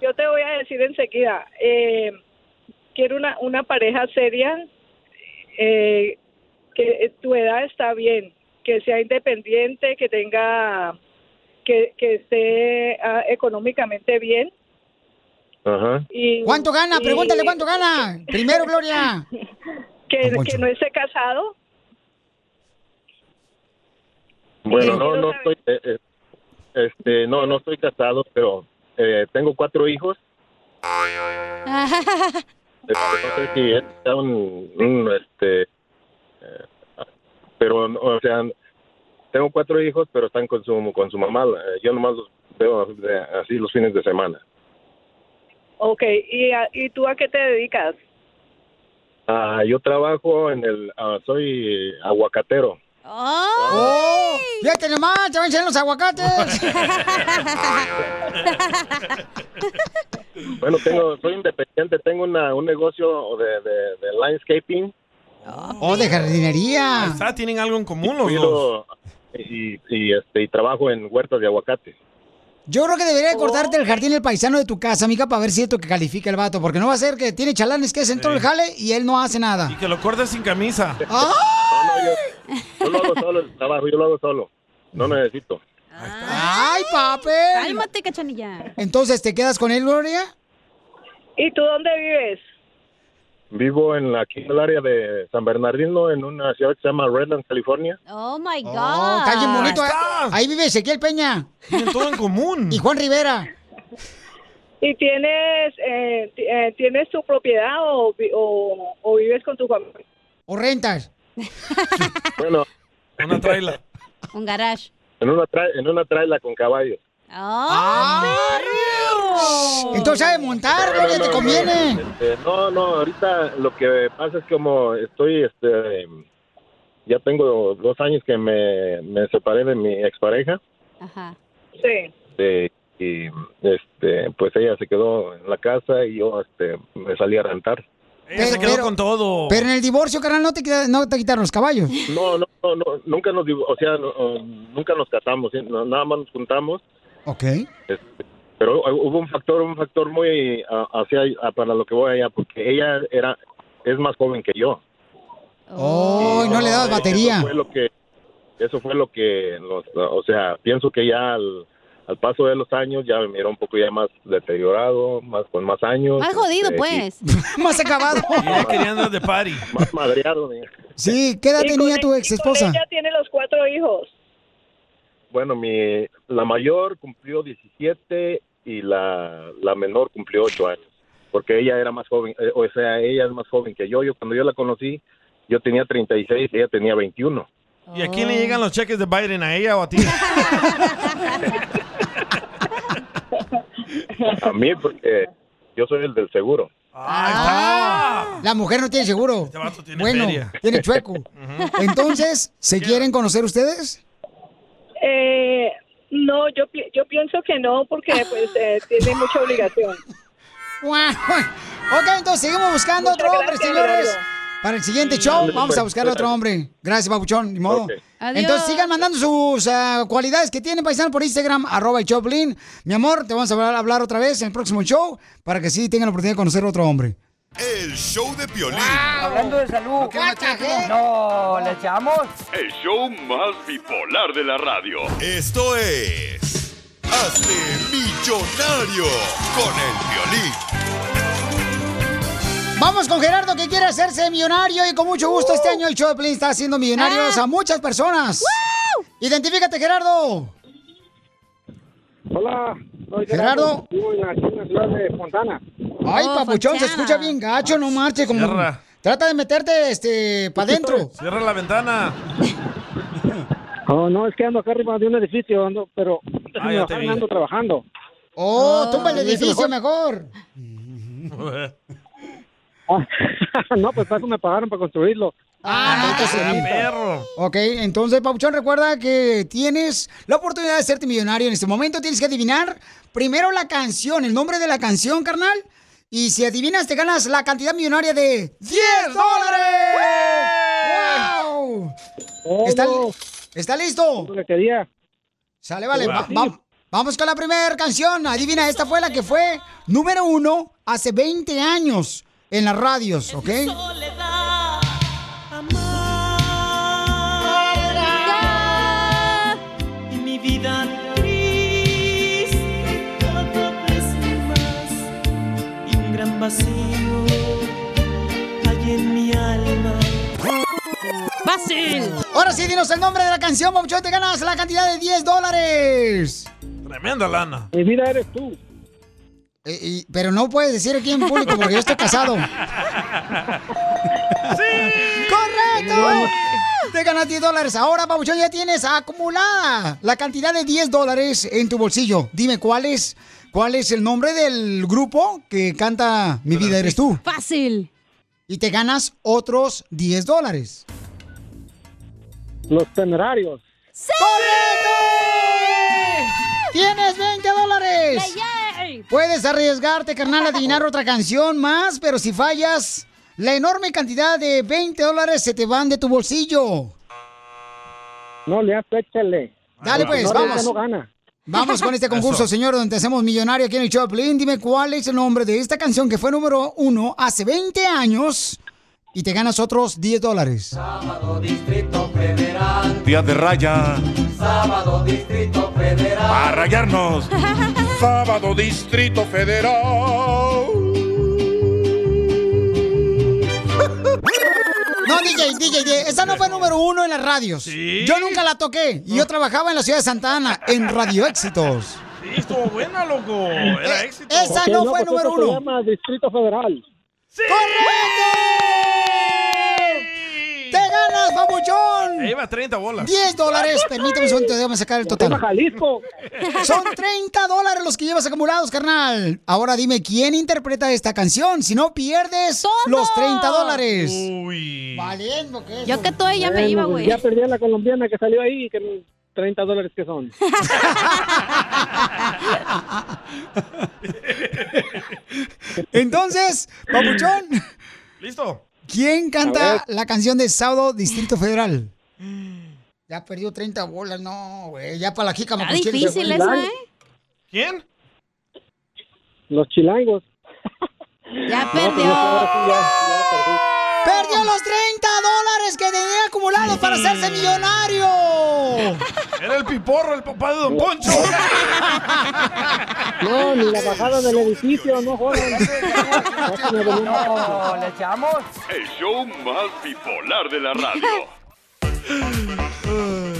[SPEAKER 13] Yo te voy a decir enseguida. eh, quiero una, una pareja seria, eh, que eh, tu edad está bien, que sea independiente, que tenga, que, que esté ah, económicamente bien.
[SPEAKER 17] Ajá.
[SPEAKER 13] Y,
[SPEAKER 1] ¿Cuánto gana?
[SPEAKER 13] y-
[SPEAKER 1] Pregúntale cuánto gana. Primero, Gloria.
[SPEAKER 13] Que,
[SPEAKER 1] Don Poncho.
[SPEAKER 13] que no esté casado.
[SPEAKER 17] Bueno, no, no estoy, eh, eh, este, no, no estoy casado, pero eh, tengo cuatro hijos. Este, no sé si es ya un, un, este, eh, pero, o sea, tengo cuatro hijos, pero están con su, con su mamá. Eh, Yo nomás los veo de- así los fines de semana.
[SPEAKER 13] Ok, ¿Y, a- ¿y tú a qué te dedicas?
[SPEAKER 17] Ah, yo trabajo en el, ah, soy aguacatero.
[SPEAKER 1] ¡Oh! Fíjate nomás, te van a enseñar los aguacates.
[SPEAKER 17] Bueno, tengo, soy independiente, tengo una, un negocio de, de, de landscaping.
[SPEAKER 1] ¡Oh, de jardinería!
[SPEAKER 2] Ahí está, tienen algo en común los
[SPEAKER 17] Cuido-
[SPEAKER 2] dos.
[SPEAKER 17] y, y, este, y trabajo en huertas de aguacate.
[SPEAKER 1] Yo creo que debería de cortarte el jardín el paisano de tu casa, amiga, para ver si es lo que califica el vato. Porque no va a ser que tiene chalanes que hacen todo el jale y él no hace nada.
[SPEAKER 2] Y que lo cortes sin camisa.
[SPEAKER 17] Yo lo hago solo el trabajo, yo lo hago solo. No necesito.
[SPEAKER 1] ¡Ay, papel!
[SPEAKER 3] Cálmate, cachanilla.
[SPEAKER 1] Entonces, ¿te quedas con él, Gloria?
[SPEAKER 13] ¿Y tú dónde vives?
[SPEAKER 17] Vivo en la, aquí en el área de San Bernardino, en una ciudad que se llama Redlands, California.
[SPEAKER 3] Oh my God.
[SPEAKER 1] Oh, está bien bonito. ¿eh? Ahí vive Ezequiel Peña.
[SPEAKER 2] Tienen todo en común.
[SPEAKER 1] Y Juan Rivera.
[SPEAKER 13] ¿Y tienes eh, ti- eh, tienes tu propiedad o, vi- o, o vives con tu familia?
[SPEAKER 1] ¿O rentas?
[SPEAKER 17] Bueno,
[SPEAKER 2] una traila.
[SPEAKER 3] Un garage.
[SPEAKER 17] En una, tra- en una traila con caballos.
[SPEAKER 3] Oh,
[SPEAKER 1] Ah, Entonces sabe montar, Gloria, te conviene.
[SPEAKER 17] Este, no, no, ahorita lo que pasa es como estoy, este, ya tengo dos años que me, me separé de mi expareja.
[SPEAKER 3] Ajá.
[SPEAKER 13] Sí.
[SPEAKER 17] este, y este, pues ella se quedó en la casa y yo este, me salí a rentar.
[SPEAKER 2] Ella se quedó con todo.
[SPEAKER 1] Pero en el divorcio, carnal, no te, queda- no te quitaron los caballos.
[SPEAKER 17] No, no, no, no, nunca nos, div- o sea, no, eh, nunca nos casamos, ¿sí? No, nada más nos juntamos,
[SPEAKER 1] Ok.
[SPEAKER 17] este, pero hu- hubo un factor, un factor muy ah, hacia ah, para lo que voy allá, porque ella era es más joven que yo.
[SPEAKER 1] Oh, no le dabas
[SPEAKER 17] Eso
[SPEAKER 1] batería.
[SPEAKER 17] fue lo que, eso fue lo que, nos- o sea, pienso que ya al, al paso de los años ya me era un poco ya más deteriorado, más con más años.
[SPEAKER 3] Más jodido,
[SPEAKER 17] este, y
[SPEAKER 3] pues.
[SPEAKER 1] Más acabado.
[SPEAKER 2] Ella quería andar de party.
[SPEAKER 17] Más madreado.
[SPEAKER 1] Sí, ¿qué edad
[SPEAKER 13] Y
[SPEAKER 1] tenía
[SPEAKER 13] con
[SPEAKER 1] tu
[SPEAKER 13] e-
[SPEAKER 1] ex
[SPEAKER 13] y con
[SPEAKER 1] esposa?
[SPEAKER 13] Ella tiene los cuatro hijos.
[SPEAKER 4] Bueno, mi, la mayor cumplió 17 y la, la menor cumplió 8 años, porque ella era más joven, eh, o sea, ella es más joven que yo. Yo cuando yo la conocí, yo tenía 36 y ella tenía 21.
[SPEAKER 2] ¿Y a quién le llegan los cheques de Biden? ¿A ella o a ti?
[SPEAKER 4] A mí, porque yo soy el del seguro.
[SPEAKER 1] La mujer no tiene seguro.
[SPEAKER 4] Este tiene
[SPEAKER 1] bueno,
[SPEAKER 4] feria.
[SPEAKER 1] tiene chueco. Entonces, ¿se quieren conocer ustedes?
[SPEAKER 13] Eh, no, yo, pi- yo pienso que no, porque pues eh, tiene mucha obligación.
[SPEAKER 1] ok, entonces seguimos buscando otro hombre, señores. Para el siguiente
[SPEAKER 13] Sí,
[SPEAKER 1] show
[SPEAKER 13] ándale,
[SPEAKER 1] vamos a
[SPEAKER 13] pues,
[SPEAKER 1] buscar a otro
[SPEAKER 13] ándale.
[SPEAKER 1] hombre. Gracias, Papuchón, ni modo.
[SPEAKER 13] Ok.
[SPEAKER 11] Adiós.
[SPEAKER 1] Entonces sigan mandando sus ah, cualidades que tienen paisanos por Instagram, arroba el Choplin. Mi amor, te vamos a hablar, hablar otra vez en el próximo show para que sí tengan la oportunidad de conocer a otro hombre.
[SPEAKER 9] El show de Piolín.
[SPEAKER 17] Hablando de salud. ¿eh? No, ¿le echamos?
[SPEAKER 6] El show más bipolar de la radio.
[SPEAKER 9] Esto es. Hazte millonario con el violín.
[SPEAKER 1] Vamos con Gerardo que quiere hacerse millonario y con mucho gusto este año el show de Piolín está haciendo millonarios a muchas personas. Identifícate, Gerardo.
[SPEAKER 21] Hola, soy
[SPEAKER 1] Gerardo.
[SPEAKER 21] Vivo en la- aquí en la ciudad de Fontana.
[SPEAKER 1] Ay, Papuchón, se escucha bien gacho, no marche como...
[SPEAKER 2] Cierra.
[SPEAKER 1] Trata de meterte este para adentro.
[SPEAKER 2] Cierra la ventana.
[SPEAKER 21] pues. Oh, no, es que ando acá arriba de un edificio, ando, pero
[SPEAKER 2] Ah, ya te vi.
[SPEAKER 21] ando trabajando.
[SPEAKER 1] Oh,
[SPEAKER 21] Ah,
[SPEAKER 1] tumba el
[SPEAKER 21] ¿me dice
[SPEAKER 1] edificio mejor.
[SPEAKER 21] Ah, no, pues para eso me pagaron para construirlo.
[SPEAKER 1] Ah, entonces, sí. Ok, entonces, Papuchón, recuerda que tienes la oportunidad de hacerte millonario en este momento. Tienes que adivinar primero la canción, el nombre de la canción, carnal. Y si adivinas, te ganas la cantidad millonaria de 10 dólares. ¡Wow! ¿Está, está listo? Sale, vale.
[SPEAKER 11] Wow.
[SPEAKER 1] va- va- vamos con la primera canción. Adivina, esta fue la que fue número uno hace 20 años en las radios, ¿ok?
[SPEAKER 11] Y mi vida triste cada vez más. Y un gran vacío hay en mi alma.
[SPEAKER 1] ¡Fácil! Ahora sí, dinos el nombre de la canción, Papuchón. Te ganas la cantidad de 10 dólares.
[SPEAKER 2] Tremenda lana.
[SPEAKER 1] Mi vida eres tú. Eh, pero no puedes decir aquí en público porque yo estoy casado. ¡Correcto! Te ganas 10 dólares. Ahora, Pabuchón, ya tienes acumulada la cantidad de 10 dólares en tu bolsillo. Dime, ¿cuál es, cuál es el nombre del grupo que canta Mi vida eres tú? Fácil. Y te ganas otros 10 dólares.
[SPEAKER 21] Los temerarios.
[SPEAKER 1] ¡Correcto! ¡Tienes 20 dólares! Puedes arriesgarte, carnal, a adivinar otra canción más, pero si fallas, la enorme cantidad de 20 dólares se te van de tu bolsillo.
[SPEAKER 21] No, le hace, échale.
[SPEAKER 1] Dale, pues,
[SPEAKER 21] no,
[SPEAKER 1] vamos.
[SPEAKER 21] No gana.
[SPEAKER 1] Vamos con este concurso,
[SPEAKER 21] Eso.
[SPEAKER 1] señor, donde te hacemos millonario aquí en el show de Piolín. Dime cuál es el nombre de esta canción que fue número uno hace 20 años y te ganas otros 10 dólares.
[SPEAKER 23] Día de raya,
[SPEAKER 11] Sábado Distrito Federal.
[SPEAKER 23] a rayarnos.
[SPEAKER 11] Sábado Distrito Federal.
[SPEAKER 1] No, DJ, DJ, DJ, esa no fue número uno en las radios. Yo nunca la toqué. Y yo trabajaba en la ciudad de Santa Ana, en Radio Éxitos.
[SPEAKER 2] Sí, estuvo buena, loco. Era éxito.
[SPEAKER 1] Eh, Esa no fue
[SPEAKER 21] pues,
[SPEAKER 1] número uno. Distrito Federal. ¡Correcto! ¡Te ganas, babuchón!
[SPEAKER 2] Ahí va 30 bolas.
[SPEAKER 1] 10 dólares, permíteme un segundo, déjame sacar el total. Jalisco! Son 30 dólares los que llevas acumulados, carnal. Ahora dime quién interpreta esta canción, si no pierdes los 30 dólares. Valiendo que
[SPEAKER 3] Yo que todavía ya me
[SPEAKER 21] Bueno,
[SPEAKER 3] iba,
[SPEAKER 21] pues
[SPEAKER 3] güey.
[SPEAKER 21] Ya perdí a la colombiana que salió ahí, que mis 30 dólares que son.
[SPEAKER 1] Entonces, Papuchón,
[SPEAKER 2] ¿Listo?
[SPEAKER 1] ¿quién
[SPEAKER 2] A
[SPEAKER 1] canta
[SPEAKER 2] ver.
[SPEAKER 1] la canción de Sábado Distrito Federal? Ya perdió 30 bolas, no, güey. Ya para la jica me
[SPEAKER 3] Está difícil eso, ¿eh?
[SPEAKER 2] ¿Quién?
[SPEAKER 21] Los chilangos.
[SPEAKER 3] Ya
[SPEAKER 21] pues, ahora sí, ya.
[SPEAKER 1] ¡Perdió los 30 dólares que tenía acumulados para hacerse millonario!
[SPEAKER 2] Era el piporro, el papá de Don Poncho.
[SPEAKER 21] No, ni la bajada del edificio, no jodan.
[SPEAKER 17] No, ¿le echamos?
[SPEAKER 6] El show más bipolar de la radio.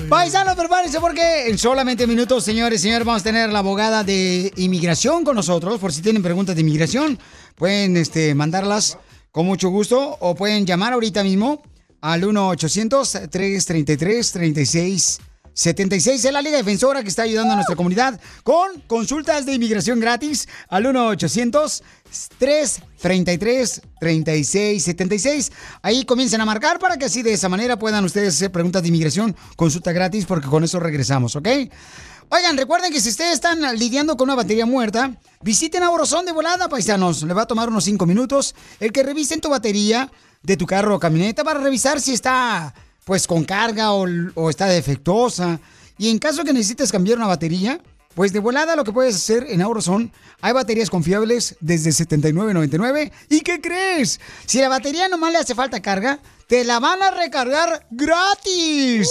[SPEAKER 1] Paisanos, prepárense porque en solamente minutos, señores y señores, vamos a tener la abogada de inmigración con nosotros. Por si tienen preguntas de inmigración, pueden este, mandarlas con mucho gusto o pueden llamar ahorita mismo al 1-800-333-3676. es la Liga Defensora que está ayudando a nuestra comunidad con consultas de inmigración gratis al 1-800-333-3676. Ahí comiencen a marcar para que así de esa manera puedan ustedes hacer preguntas de inmigración, consulta gratis, porque con eso regresamos, ¿ok? Oigan, recuerden que si ustedes están lidiando con una batería muerta, visiten a Orozón de volada, paisanos. Le va a tomar unos 5 minutos el que revisen tu batería de tu carro o camioneta para revisar si está pues con carga o, o está defectuosa. Y en caso que necesites cambiar una batería, pues de volada lo que puedes hacer en Auroson, hay baterías confiables desde $79.99. ¿Y qué crees? Si la batería nomás le hace falta carga, te la van a recargar gratis.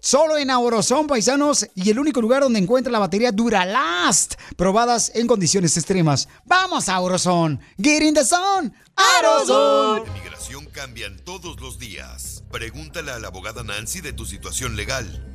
[SPEAKER 1] Solo en Auroson, paisanos, y el único lugar donde encuentra la batería Duralast, probadas en condiciones extremas. ¡Vamos, Auroson! ¡Get in the zone! ¡Auroson!
[SPEAKER 9] Inmigración cambian todos los días. Pregúntale a la abogada Nancy de tu situación legal.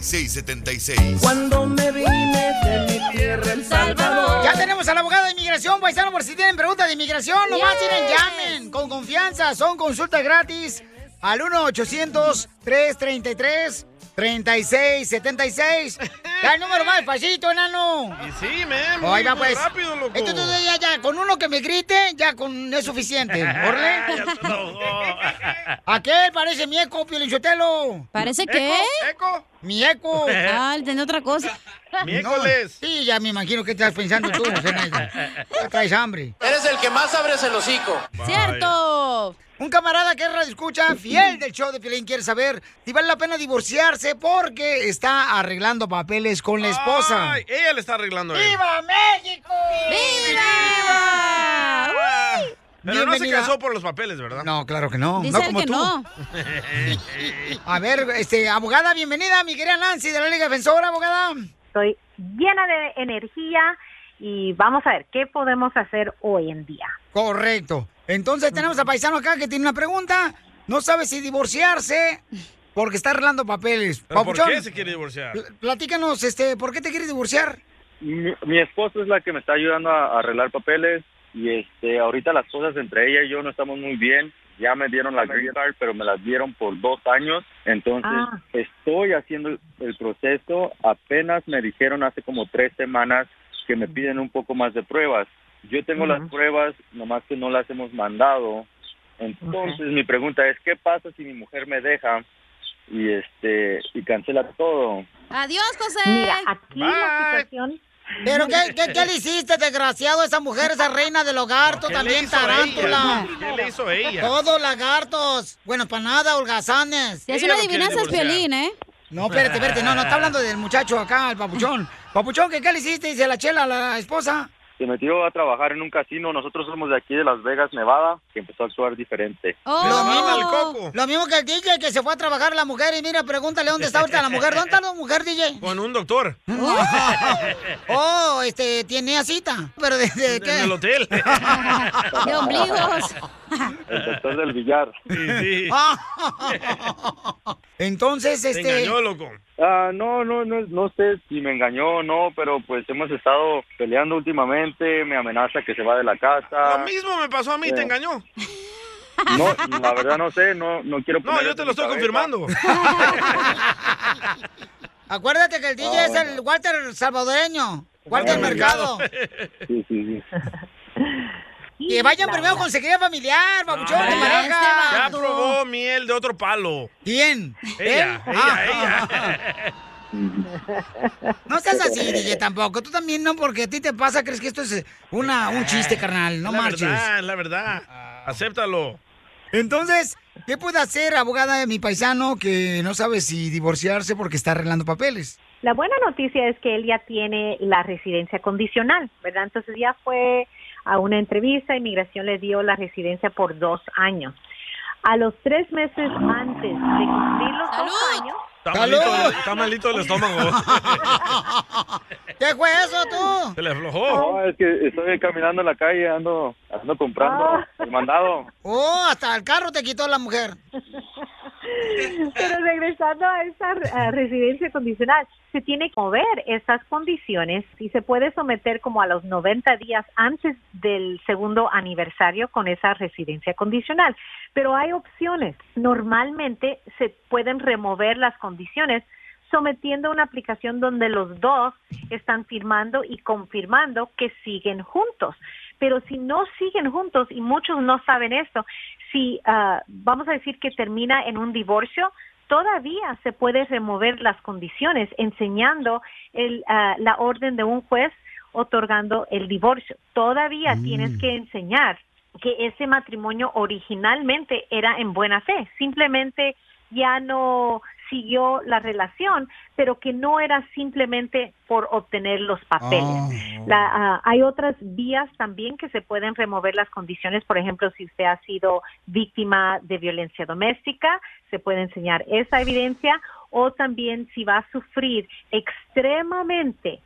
[SPEAKER 9] 1-800-333-3676.
[SPEAKER 11] Cuando me vine de mi tierra, El Salvador.
[SPEAKER 1] Ya tenemos a la abogada de inmigración, paisano, por si tienen preguntas de inmigración, nomás
[SPEAKER 11] Yes.
[SPEAKER 1] tienen, llamen, con confianza, son consultas gratis al 1-800-333-3676. Ya el número más despacito, enano.
[SPEAKER 2] Y sí, man, muy-
[SPEAKER 1] Oiga,
[SPEAKER 2] muy
[SPEAKER 1] pues.
[SPEAKER 2] rápido, loco.
[SPEAKER 1] Esto tú ya, ya, con uno que me grite, ya con es suficiente.
[SPEAKER 2] Ya
[SPEAKER 1] ¿Orle?
[SPEAKER 2] se enojó.
[SPEAKER 1] Aquel parece mi eco, Piolichotelo.
[SPEAKER 3] ¿Parece qué?
[SPEAKER 1] ¿Eco? Mi eco.
[SPEAKER 3] Ah, entendí otra cosa.
[SPEAKER 1] Miércoles. sí, ya me imagino que estás pensando tú, Zenaida. Ya traes hambre.
[SPEAKER 19] Eres el que más abres el hocico.
[SPEAKER 1] ¡Cierto! Un camarada que radio escucha, fiel del show de Piolín, quiere saber si vale la pena divorciarse porque está arreglando papeles con la esposa.
[SPEAKER 2] Ay, ella le está arreglando a él.
[SPEAKER 1] ¡Viva México! ¡Viva!
[SPEAKER 2] Pero no se
[SPEAKER 1] Bienvenida.
[SPEAKER 2] casó por los papeles, ¿verdad?
[SPEAKER 1] No, claro que no.
[SPEAKER 2] Dice
[SPEAKER 1] no
[SPEAKER 2] él
[SPEAKER 1] como
[SPEAKER 2] que
[SPEAKER 1] tú.
[SPEAKER 2] no.
[SPEAKER 1] A ver, este, abogada, bienvenida, mi querida Nancy de la Liga Defensora, abogada.
[SPEAKER 22] Estoy llena de energía y vamos a ver qué podemos hacer hoy en día.
[SPEAKER 1] Correcto. Entonces tenemos a Paisano acá que tiene una pregunta. No sabe si divorciarse porque está arreglando papeles.
[SPEAKER 2] ¿Pero ¿Por
[SPEAKER 1] Papuchón,
[SPEAKER 2] qué se quiere divorciar?
[SPEAKER 1] pl- platícanos, este, ¿por qué te quieres divorciar?
[SPEAKER 27] mi, mi esposa es la que me está ayudando a, a arreglar papeles y este ahorita las cosas entre ella y yo no estamos muy bien. Ya me dieron la green card, pero me las dieron por dos años. Entonces
[SPEAKER 22] Ah.
[SPEAKER 27] estoy haciendo el- el proceso. Apenas me dijeron hace como tres semanas que me piden un poco más de pruebas. Yo tengo las
[SPEAKER 22] Ujú.
[SPEAKER 27] pruebas, nomás que no las hemos mandado. Entonces mi pregunta es, ¿qué pasa si mi mujer me deja y este y cancela todo?
[SPEAKER 3] Adiós, José.
[SPEAKER 22] Mira, aquí la situación.
[SPEAKER 1] ¿Pero qué, qué- qué le hiciste, desgraciado, a esa mujer, esa reina del hogar, tú
[SPEAKER 2] ¿Qué le
[SPEAKER 1] también,
[SPEAKER 2] hizo ella?
[SPEAKER 1] tarántula?
[SPEAKER 2] ¿Qué le hizo ella?
[SPEAKER 1] Todos lagartos. Bueno, para nada, holgazanes.
[SPEAKER 3] Te hace Ella una lo quiere adivinanza, es divorciar. Piolín, ¿eh?
[SPEAKER 1] No, espérate, espérate. No, no, está hablando del muchacho acá, el papuchón. Papuchón, ¿qué, qué le hiciste? Dice la chela a la esposa.
[SPEAKER 27] se metió a trabajar en un casino. Nosotros somos de aquí de Las Vegas, Nevada, que empezó a actuar diferente.
[SPEAKER 3] Oh.
[SPEAKER 1] lo, mismo, lo mismo que el DJ que se fue a trabajar la mujer y mira, pregúntale dónde está ahorita la mujer. ¿Dónde está la mujer, DJ?
[SPEAKER 2] Con un doctor.
[SPEAKER 1] Oh, este, tiene cita. ¿Pero desde
[SPEAKER 2] En el
[SPEAKER 1] qué?
[SPEAKER 2] hotel.
[SPEAKER 1] De ombligos. Ah,
[SPEAKER 27] El doctor del billar.
[SPEAKER 1] Entonces, este...
[SPEAKER 27] Ah, no, no, no, no sé si me engañó o no, pero pues hemos estado peleando últimamente. Me amenaza que se va de la casa.
[SPEAKER 2] Lo mismo me pasó a mí,
[SPEAKER 27] Eh.
[SPEAKER 2] te engañó.
[SPEAKER 27] No, la verdad no sé, no, no quiero.
[SPEAKER 2] No, yo te lo estoy confirmando.
[SPEAKER 1] Acuérdate que el
[SPEAKER 2] Oh,
[SPEAKER 1] DJ es el Walter salvadoreño. Walter
[SPEAKER 27] Ah,
[SPEAKER 1] Mercado.
[SPEAKER 27] Sí, sí, sí.
[SPEAKER 1] Que vayan primero con seguridad familiar, papuchón, de pareja.
[SPEAKER 2] Ah, Ya probó miel de otro palo.
[SPEAKER 1] ¿Quién?
[SPEAKER 2] Ella,
[SPEAKER 1] ¿Él?
[SPEAKER 2] ella,
[SPEAKER 1] Ah.
[SPEAKER 2] ella.
[SPEAKER 1] No seas así, DJ, tampoco. Tú también no, porque a ti te pasa, crees que esto es una, un chiste, carnal. No
[SPEAKER 2] la
[SPEAKER 1] marches. Ah.
[SPEAKER 2] verdad, Ah, es la verdad. Acéptalo.
[SPEAKER 1] Entonces, ¿qué puede hacer, abogada de mi paisano, que no sabe si divorciarse porque está arreglando papeles?
[SPEAKER 22] La buena noticia es que él ya tiene la residencia condicional, ¿verdad? Entonces ya fue a una entrevista, inmigración le dio la residencia por dos años. A los tres meses antes de cumplir los dos años,
[SPEAKER 2] Está
[SPEAKER 22] ¡Salud!
[SPEAKER 2] malito, está malito el estómago.
[SPEAKER 1] ¿Qué fue eso tú?
[SPEAKER 2] Se le aflojó.
[SPEAKER 27] No, es que estoy caminando en la calle, ando, ando comprando el mandado.
[SPEAKER 1] Oh, hasta el carro te quitó la mujer.
[SPEAKER 22] Pero regresando a esa eh, residencia condicional, se tiene que mover esas condiciones y se puede someter como a los 90 días antes del segundo aniversario con esa residencia condicional. Pero hay opciones. Normalmente se pueden remover las condiciones sometiendo una aplicación donde los dos están firmando y confirmando que siguen juntos. Pero si no siguen juntos, y muchos no saben esto, si ah, vamos a decir que termina en un divorcio, todavía se puede remover las condiciones enseñando el, ah, la orden de un juez otorgando el divorcio. Todavía tienes que enseñar que ese matrimonio originalmente era en buena fe, simplemente ya no siguió la relación, pero que no era simplemente por obtener los papeles. La, ah, hay otras vías también que se pueden remover las condiciones, por ejemplo, si usted ha sido víctima de violencia doméstica, se puede enseñar esa evidencia, o también si va a sufrir extremadamente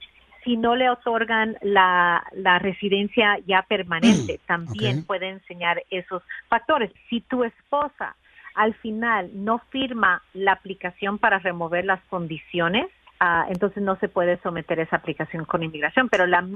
[SPEAKER 22] si no le otorgan la, la residencia ya permanente, también
[SPEAKER 24] ok.
[SPEAKER 22] puede enseñar esos factores. Si tu esposa al final no firma la aplicación para remover las condiciones, ah, entonces no se puede someter esa aplicación con inmigración, pero la